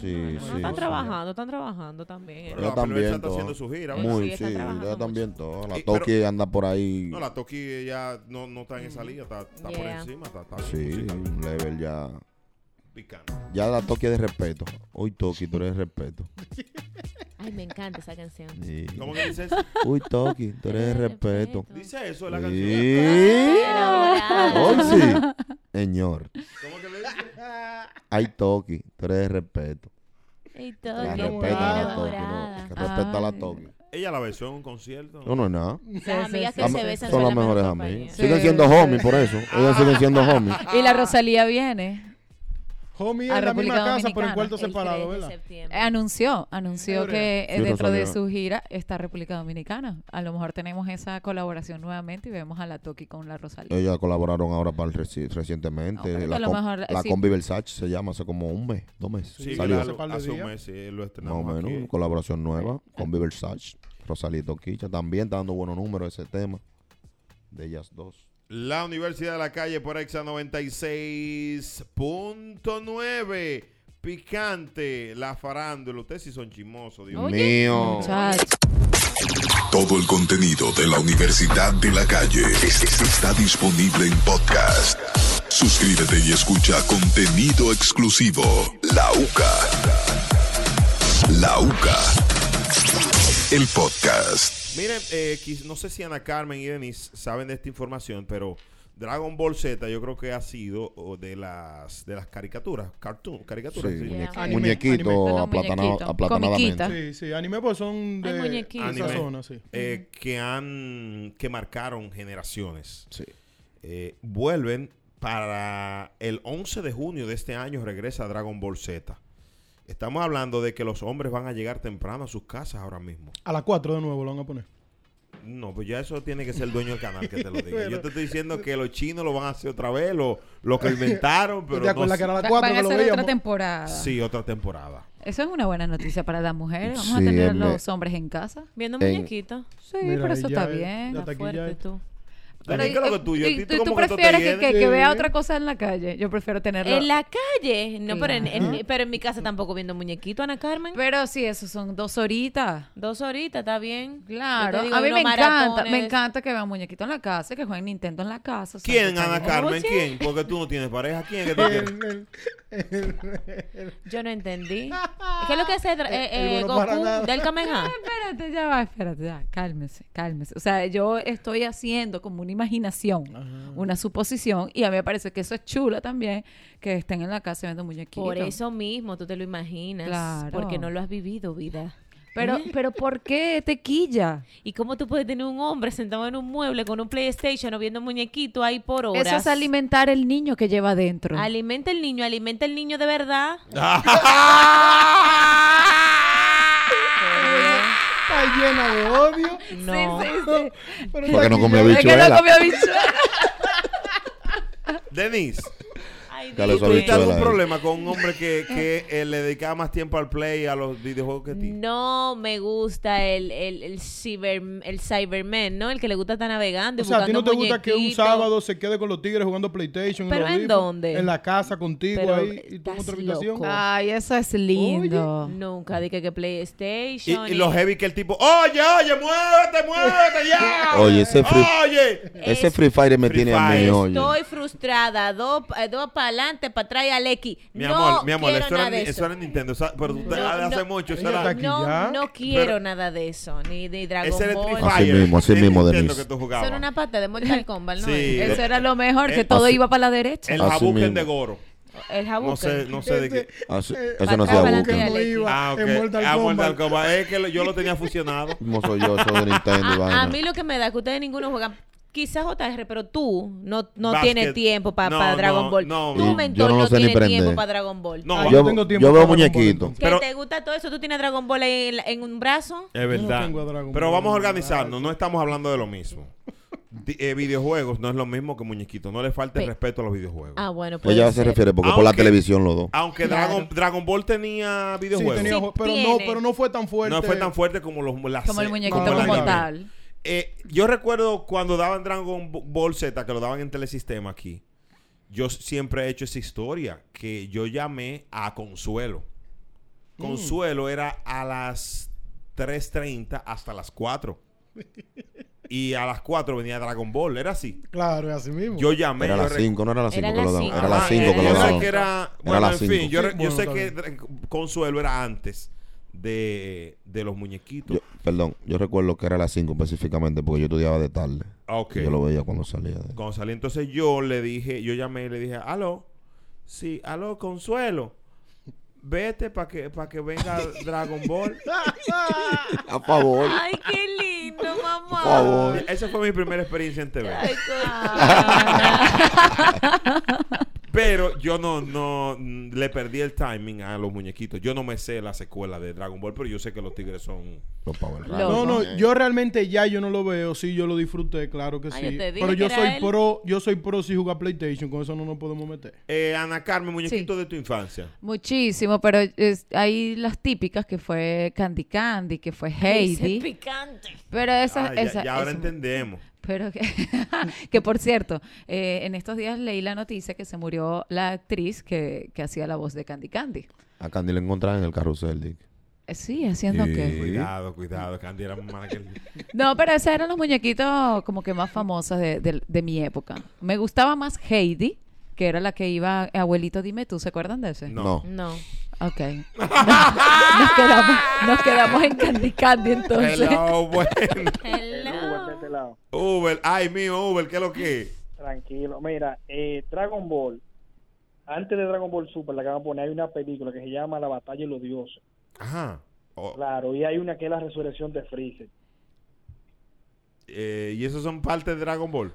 Sí,
No,
sí.
están
sí.
trabajando, están trabajando también.
Eh, Pero
Ella
la Pelbel
también
está
toda.
haciendo su gira, ¿verdad?
Muy,
Sí,
sí.
está trabajando
Ella
mucho.
también todo. La
Y- pero-
Toki anda por ahí.
No, la Toki ya no, no está en esa liga, está, está por
Mm. Yeah.
encima, está, está
Ah, Sí,
está
un level ya.
picante.
Ya la Toki es de respeto. Hoy Toki, tú eres de respeto.
Ay, me encanta esa canción.
Sí.
¿Cómo que dice eso?
Uy, Toki, tú eres de respeto.
Dice eso la canción.
Sí. Hoy
Enamorada.
sí. Señor,
¿Cómo que le dice?
hay Toki, tú eres de respeto.
Y
La
todo
Ay,
bien
respeta a la Toki,
enamorada.
no. Que respeta a la
Ay.
Toki.
Ella la besó en un concierto.
No, no es nada.
Las amigas que
Am-
se besan
son las
mejor
mejores
compañía.
amigas.
Sí,
siguen siendo
sí.
homies por eso. Ellas siguen siendo homies.
Y la Rosalía viene.
Homie
A
en la misma
República
casa, pero en
Dominicana,
cuarto
El 3
separado,
de
¿verdad?
Eh,
septiembre.
anunció, anunció
Sí,
que eh,
Sí,
dentro de
Rosalía.
su gira está República Dominicana. A lo mejor tenemos esa colaboración nuevamente y vemos a la Toki con la Rosalía.
Ellas colaboraron ahora para el reci- recientemente.
Ok.
La,
A lo
com-
mejor,
la
sí.
combi Versace se llama hace como un mes, dos meses.
Sí,
Salió.
claro,
Hace par de
hace un
días.
mes, sí, lo
Más o
estrenamos
menos,
aquí.
colaboración nueva. Combi Versace, Rosalito Quicha. También está dando buenos números ese tema. De ellas dos.
La Universidad de la Calle por Exa 96.9. Picante, la farándula. Ustedes sí son chismosos, Dios.
Oye.
Mío.
Muchachos.
Todo el contenido de la Universidad de la Calle es- es- está disponible en podcast. Suscríbete y escucha contenido exclusivo. La UCA. La UCA. El podcast.
Miren, eh, quiz- no sé si Ana Carmen y Denise saben de esta información, pero Dragon Ball Z yo creo que ha sido o de las de las caricaturas, cartoon, caricaturas.
Sí,
sí.
muñe-
Yeah.
Anime, anime.
muñequito
Los
aplatanado-
muñequitos.
aplatanadamente.
Comiquita.
Sí, sí, anime pues son de
Ay, muñequitos.
esa
Anime.
zona, sí.
Mm.
Eh, que han que marcaron generaciones.
Sí.
Eh, vuelven para el 11 de junio de este año regresa Dragon Ball Z. Estamos hablando de que los hombres van a llegar temprano a sus casas ahora mismo.
A las 4 de nuevo lo van a poner.
No, pues ya eso tiene que ser el dueño del canal que te lo diga. Yo te estoy diciendo que los chinos lo van a hacer otra vez, lo, lo que inventaron, pero
¿Te acuerdas
no
que era a
Va-
las 4
Van
que
a
lo
hacer otra
veíamos?
temporada.
Sí, otra temporada.
Eso es una buena noticia para las mujeres. Vamos
Sí,
a tener
en
los hombres en casa.
Viendo
En-
muñequito.
Sí,
Mira,
pero eso
ya
está
es-
bien.
ya
Está
Hasta aquí
fuerte
ya-
tú.
Pero ¿qué es lo que tú, yo,
y-
tú
tú- tú
como que tú te
prefieres que,
llenes.
que- que vea
Sí.
otra cosa en la calle. Yo prefiero tenerlo.
En la calle. No, pero en, en-
Claro.
pero en mi casa tampoco viendo muñequito, Ana Carmen.
Pero sí, eso son dos horitas.
Dos horitas, está bien. Yo
Claro.
te digo,
a mí
unos
me encanta. Me
maratones.
encanta que vean muñequito en la casa, y que jueguen Nintendo en la casa.
¿Quién,
santo
Ana
señor.
Carmen?
Oye.
¿Quién? Porque tú no tienes pareja. ¿Quién es que tú tienes?
Yo no entendí. ¿Qué es lo que hace eh,
el
eh,
bueno para nada.
Goku del Kameha?
Espérate, ya va, espérate, ya. Cálmese, cálmese. O sea, yo estoy haciendo como una imaginación, una suposición, y a mí me parece que eso es chulo también, que estén en la casa viendo muñequitos.
Por eso mismo, tú te lo imaginas.
Claro.
Porque no lo has vivido, vida.
Pero, pero ¿por qué tequilla?
¿Y cómo tú puedes tener un hombre sentado en un mueble con un PlayStation o viendo muñequito ahí por horas?
Eso es alimentar el niño que lleva adentro.
Alimenta el niño, alimenta el niño de verdad.
Está llena de odio.
No.
Pero
Porque
está
no
aquí
comió
ya-
Es que no
habichuela.
comió habichuela.
Denise,
Ay,
Ya lo
¿tú
sabes
dime.
tuviste
habichuela,
algún
eh.
problema con un hombre que, que eh, le dedicaba más tiempo al play y a los videojuegos que a ti?
No me gusta el, el, el, ciber, el Cyberman, ¿no? El que le gusta estar navegando
O
y
sea, ¿a ti
buscando
no te gusta que un
muñequitos.
sábado se quede con los tigres jugando PlayStation?
¿Pero
los
en
audífonos,
dónde?
En la casa contigo
Pero
ahí y tú en
estás
otra habitación. Ah,
loco.
Ay, eso es lindo.
Nunca dije que
Y,
PlayStation.
y lo heavy que el tipo, oye, oye, muévete, muévete ya.
Oye, ese free-
Oye.
Ese Free Fire me
Free
tiene a mí,
Fire.
oye.
Estoy frustrada. eh, Dos para adelante, para atrás y al X.
Mi
no
amor, mi amor,
quiero
eso
nada
era,
de
eso
eso.
era Nintendo, o sea, pero tú te-
No,
hace
no.
mucho, eso
Ella
era,
está aquí.
No,
ya.
no quiero
Pero-
nada de eso. Ni de Dragon
ese era el Free
Ball.
Así
Fire.
mismo, así
de
mismo,
Nintendo
Denise.
que tú
Eso
jugabas.
era una pata de Mortal Kombat, ¿no?
Sí.
Eso era lo mejor, que
Eh,
todo
así-
iba para la derecha.
El
Así
jabuquen
mismo.
de Goro.
El
No
jabuque.
sé, no sé de qué.
Así-
Eh,
Ah, eso no se
para
Como
adelante,
que
abuca.
no
Alexis.
iba
Ah, ok.
en Mortal
Ah,
Kombat.
Mortal Kombat. Es que lo- yo lo tenía fusionado.
¿Cómo soy yo? Soy de Nintendo y
A, a
vaina.
mí lo que me da es que ustedes ninguno juegan. Quizás JR, pero tú no, no
Basket.
tienes tiempo para
No,
Dragon
no,
Ball.
no,
tú,
no.
mentor,
Yo no
no,
lo sé ni
tienes
prender.
tiempo para Dragon Ball.
No,
Ah,
va-
yo
Yo,
tengo tiempo
yo veo
para Dragon Ball,
muñequitos.
que
pero-
te gusta todo eso, tú tienes Dragon Ball ahí en, la- en un brazo.
Eh,
Es
no
verdad.
tengo a Dragon
Pero
Ball,
vamos a
no,
organizarnos, no estamos hablando de lo mismo. Di- eh, videojuegos no es lo mismo que muñequitos, no le falte
Pe-
respeto a los videojuegos.
Ah, bueno, pues.
Ella se refiere porque por la
Aunque-
televisión los dos.
Aunque Dragon, Dragon Ball tenía
Sí,
videojuegos,
tenía ju- pero, no,
tiene.
pero no fue tan fuerte.
no fue tan fuerte como los las
Como el
se-
muñequito
no,
el
no, no.
como
anime.
tal.
Eh, yo recuerdo cuando daban Dragon Ball Z, que lo daban en Telesistema aquí. Yo siempre he hecho esa historia que yo llamé a Consuelo. Consuelo era a las 3.30 hasta las 4. Y a las 4 venía Dragon Ball, era así.
Claro, es así mismo.
Yo llamé.
Era
yo
las
rec-
5, no era las
Era
5 que lo
las
daban.
cinco.
Era las
Ah,
5 que
yo
lo
sé
daban.
que era-
Era
bueno,
las
en fin,
cinco.
yo, re-
Sí,
yo
bueno,
sé
está
que Dra- Consuelo era antes de, de los muñequitos.
Yo- perdón, yo recuerdo que era las 5 específicamente porque yo estudiaba de tarde.
Ah, ok.
Y Yo lo veía cuando salía. de-
Cuando salí, entonces yo le dije, yo llamé y le dije, aló, sí, aló, Consuelo, vete para que, pa' que venga Dragon Ball.
A favor.
Ay, qué lindo, mamá.
Por favor.
Esa fue mi primera experiencia en TV.
Ay,
Ah.
coño.
Pero yo no, no, mm, le perdí el timing a los muñequitos. Yo no me sé la secuela de Dragon Ball, pero yo sé que los tigres son...
Los Power Rangers.
No, no, yo realmente ya yo no lo veo, sí, yo lo disfruté, claro que sí.
Ah, yo te dije
pero yo
que
soy
era él.
pro, yo soy pro si juega PlayStation, con eso no nos podemos meter.
Eh, Ana Carmen, muñequito de tu infancia.
Muchísimo, pero es- hay las típicas que fue Candy Candy, que fue
Ese
Heidi.
picante.
Pero esas,
Ah, ya,
esas-
ya ahora
esas-
entendemos.
Pero que, que por cierto, eh, en estos días leí la noticia que se murió la actriz que, que hacía la voz de Candy Candy.
A Candy le encontraban en el carrusel, Dick.
Eh, Sí, haciendo que.
Cuidado, cuidado, Candy era más mala que el...
No, pero esos eran los muñequitos como que más famosos de, de- de mi época. Me gustaba más Heidi, que era la que iba, abuelito, dime tú, ¿se acuerdan de ese?
No.
No.
No.
Ok. Nos quedamos, nos quedamos en Candy Candy entonces.
Hello, bueno.
El Uber de este lado.
Uber, ay mío, Uber, ¿qué es lo que es?
Tranquilo. Mira, eh, Dragon Ball, antes de Dragon Ball Super, la que van a poner, hay una película que se llama La Batalla de los Dioses.
Ajá. Oh,
Claro, y hay una que es la resurrección de Freezer.
eh, y esos son parte de Dragon Ball.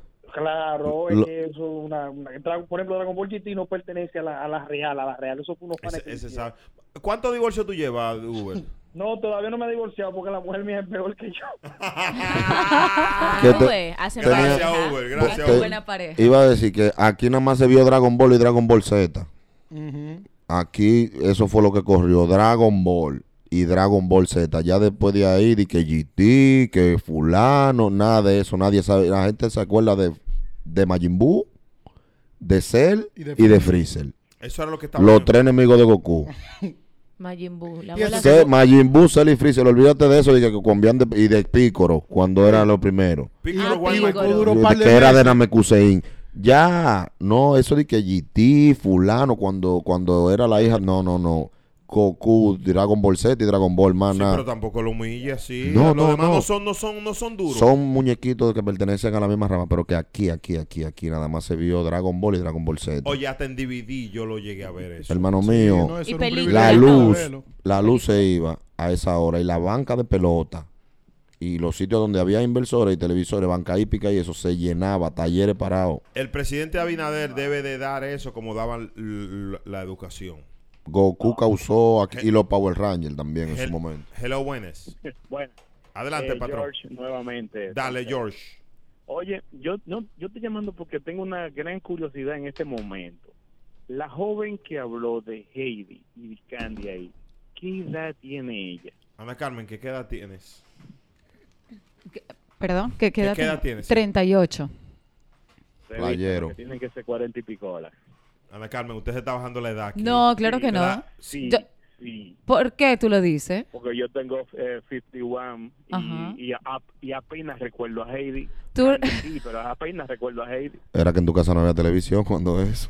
Lo-
Claro, es que eso es una, una- Dra- por ejemplo, Dragon Ball GT no pertenece a la, a la real, a la real, eso fue unos
Ese-
panes que
ese
hicieron.
sabe. ¿Cuántos divorcios tú llevas, Uber?
No, todavía no me he divorciado porque la mujer mía es peor que yo.
Ah,
¿Qué te-
Uber, hacen
tenía-
pareja.
Gracias, Uber, gracias,
Te-
Buena pareja.
Iba a decir que aquí nada más se vio Dragon Ball y Dragon Ball Z.
Ujú.
Aquí eso fue lo que corrió. Dragon Ball y Dragon Ball Z. Ya después de ahí, de que GT, que fulano, nada de eso. Nadie sabe. La gente se acuerda de, de Majin Buu, de Cell
Y de
y de Freezer.
Eso era lo que estaba.
Los tres enemigos de Goku.
Majin Buu, la
Y
abuela
ese-
Se, Majin Buu, Cell y Freezer. Olvídate de eso. dije que con Bian de- y de Piccolo, cuando era lo primero.
Piccolo,
Ah,
Guay,
Piccolo.
Mac-
Duró
Yo-
par de
que era de
meses.
Namekusein. Ya, no, eso de que GT, fulano, cuando, cuando era la hija, no, no, no. Goku, Dragon Ball Z y Dragon Ball, más
Sí,
nada.
pero tampoco lo humilla, sí.
No,
Los
no,
demás no.
no.
son, no son, no son duros.
Son muñequitos que pertenecen a la misma rama, pero que aquí, aquí, aquí, aquí nada más se vio Dragon Ball y Dragon Ball Z.
Oye, hasta en DVD yo lo llegué a ver eso.
Hermano
Sí,
mío,
no, eso
Y
era un
película.
privilegio
la
ya
de
luz,
verlo.
la luz se iba a esa hora y la banca de pelota y los sitios donde había inversores y televisores, banca hípica y eso se llenaba, talleres parados,
El presidente Abinader debe de dar eso como daban l- l- la educación.
Goku causó
Eh,
aquí, y los Power Rangers también en
Hel-
su momento.
Hello, buenas.
Bueno,
Adelante,
eh,
patrón.
George, eh, nuevamente.
Dale, George.
Oye, yo no, yo estoy llamando porque tengo una gran curiosidad en este momento. La joven que habló de Heidi y de Candy ahí, ¿qué edad tiene ella?
Ana Carmen, ¿qué edad tienes?
Perdón, ¿qué,
¿Qué
queda?
edad tienes?
38.
Playero.
Que Tienen que ser cuarenta y pico horas.
Ana Carmen, usted se está bajando la edad aquí.
No, claro que no.
¿Verdad?
Sí,
Yo-
sí,
¿Por qué tú lo dices?
porque yo tengo eh, 51
Ajá.
y, y, a- y apenas recuerdo a Heidi.
Tú-
Sí, pero apenas recuerdo a Heidi.
Era que en tu casa no había televisión cuando eso.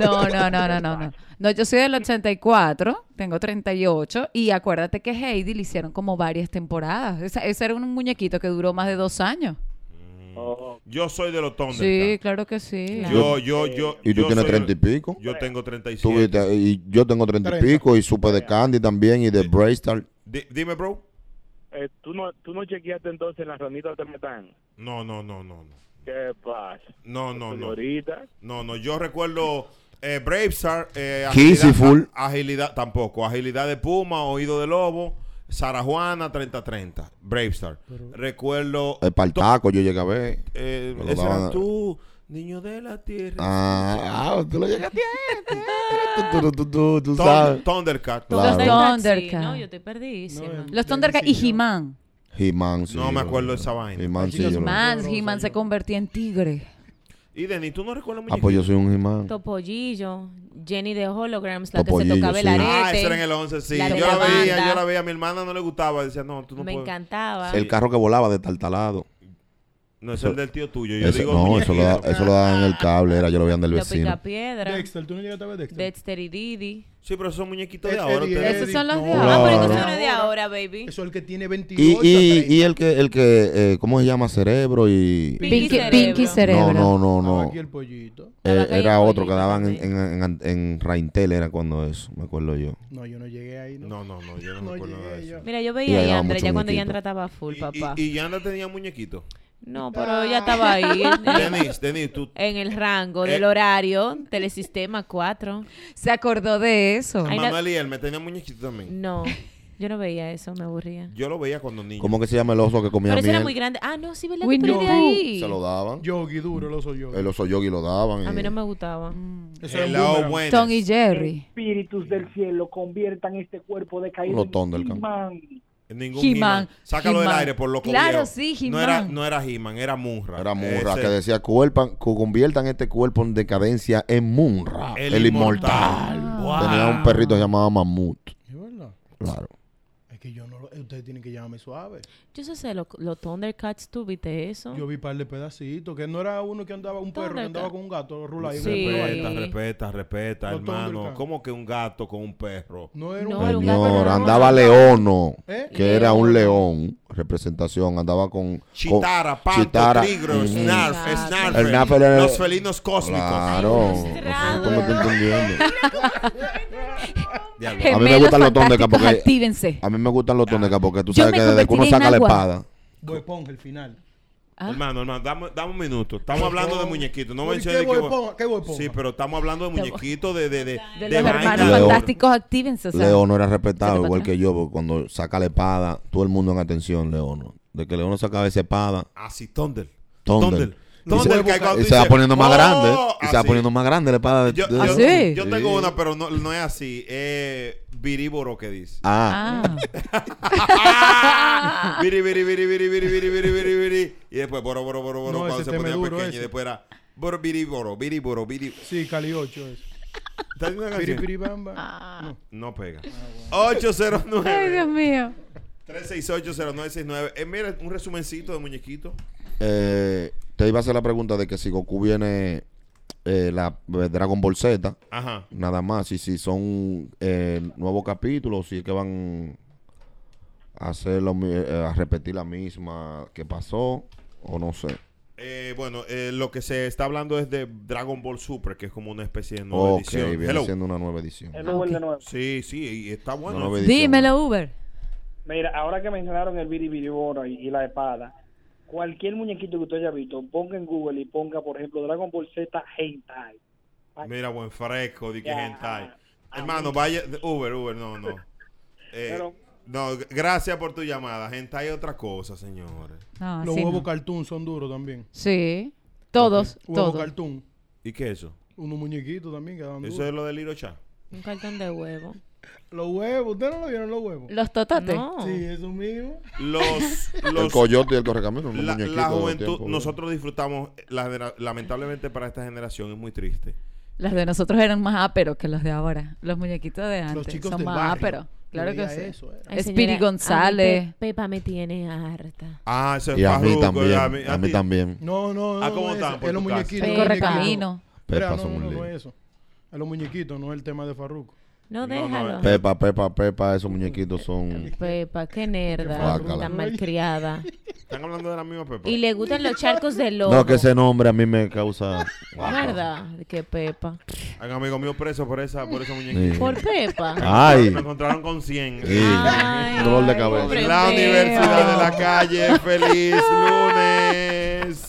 No, no, no, no, no, no. No, yo soy del 84, tengo 38 y acuérdate que Heidi le hicieron como varias temporadas. Esa- ese era un muñequito que duró más de dos años.
Mm.
Oh,
Yo soy de los Thundercats.
Sí, claro que sí.
Yo, yo, yo.
Y tú
yo
tienes
soy de-
treinta y pico.
Yo tengo
Tú
37.
viste, y yo tengo treinta y
Treinta.
pico y supe de Candy también y de Braystar.
Di- dime, bro.
eh, ¿tú, no, ¿Tú no chequeaste entonces la ranita de Temetán?
No, no, no, no, no.
¿Qué pasa?
No, no, no.
Señorita,
No, no, yo recuerdo eh, Bravestar, eh,
Kissy Full.
a- agilidad, tampoco, agilidad de Puma, oído de lobo, Sara Juana 30-30, Bravestar. Recuerdo...
Eh, Espartaco, yo llegué a ver.
eh,
me lo
ese
daban
era
a-
tú, niño de la tierra.
Ah, ah, tú lo llegaste a tú, tú, tú, tú, tú
Thun-
sabes.
Thundercat.
Claro.
Los
Thundercats, sí,
Thundercats.
No, yo estoy perdidísima.
Los Thundercats y He-Man.
He-Man, sí,
No me
yo-
acuerdo de esa vaina.
He-Man, sí, yo lo-
Man, He-Man se convertía en tigre.
Y Denis, ¿tú no recuerdas
Ah, pues yo
muñequitos?
soy un He-Man.
Topollillo, Jenny de Holograms, la
Topollillo,
que se tocaba el
sí.
arete.
Ah, ese era en el 11, sí.
La de
yo
la
la veía,
banda.
yo la veía. A mi hermana no le gustaba. Decía, no, tú no
Me
puedes.
encantaba.
El carro que volaba de tartalado.
No, es el del tío tuyo. Yo
Ese-
digo
no, eso lo, da-
muñequito.
eso lo daban en el cable, era yo lo veía del
Los
vecino.
Picapiedra,
Dexter, tú no llegaste a ver Dexter.
Dexter y Didi.
Sí, pero son muñequitos de
Ese
ahora.
día-
ustedes-
Esos son los de
No.
ahora.
Ah, pero
Claro.
entonces no es de ahora, baby.
Eso es el que tiene 28
Y,
a
y,
30.
y el que, el que eh, ¿cómo se llama? Cerebro y...
Pinky
Pinky,
Cerebro.
Pinky Cerebro.
No, no, no,
Estaba
no.
Aquí el pollito.
Eh,
Estaba
era
Calle
otro que
Pollito
daban en, en,
también.
en, en Raintel, era cuando eso, me acuerdo yo.
No, yo no llegué ahí, ¿no?
No, no, no, yo no,
No
recuerdo nada de
llegué
eso.
yo.
Mira, yo
Y
veía
ahí
a
daba
Yandra
mucho
ya cuando
muñequito.
Yandra estaba full,
Y-
papá.
Y, y Yandra tenía muñequito.
No, pero ella estaba ahí.
Denis, Denis, tú.
en el rango
Eh.
del horario, Telesistema 4.
Se acordó de eso.
Ay, no.
Manuel y él me tenía muñequito también.
No, yo no veía eso, me aburría.
Yo lo veía cuando niño.
¿Cómo que se llama el oso que comía
Pero eso era
miel?
muy grande. Ah, no, sí, ¿verdad? que
Winnie
tú eres de
the Pooh.
ahí?
Se lo daban.
Yogi duro, el oso yogi.
El oso yogi lo daban.
A mí
y-
no me gustaba.
Eso era un
Hello,
boomerang.
buenas.
Tom y Jerry.
Espíritus del cielo conviertan este cuerpo decaído
Los
en
Thundercats.
imán.
Ningún
He-Man.
He-Man. Sácalo del
He-Man.
aire por lo que
Claro,
viejo.
sí,
No era,
He-Man.
no era He-Man, era Munra.
Era Munra,
Ese-
que decía, "Cuerpan- cu- conviertan este cuerpo en decadencia en Munra, el, inmortal.
Wow.
Tenía un perrito llamado Mamut.
Es verdad.
Claro.
Es que yo no lo... eh, Ustedes tienen que llamarme suave.
Yo eso sé, los los Thundercats, ¿tú viste eso?
Yo vi par de pedacitos. Que no era uno que andaba, un perro que
Thundercat.
andaba con un gato rula ahí.
Sí.
Respeta, respeta, respeta,
Los
hermano.
Thundercats.
¿Cómo que un gato con un perro?
No era un...
No, era un gato,
Señor,
no.
andaba Leono,
¿Eh?
que era un león, representación, andaba con... con-
Chitara, panto,
Chitara.
tigro,
Ujú.
snarf,
Exacto.
snarfer,
El snarfer era-
los felinos cósmicos.
Claro.
Ay, frustrado.
No sé cómo te entendiendo.
Diablo.
A mí me
Gemelos
gustan los Thundercats
fantásticos,
porque-
Actívense.
A mí me gustan los tonecas porque tú
Ah. Yo
sabes
me
que desde que uno
convertiré en
saca la
agua.
espada...
Boy Esponja, el final.
Ah.
Hermano, hermano, dame, dame un minuto. Estamos hablando de muñequitos. No
Uy,
menciones
¿Qué
que-
Boy Esponja? ¿Qué Boy Esponja?
Sí, pero estamos hablando de muñequitos de, de, de,
De
de
los
vaina
hermanos
de-
Leo.
fantásticos, actívense. o sea.
Leono era respetado
Sácate
igual
para
que yo, porque cuando saca la espada, todo el mundo en atención, Leono. De que Leono sacaba esa espada,
Así, Ah, Thunder.
Thunder. Y se-
Thunder. que hay cuando
y
tú
se va
dices,
poniendo más
"Oh",
grande, y se va
así.
poniendo más grande la espada de,
Yo,
de-
yo-
¿Ah, sí?
yo tengo una, pero no, no es así. Es viríboro que dice.
Ah,
Ah.
Viri, viri, viri, viri, viri, viri, viri, viri, viri. Y después boro, boro, boro, boro,
No,
cuando
ese
se
tema
ponía
es duro,
pequeño. Y
ese.
después era boro, viri, boro, viri, boro, viri.
Sí, Cali 8 es.
¿Está haciendo una
Piri,
canción?
piri, bam, bam. No.
No pega.
Ay, Dios
809
mío.
3680969. Eh, mira, un resumencito de muñequito.
eh, te iba a hacer la pregunta de que si Goku viene eh, la Dragon Ball Z,
Ajá.
nada más, y si son eh, nuevos capítulos, si es que van a, hacer lo mi- eh, a repetir la misma que pasó, o no sé.
Eh, bueno, eh, lo que se está hablando es de Dragon Ball Super, que es como una especie de nueva
ok,
edición.
viene
Hello.
siendo una nueva edición.
El Uber de nuevo.
Sí, sí, y está
Una
bueno.
nueva edición.
Dímelo, Uber.
Mira, ahora que mencionaron el biribiriboro y, y la espada, cualquier muñequito que usted haya visto, ponga en Google y ponga, por ejemplo, Dragon Ball Z Hentai.
Mira, buen fresco, di que
Ya.
hentai. Hermano, vaya. Uber, Uber, no, no. Eh, no, g- gracias por tu llamada. Hentai es otra cosa, señores.
No,
Los
así
huevos
no.
cartoon son duros también.
Sí. Todos,
Huevos
todos.
cartoon.
¿Y qué es eso?
Unos muñequitos también que dan
Eso es lo del Irocha.
Un cartón de huevo.
Los huevos, ¿ustedes no lo vieron los huevos?
Los tototes.
No.
Sí, eso mismo.
Los,
El
los-
coyote y el correcamino. un
la,
muñequito
la
de los
juventud,
tiempos,
nosotros disfrutamos, la genera- lamentablemente para esta generación es muy triste.
Las de nosotros eran más áperos que los de ahora. Los muñequitos de antes
chicos
son
del
más
barrio.
áperos. Claro que
Veía
sí.
eso, era.
Ay,
Speedy
señora, a mí
González.
Pe- Pepa me tiene harta.
Ah, eso es
Y a mí
parruco,
también.
a
A
mí-
mí,
a ti.
también.
No, no, no.
Ah, ¿cómo
no es
están
eso.
por
Es los
tu casa?
muñequitos.
El
los
correcamino.
muñequitos. Espera,
Pepa
no,
son
no,
un
no, no
lío.
es eso. Es los muñequitos, no es el tema de Farruko.
No,
No, no,
déjalo.
Pepa, Pepa, Pepa, esos muñequitos son.
Pepa, qué nerda,
Guácala.
tan malcriada.
Están hablando de la misma Pepa.
Y le gustan los charcos de lobo.
No, que ese nombre a mí me causa.
¿Verdad? Que Pepa.
Hay un amigo mío preso por esa, por esa
Sí.
muñequita.
Por Pepa.
Ay.
Me encontraron con 100.
Sí.
Ay,
Dolor de
pobre.
cabeza.
La
Feo.
Universidad de la Calle, feliz lunes.